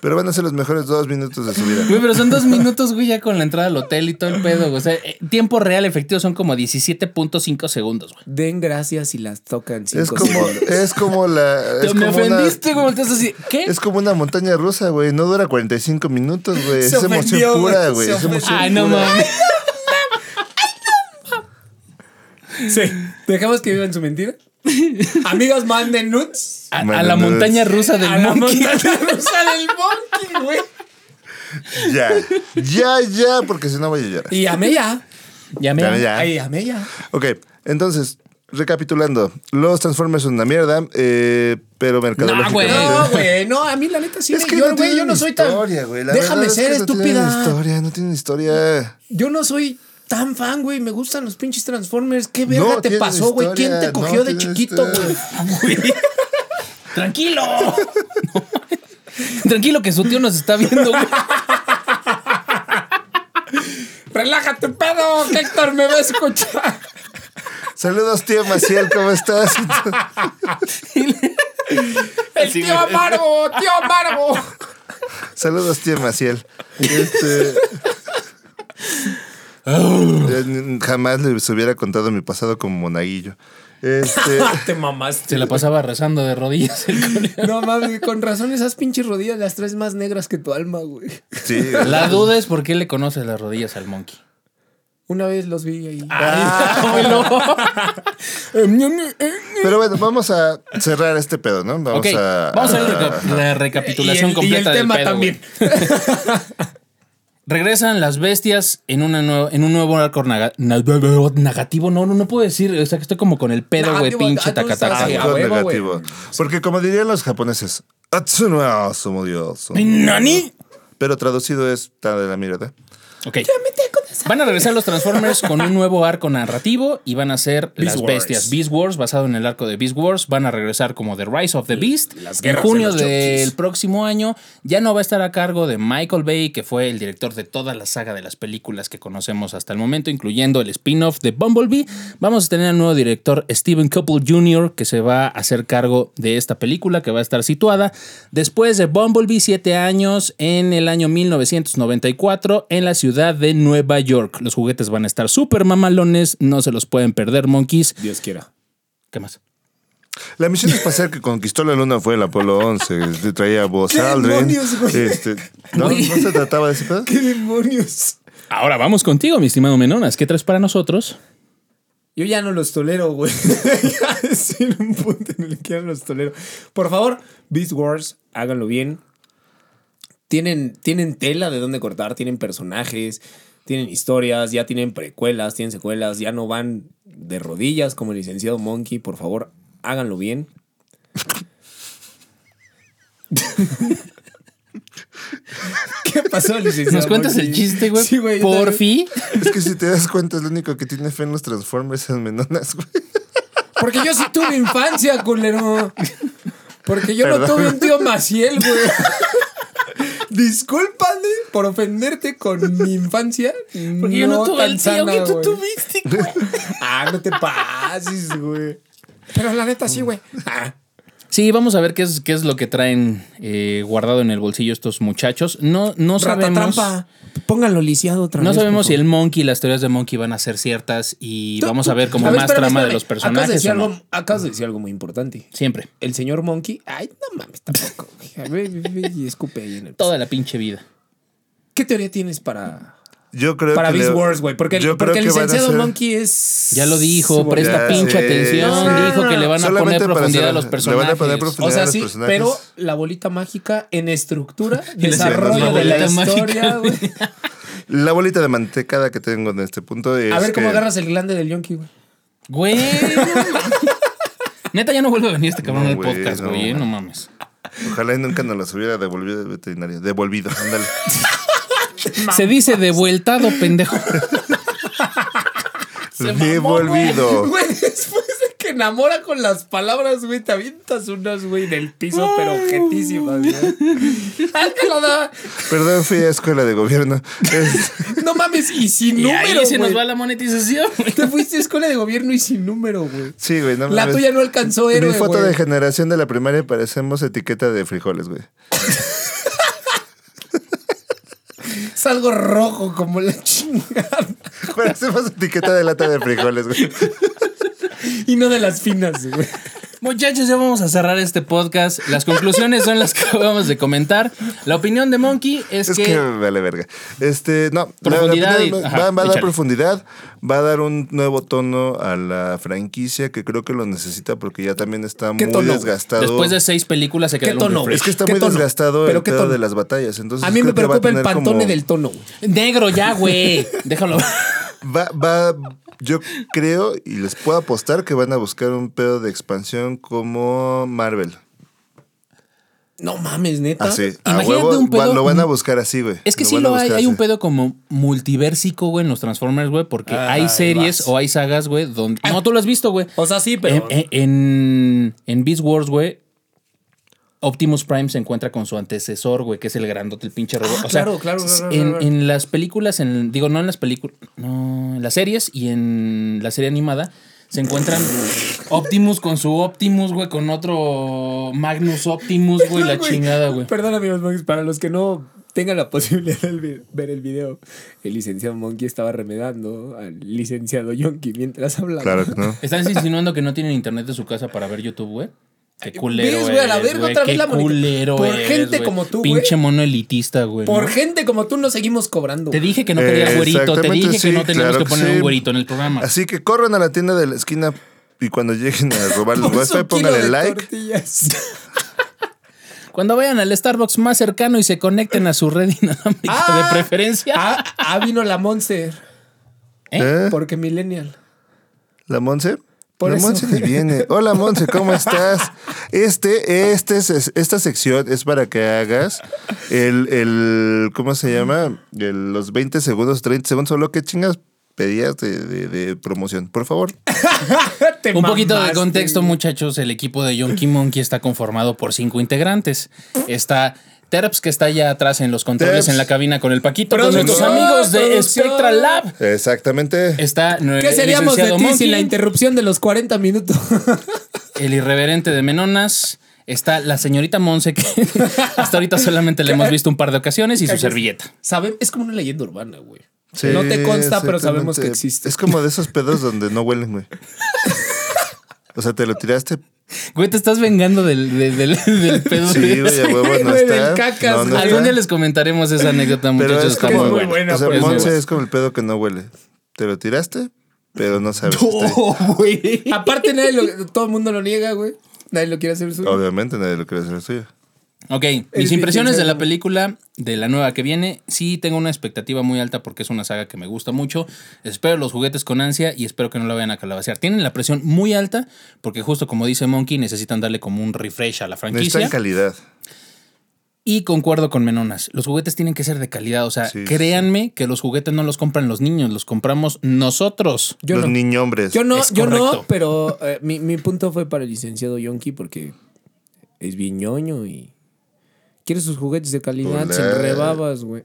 Speaker 3: Pero van a ser los mejores dos minutos de su vida.
Speaker 1: Güey, pero son dos minutos, güey, ya con la entrada al hotel y todo el pedo, güey. O sea, eh, tiempo real efectivo son como 17.5 segundos, güey.
Speaker 4: Den gracias y las tocan.
Speaker 3: Es como, es como la. Es
Speaker 1: me
Speaker 3: como una-
Speaker 1: ofendiste, güey. Estás así, ¿qué?
Speaker 3: Es como una montaña rusa, güey. No dura 45 minutos, güey. Es emoción
Speaker 2: ofendió,
Speaker 3: pura,
Speaker 2: güey.
Speaker 3: güey.
Speaker 2: Se
Speaker 3: Es emoción
Speaker 1: Ay, no mames.
Speaker 2: Sí. ¿Dejamos que vivan su mentira? Amigas, manden nuts.
Speaker 1: A, a
Speaker 3: Bueno,
Speaker 1: la
Speaker 3: no,
Speaker 1: montaña rusa del
Speaker 2: A la
Speaker 1: monkey.
Speaker 2: montaña rusa del monkey, güey.
Speaker 3: Ya, ya, ya, porque si no voy a llorar.
Speaker 2: Y amé ya.
Speaker 1: Ya me.
Speaker 3: Ya, ya.
Speaker 2: Ay, amé ya.
Speaker 3: Ok, entonces, recapitulando. Los Transformers son una mierda, eh, pero mercadológicamente...
Speaker 2: No, güey, no, a mí la neta sí me llora, güey, yo
Speaker 3: tienen
Speaker 2: no soy tan
Speaker 3: historia, güey. La
Speaker 2: Déjame
Speaker 3: verdad es
Speaker 2: ser
Speaker 3: que No tienen
Speaker 2: estúpida.
Speaker 3: historia, no tienen historia.
Speaker 2: Yo no soy tan fan, güey, me gustan los pinches Transformers. ¿Qué verga
Speaker 3: No
Speaker 2: te
Speaker 3: tienen
Speaker 2: pasó, güey? ¿Quién
Speaker 3: historia,
Speaker 2: te cogió
Speaker 3: no
Speaker 2: de
Speaker 3: tienen
Speaker 2: chiquito,
Speaker 3: historia.
Speaker 2: güey?
Speaker 1: Tranquilo. Tranquilo que su tío nos está viendo, güey.
Speaker 2: Relájate, pedo, que Héctor me va a escuchar.
Speaker 3: Saludos, tío Maciel, ¿cómo estás?
Speaker 2: El tío amargo, tío amargo.
Speaker 3: Saludos, tío Maciel. Este... Eh, Jamás les hubiera contado mi pasado como monaguillo. Este...
Speaker 2: Te mamaste.
Speaker 1: Se la pasaba rezando de rodillas. el cole.
Speaker 2: No mames, con razón esas pinches rodillas, las tres más negras que tu alma, güey.
Speaker 3: Sí, güey.
Speaker 1: La duda es por qué le conoce las rodillas al monkey.
Speaker 2: Una vez los vi ahí.
Speaker 3: Pero bueno, vamos a cerrar este pedo, ¿no? Vamos
Speaker 1: ok,
Speaker 3: a.
Speaker 1: vamos a ver la reca- la recapitulación
Speaker 2: Y el- y
Speaker 1: completa
Speaker 2: el
Speaker 1: del
Speaker 2: tema
Speaker 1: pedo,
Speaker 2: también.
Speaker 1: güey. Regresan las bestias en, una nueva- en un nuevo arco naga- na- negativo. No, no, no puedo decir. O sea, que estoy como con el pedo, güey,
Speaker 2: Negativo,
Speaker 1: pinche
Speaker 2: ah, tú estás
Speaker 1: tacataca.
Speaker 3: Ah,
Speaker 2: Sí,
Speaker 1: güey.
Speaker 2: a
Speaker 3: con
Speaker 2: huevo,
Speaker 3: negativo. Porque como dirían los japoneses, Atsuno somos Dios.
Speaker 1: ¿Nani?
Speaker 3: Pero traducido es está de la mierda.
Speaker 1: Ok. Van a regresar los Transformers con un nuevo arco narrativo y van a ser las
Speaker 2: Wars.
Speaker 1: bestias Beast Wars, basado en el arco de Beast Wars. Van a regresar como The Rise of the Beast.
Speaker 2: las
Speaker 1: en
Speaker 2: guerras de
Speaker 1: junio
Speaker 2: los
Speaker 1: del
Speaker 2: Jockeys.
Speaker 1: próximo año ya no va a estar a cargo de Michael Bay, que fue el director de toda la saga de las películas que conocemos hasta el momento, incluyendo el spin-off de Bumblebee. Vamos a tener al nuevo director Steven Couple Jr., que se va a hacer cargo de esta película, que va a estar situada después de Bumblebee, siete años, en el año 1994, en la ciudad de Nueva York. Los juguetes van a estar súper mamalones, no se los pueden perder, monkeys.
Speaker 6: Dios quiera.
Speaker 1: ¿Qué más?
Speaker 3: La misión espacial que conquistó la luna fue el Apolo 11. Este, traía a Buzz Aldrin.
Speaker 2: demonios, güey?
Speaker 3: Este, ¿no? ¿No se trataba de ese pedo?
Speaker 2: ¡Qué demonios!
Speaker 1: Ahora vamos contigo, mi estimado Menonas. ¿Qué traes para nosotros?
Speaker 2: Yo ya no los tolero, güey. Ya es en un punto en el que ya no los tolero. Por favor, Beast Wars, háganlo bien. Tienen, tienen tela de dónde cortar, tienen personajes, tienen historias, ya tienen precuelas, tienen secuelas, ya no van de rodillas como el licenciado Monkey. Por favor, háganlo bien. ¿Qué pasó, licenciado?
Speaker 1: ¿Nos cuentas el
Speaker 2: Monkey?
Speaker 1: chiste, güey?
Speaker 2: Sí, güey.
Speaker 1: Por fin.
Speaker 3: Es que si te das cuenta, es lo único que tiene fe en los Transformers en Menonas, güey.
Speaker 2: Porque yo sí tuve infancia, culero. Porque yo no
Speaker 3: Perdón.
Speaker 2: tuve un tío Maciel, güey. Discúlpame por ofenderte con mi infancia.
Speaker 1: Porque yo no tuve
Speaker 2: tan
Speaker 1: el tío
Speaker 2: sana,
Speaker 1: que tú
Speaker 2: güey.
Speaker 1: tuviste, güey.
Speaker 2: Ah, no te pases, güey. Pero la neta sí, güey. Ah.
Speaker 1: Sí, vamos a ver qué es, qué es lo que traen eh, guardado en el bolsillo estos muchachos. No, no sabemos.
Speaker 2: Ratatrampa. Pónganlo lisiado otra
Speaker 1: No
Speaker 2: vez.
Speaker 1: sabemos si
Speaker 2: por
Speaker 1: el
Speaker 2: favor.
Speaker 1: Monkey, las teorías de Monkey van a ser ciertas y
Speaker 2: Tú-
Speaker 1: vamos a ver como
Speaker 2: A
Speaker 1: más
Speaker 2: espérame,
Speaker 1: trama de
Speaker 2: espérame.
Speaker 1: los
Speaker 2: Acabas
Speaker 1: personajes.
Speaker 2: de, decir
Speaker 1: o no.
Speaker 2: algo, acabas de decir algo muy importante.
Speaker 1: Siempre.
Speaker 2: El señor Monkey. Ay, no mames, tampoco. güey. A ver, ve, ve y escupe ahí en el.
Speaker 1: Toda la pinche vida.
Speaker 2: ¿Qué teoría tienes para,
Speaker 3: Yo creo
Speaker 2: para
Speaker 3: que
Speaker 2: Beast
Speaker 3: le-
Speaker 2: Wars, güey? Porque,
Speaker 3: yo
Speaker 2: porque
Speaker 3: creo
Speaker 2: el
Speaker 3: que van a
Speaker 2: licenciado
Speaker 3: hacer-
Speaker 2: Monkey es.
Speaker 1: Ya lo dijo, presta
Speaker 3: Ya
Speaker 1: pinche
Speaker 3: sé,
Speaker 1: atención.
Speaker 3: ya sé.
Speaker 1: dijo que le van a
Speaker 3: Solamente
Speaker 1: poner
Speaker 3: para
Speaker 1: profundidad
Speaker 3: hacer-
Speaker 1: a los
Speaker 3: le van a
Speaker 1: personajes.
Speaker 3: poner profu-
Speaker 2: O
Speaker 3: Funcionar
Speaker 2: sea,
Speaker 3: los
Speaker 2: sí,
Speaker 3: personajes.
Speaker 2: pero la bolita mágica en estructura,
Speaker 3: La
Speaker 2: desarrollo de la
Speaker 1: bolita mágica,
Speaker 2: historia, güey.
Speaker 3: La bolita de mantecada que tengo en este punto es
Speaker 2: A ver cómo
Speaker 3: que-
Speaker 2: agarras el glande del yonki, güey.
Speaker 1: Güey. no mames. Neta, ya no vuelve a venir este cabrón
Speaker 3: No,
Speaker 1: al
Speaker 3: güey,
Speaker 1: podcast,
Speaker 3: no,
Speaker 1: güey. eh, No,
Speaker 3: güey.
Speaker 1: mames.
Speaker 3: Ojalá y nunca nos las hubiera devolvido el veterinario. Devolvido, ándale.
Speaker 1: Se dice devueltado, pendejo.
Speaker 3: devolvido.
Speaker 2: Güey, después de que enamora con las palabras, güey, te avientas unas, güey, del piso, pero objetísimas, güey. Ay, que la da.
Speaker 3: Perdón, fui a escuela de gobierno. Es-
Speaker 2: No mames, y sin
Speaker 1: Y
Speaker 2: número,
Speaker 1: ahí se nos va
Speaker 2: güey.
Speaker 1: la monetización. güey.
Speaker 2: Te fuiste a escuela de gobierno y sin número, güey.
Speaker 3: sí, güey, no
Speaker 2: La
Speaker 3: mames.
Speaker 2: tuya no alcanzó
Speaker 3: Mi
Speaker 2: héroe,
Speaker 3: foto
Speaker 2: güey.
Speaker 3: de generación de la primaria parecemos etiqueta de frijoles, güey.
Speaker 2: Es algo rojo como la chingada.
Speaker 3: Parecemos etiqueta de lata de frijoles, güey.
Speaker 2: Y no de las finas, güey.
Speaker 3: Pues
Speaker 1: Muchachos, ya vamos a cerrar este podcast. Las conclusiones son las que acabamos de comentar. La opinión de Monkey es,
Speaker 3: Es
Speaker 1: que,
Speaker 3: que, vale verga. Este, no, la- la
Speaker 1: Profundidad
Speaker 3: opinión
Speaker 1: y-
Speaker 3: va-
Speaker 1: ajá,
Speaker 3: va, a
Speaker 1: échale.
Speaker 3: dar profundidad, va a dar un nuevo tono a la franquicia que creo que lo necesita porque ya también está muy
Speaker 2: tono, güey?
Speaker 3: desgastado.
Speaker 1: después de seis películas se queda
Speaker 2: ¿Qué
Speaker 1: un
Speaker 2: tono?
Speaker 1: refresh.
Speaker 3: es que está
Speaker 2: ¿Qué
Speaker 3: muy
Speaker 2: tono?
Speaker 3: desgastado
Speaker 2: ¿Pero
Speaker 3: el
Speaker 2: qué
Speaker 3: pedo
Speaker 2: tono?
Speaker 3: de las batallas. Entonces
Speaker 2: A mí me
Speaker 3: creo que va a
Speaker 2: preocupa el
Speaker 3: tener
Speaker 2: pantone
Speaker 3: como-
Speaker 2: del tono, güey.
Speaker 1: Negro ya, güey. Déjalo.
Speaker 3: Va, va, yo creo y les puedo apostar que van a buscar un pedo de expansión como Marvel.
Speaker 2: No mames, neta.
Speaker 3: Así, a
Speaker 1: Imagínate
Speaker 3: huevo,
Speaker 1: un
Speaker 3: va-
Speaker 1: pedo-
Speaker 3: lo van a buscar así, güey.
Speaker 1: Es que sí
Speaker 3: van a
Speaker 1: lo hay.
Speaker 3: buscar
Speaker 1: Hay un
Speaker 3: así.
Speaker 1: pedo como multiversico, güey, en los Transformers, güey, porque hay series o hay sagas, güey, donde. No, tú lo has visto, güey.
Speaker 2: O sea, sí, pero.
Speaker 1: En, en, en Beast Wars, güey. Optimus Prime se encuentra con su antecesor, güey, que es el grandote, el pinche robot.
Speaker 2: Ah,
Speaker 1: o sea,
Speaker 2: claro, claro,
Speaker 1: s-
Speaker 2: claro,
Speaker 1: en,
Speaker 2: claro.
Speaker 1: en las películas, en, digo, no en las películas, no, en las series y en la serie animada se encuentran Optimus con su Optimus, güey, con otro Magnus Optimus, güey, la chingada, güey.
Speaker 2: Perdón, amigos Monkeys, para los que no tengan la posibilidad de vi- ver el video, el licenciado Monkey estaba remedando al licenciado Yonki mientras hablaba.
Speaker 3: Claro que no.
Speaker 1: ¿Estás insinuando que no tienen internet de su casa para ver YouTube, güey? Qué culero
Speaker 2: ¿Ves, Eh, güey? A la
Speaker 1: eres,
Speaker 2: verga,
Speaker 1: güey,
Speaker 2: otra vez
Speaker 1: qué
Speaker 2: la monetización.
Speaker 1: culero
Speaker 2: Por
Speaker 1: eres,
Speaker 2: gente
Speaker 1: güey.
Speaker 2: como tú, güey.
Speaker 1: Pinche mono elitista, güey.
Speaker 2: Por
Speaker 1: ¿no?
Speaker 2: gente como tú nos seguimos cobrando.
Speaker 1: Te dije que no
Speaker 3: Eh,
Speaker 1: querías güerito, te
Speaker 3: exactamente,
Speaker 1: dije
Speaker 3: sí,
Speaker 1: que no teníamos
Speaker 3: claro
Speaker 1: que
Speaker 3: que
Speaker 1: poner
Speaker 3: sí.
Speaker 1: un güerito en el programa.
Speaker 3: Así que corran a la tienda de la esquina y cuando lleguen a robar el
Speaker 2: Por su
Speaker 3: wifi,
Speaker 2: kilo
Speaker 3: pónganle
Speaker 2: de
Speaker 3: like.
Speaker 2: tortillas.
Speaker 1: Cuando vayan al Starbucks más cercano y se conecten a su red dinámica
Speaker 2: Ah.
Speaker 1: de preferencia.
Speaker 2: ah, ah, vino la Monster.
Speaker 3: ¿Eh?
Speaker 2: Porque Millennial.
Speaker 3: ¿La Monse?
Speaker 2: Por
Speaker 3: la
Speaker 2: eso.
Speaker 3: Monse ni viene. Hola Monse, ¿cómo estás? Este, este es- esta sección es para que hagas el, el ¿cómo se llama? El- los 20 segundos, 30 segundos, solo que chingas pedías de, de- de promoción. Por favor.
Speaker 2: Te
Speaker 1: Un poquito de
Speaker 2: mamaste.
Speaker 1: contexto, muchachos. El equipo de Yonki Monkey está conformado por cinco integrantes. Está Terps, que está allá atrás en los controles
Speaker 3: Terps.
Speaker 1: en la cabina con el Paquito, con
Speaker 2: Producción,
Speaker 1: nuestros amigos de
Speaker 2: producción.
Speaker 1: Spectral Lab.
Speaker 3: Exactamente.
Speaker 1: Está nue-
Speaker 2: ¿Qué
Speaker 1: Eh, el
Speaker 2: seríamos de ti
Speaker 1: licenciado Monkey,
Speaker 2: sin la interrupción de los 40 minutos?
Speaker 1: el irreverente de Menonas. Está la señorita Monse, que hasta ahorita solamente le hemos visto un par de ocasiones, y su servilleta.
Speaker 2: Sabe- Es como una leyenda urbana, güey.
Speaker 3: Sí,
Speaker 2: no te consta, pero sabemos que
Speaker 3: exactamente.
Speaker 2: existe.
Speaker 3: Es como de esos pedos donde no huelen, güey. O sea, te lo tiraste.
Speaker 1: Güey, te estás vengando del, del, del- del pedo.
Speaker 3: Sí, güey, a huevo, no
Speaker 2: Güey, del
Speaker 3: está.
Speaker 2: cacas,
Speaker 3: No, no
Speaker 2: güey.
Speaker 1: Algún
Speaker 3: está.
Speaker 1: día les comentaremos esa anécdota,
Speaker 3: Pero
Speaker 1: muchachos.
Speaker 3: es
Speaker 1: está
Speaker 3: como,
Speaker 1: muy buena.
Speaker 2: buena,
Speaker 3: o sea,
Speaker 2: pero es muy
Speaker 3: Monse este,
Speaker 2: buena.
Speaker 3: es como el pedo que no huele. Te lo tiraste, pero no sabes. que está ahí.
Speaker 1: Oh, güey.
Speaker 2: Aparte, nadie lo- todo el mundo lo niega, güey. Nadie lo quiere hacer suyo.
Speaker 3: Obviamente nadie lo quiere hacer suyo.
Speaker 1: Ok, mis
Speaker 2: bien
Speaker 1: impresiones de la
Speaker 2: sincero.
Speaker 1: película, de la nueva que viene, sí tengo una expectativa muy alta porque es una saga que me gusta mucho. Espero los juguetes con ansia y espero que no la vayan a calabacear. Tienen la presión muy alta porque justo como dice Monkey, necesitan darle como un refresh a la
Speaker 3: Necesitan
Speaker 1: franquicia.
Speaker 3: calidad.
Speaker 1: Y concuerdo con Menonas, los juguetes tienen que ser de calidad. O sea,
Speaker 3: Sí, sí,
Speaker 1: créanme que los juguetes no los compran los niños, los compramos nosotros.
Speaker 2: Yo
Speaker 3: Los
Speaker 2: no.
Speaker 3: niñombres.
Speaker 2: Yo no,
Speaker 1: Es
Speaker 2: yo
Speaker 1: correcto.
Speaker 2: no, pero eh, mi, mi punto fue para el licenciado Yonki porque es bien
Speaker 3: Pues
Speaker 2: ñoño y quiere sus juguetes de calidad
Speaker 3: Hola.
Speaker 2: sin rebabas, güey.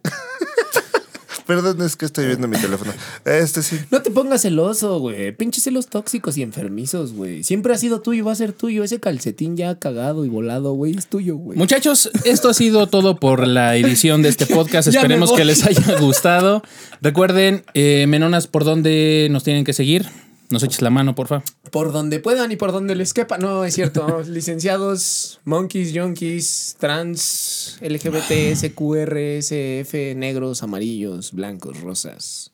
Speaker 3: Perdón, es que estoy viendo mi teléfono. Este sí.
Speaker 4: No te pongas celoso, güey. Pinches celos tóxicos y enfermizos, güey. Siempre ha sido tuyo, y va a ser tuyo. Ese calcetín ya cagado y volado, güey, es tuyo, güey.
Speaker 1: Muchachos, esto ha sido todo por la edición de este podcast.
Speaker 4: Ya me
Speaker 1: Esperemos
Speaker 4: voy.
Speaker 1: que les haya gustado. Recuerden, eh, menonas, ¿por dónde nos tienen que seguir? Nos eches la mano, porfa.
Speaker 4: Por donde puedan y por donde les quepa. No, es cierto. Licenciados, monkeys, yonkis, trans, LGBT, SQR, SF, negros, amarillos, blancos, rosas.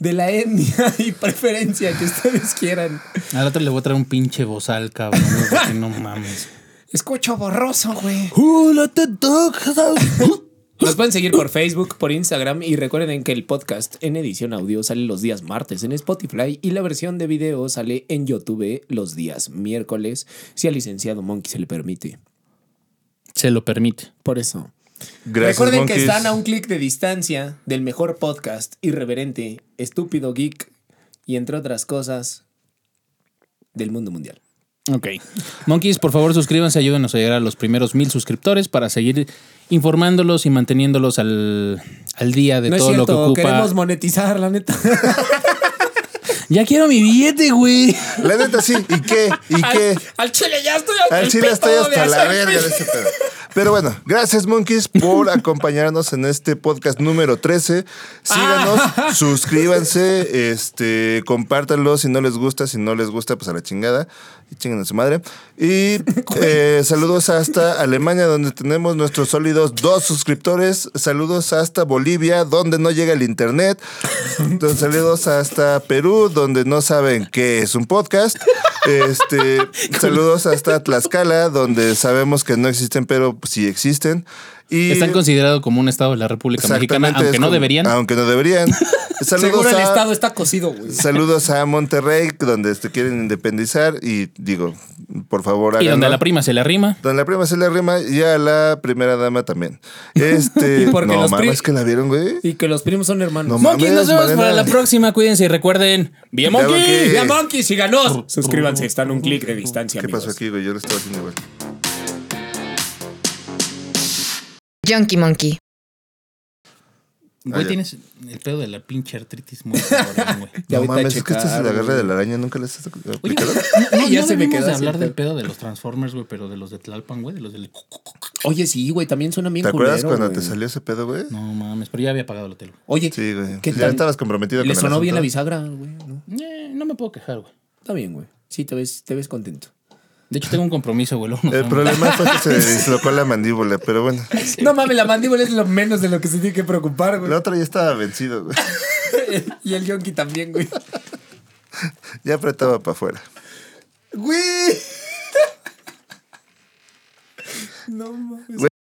Speaker 4: De la etnia y preferencia que ustedes quieran.
Speaker 1: Al otro le voy a traer un pinche bozal, cabrón. ¿no? Porque no mames.
Speaker 4: Escucho borroso, güey.
Speaker 1: Uh, ah.
Speaker 2: Nos pueden seguir por Facebook, por Instagram y recuerden que el podcast en edición audio sale los días martes en Spotify y la versión de video sale en YouTube los días miércoles, si al licenciado Monkey se le permite.
Speaker 1: Se lo permite.
Speaker 2: Por eso.
Speaker 3: Gracias,
Speaker 2: recuerden que
Speaker 3: monkeys.
Speaker 2: están a un clic de distancia del mejor podcast irreverente, estúpido geek y entre otras cosas del mundo mundial.
Speaker 1: Ok. Monkeys, por favor, suscríbanse, ayúdenos a llegar a los primeros mil suscriptores para seguir informándolos y manteniéndolos al, al día de
Speaker 2: No es
Speaker 1: todo lo que
Speaker 2: cierto,
Speaker 1: ocupa.
Speaker 2: queremos monetizar, la neta.
Speaker 1: Ya quiero mi billete, güey.
Speaker 3: La neta sí. ¿Y qué? ¿Y qué?
Speaker 2: Al chile ya estoy hasta
Speaker 3: Al
Speaker 2: el
Speaker 3: chile
Speaker 2: pito
Speaker 3: estoy
Speaker 2: de
Speaker 3: hasta la
Speaker 2: hacer
Speaker 3: verga
Speaker 2: pis.
Speaker 3: de este pedo. Pero bueno, gracias Monkeys por acompañarnos en este podcast número 13. Síganos,
Speaker 2: Ah.
Speaker 3: suscríbanse, este, compártanlo si no les gusta, si no les gusta, pues a la chingada. Y chingan a su madre. Y eh, saludos hasta Alemania, donde tenemos nuestros sólidos dos suscriptores. Saludos hasta Bolivia, donde no llega el internet. Entonces, saludos hasta Perú, donde no saben qué es un podcast. Este, saludos hasta Tlaxcala, donde sabemos que no existen, pero sí existen. Y
Speaker 1: Están considerados como un estado de la República
Speaker 3: exactamente
Speaker 1: Mexicana, aunque
Speaker 3: es
Speaker 1: no
Speaker 3: como-
Speaker 1: deberían.
Speaker 3: Aunque no deberían. Saludos
Speaker 2: Seguro el
Speaker 3: a,
Speaker 2: estado está cocido, güey.
Speaker 3: saludos a Monterrey, donde se quieren independizar. Y digo, por
Speaker 1: Y
Speaker 3: favor,
Speaker 1: donde a
Speaker 3: háganlo.
Speaker 1: la prima se le arrima.
Speaker 3: Donde la prima se le rima y a la primera dama también. Este,
Speaker 2: porque
Speaker 3: no
Speaker 2: los pri-
Speaker 3: mames que la vieron, güey.
Speaker 2: Y que los primos son hermanos.
Speaker 3: No
Speaker 1: Monkeys, nos
Speaker 3: mames,
Speaker 1: vemos para
Speaker 3: Mariana.
Speaker 1: la próxima. Cuídense y recuerden. ¡Bien,
Speaker 3: Bien,
Speaker 1: Monkeys!
Speaker 3: Monkeys.
Speaker 2: Ya, Monkey, síganos. Suscríbanse, están a un clic de distancia,
Speaker 3: ¿Qué
Speaker 2: amigos.
Speaker 3: pasó aquí, güey? Yo lo estaba haciendo igual.
Speaker 7: Junkie Monkey.
Speaker 1: Güey,
Speaker 3: ya.
Speaker 1: tienes el pedo de la pinche artritis muy cabrón, güey.
Speaker 3: No
Speaker 2: ahorita
Speaker 3: mames, es que este es el
Speaker 2: checaron,
Speaker 3: agarre de la araña, nunca les has
Speaker 1: Oye,
Speaker 3: aplicado.
Speaker 1: no- no,
Speaker 2: Ya
Speaker 1: no
Speaker 2: se me
Speaker 1: debimos
Speaker 2: quedó
Speaker 1: de
Speaker 2: así
Speaker 1: hablar
Speaker 2: el
Speaker 1: del pedo de los Transformers, güey, pero de los de Tlalpan, güey, de los del...
Speaker 2: Oye, sí, güey, también suena bien
Speaker 3: ¿Te acuerdas
Speaker 2: culero,
Speaker 3: cuando
Speaker 2: güey.
Speaker 3: te salió ese pedo, güey?
Speaker 1: No mames, pero ya había pagado el hotel.
Speaker 2: Oye,
Speaker 3: Sí, güey.
Speaker 2: ¿Qué
Speaker 3: Ya
Speaker 2: tal?
Speaker 3: estabas comprometido
Speaker 2: le
Speaker 3: con el
Speaker 2: sonó bien la
Speaker 3: asunto.
Speaker 2: bisagra, güey. ¿no?
Speaker 1: güey. Eh, no me puedo quejar, güey.
Speaker 2: Está bien, güey. Sí, te ves, te ves contento.
Speaker 1: De hecho, tengo un compromiso, güey. luego nos
Speaker 3: El
Speaker 1: vemos.
Speaker 3: problema fue que se dislocó la mandíbula, pero bueno.
Speaker 4: No mames, la mandíbula es lo menos de lo que se tiene que preocupar, güey.
Speaker 3: La otra ya estaba vencido, güey.
Speaker 4: Y el yonki también, güey.
Speaker 3: Ya apretaba para afuera.
Speaker 4: Güey.
Speaker 3: Güey,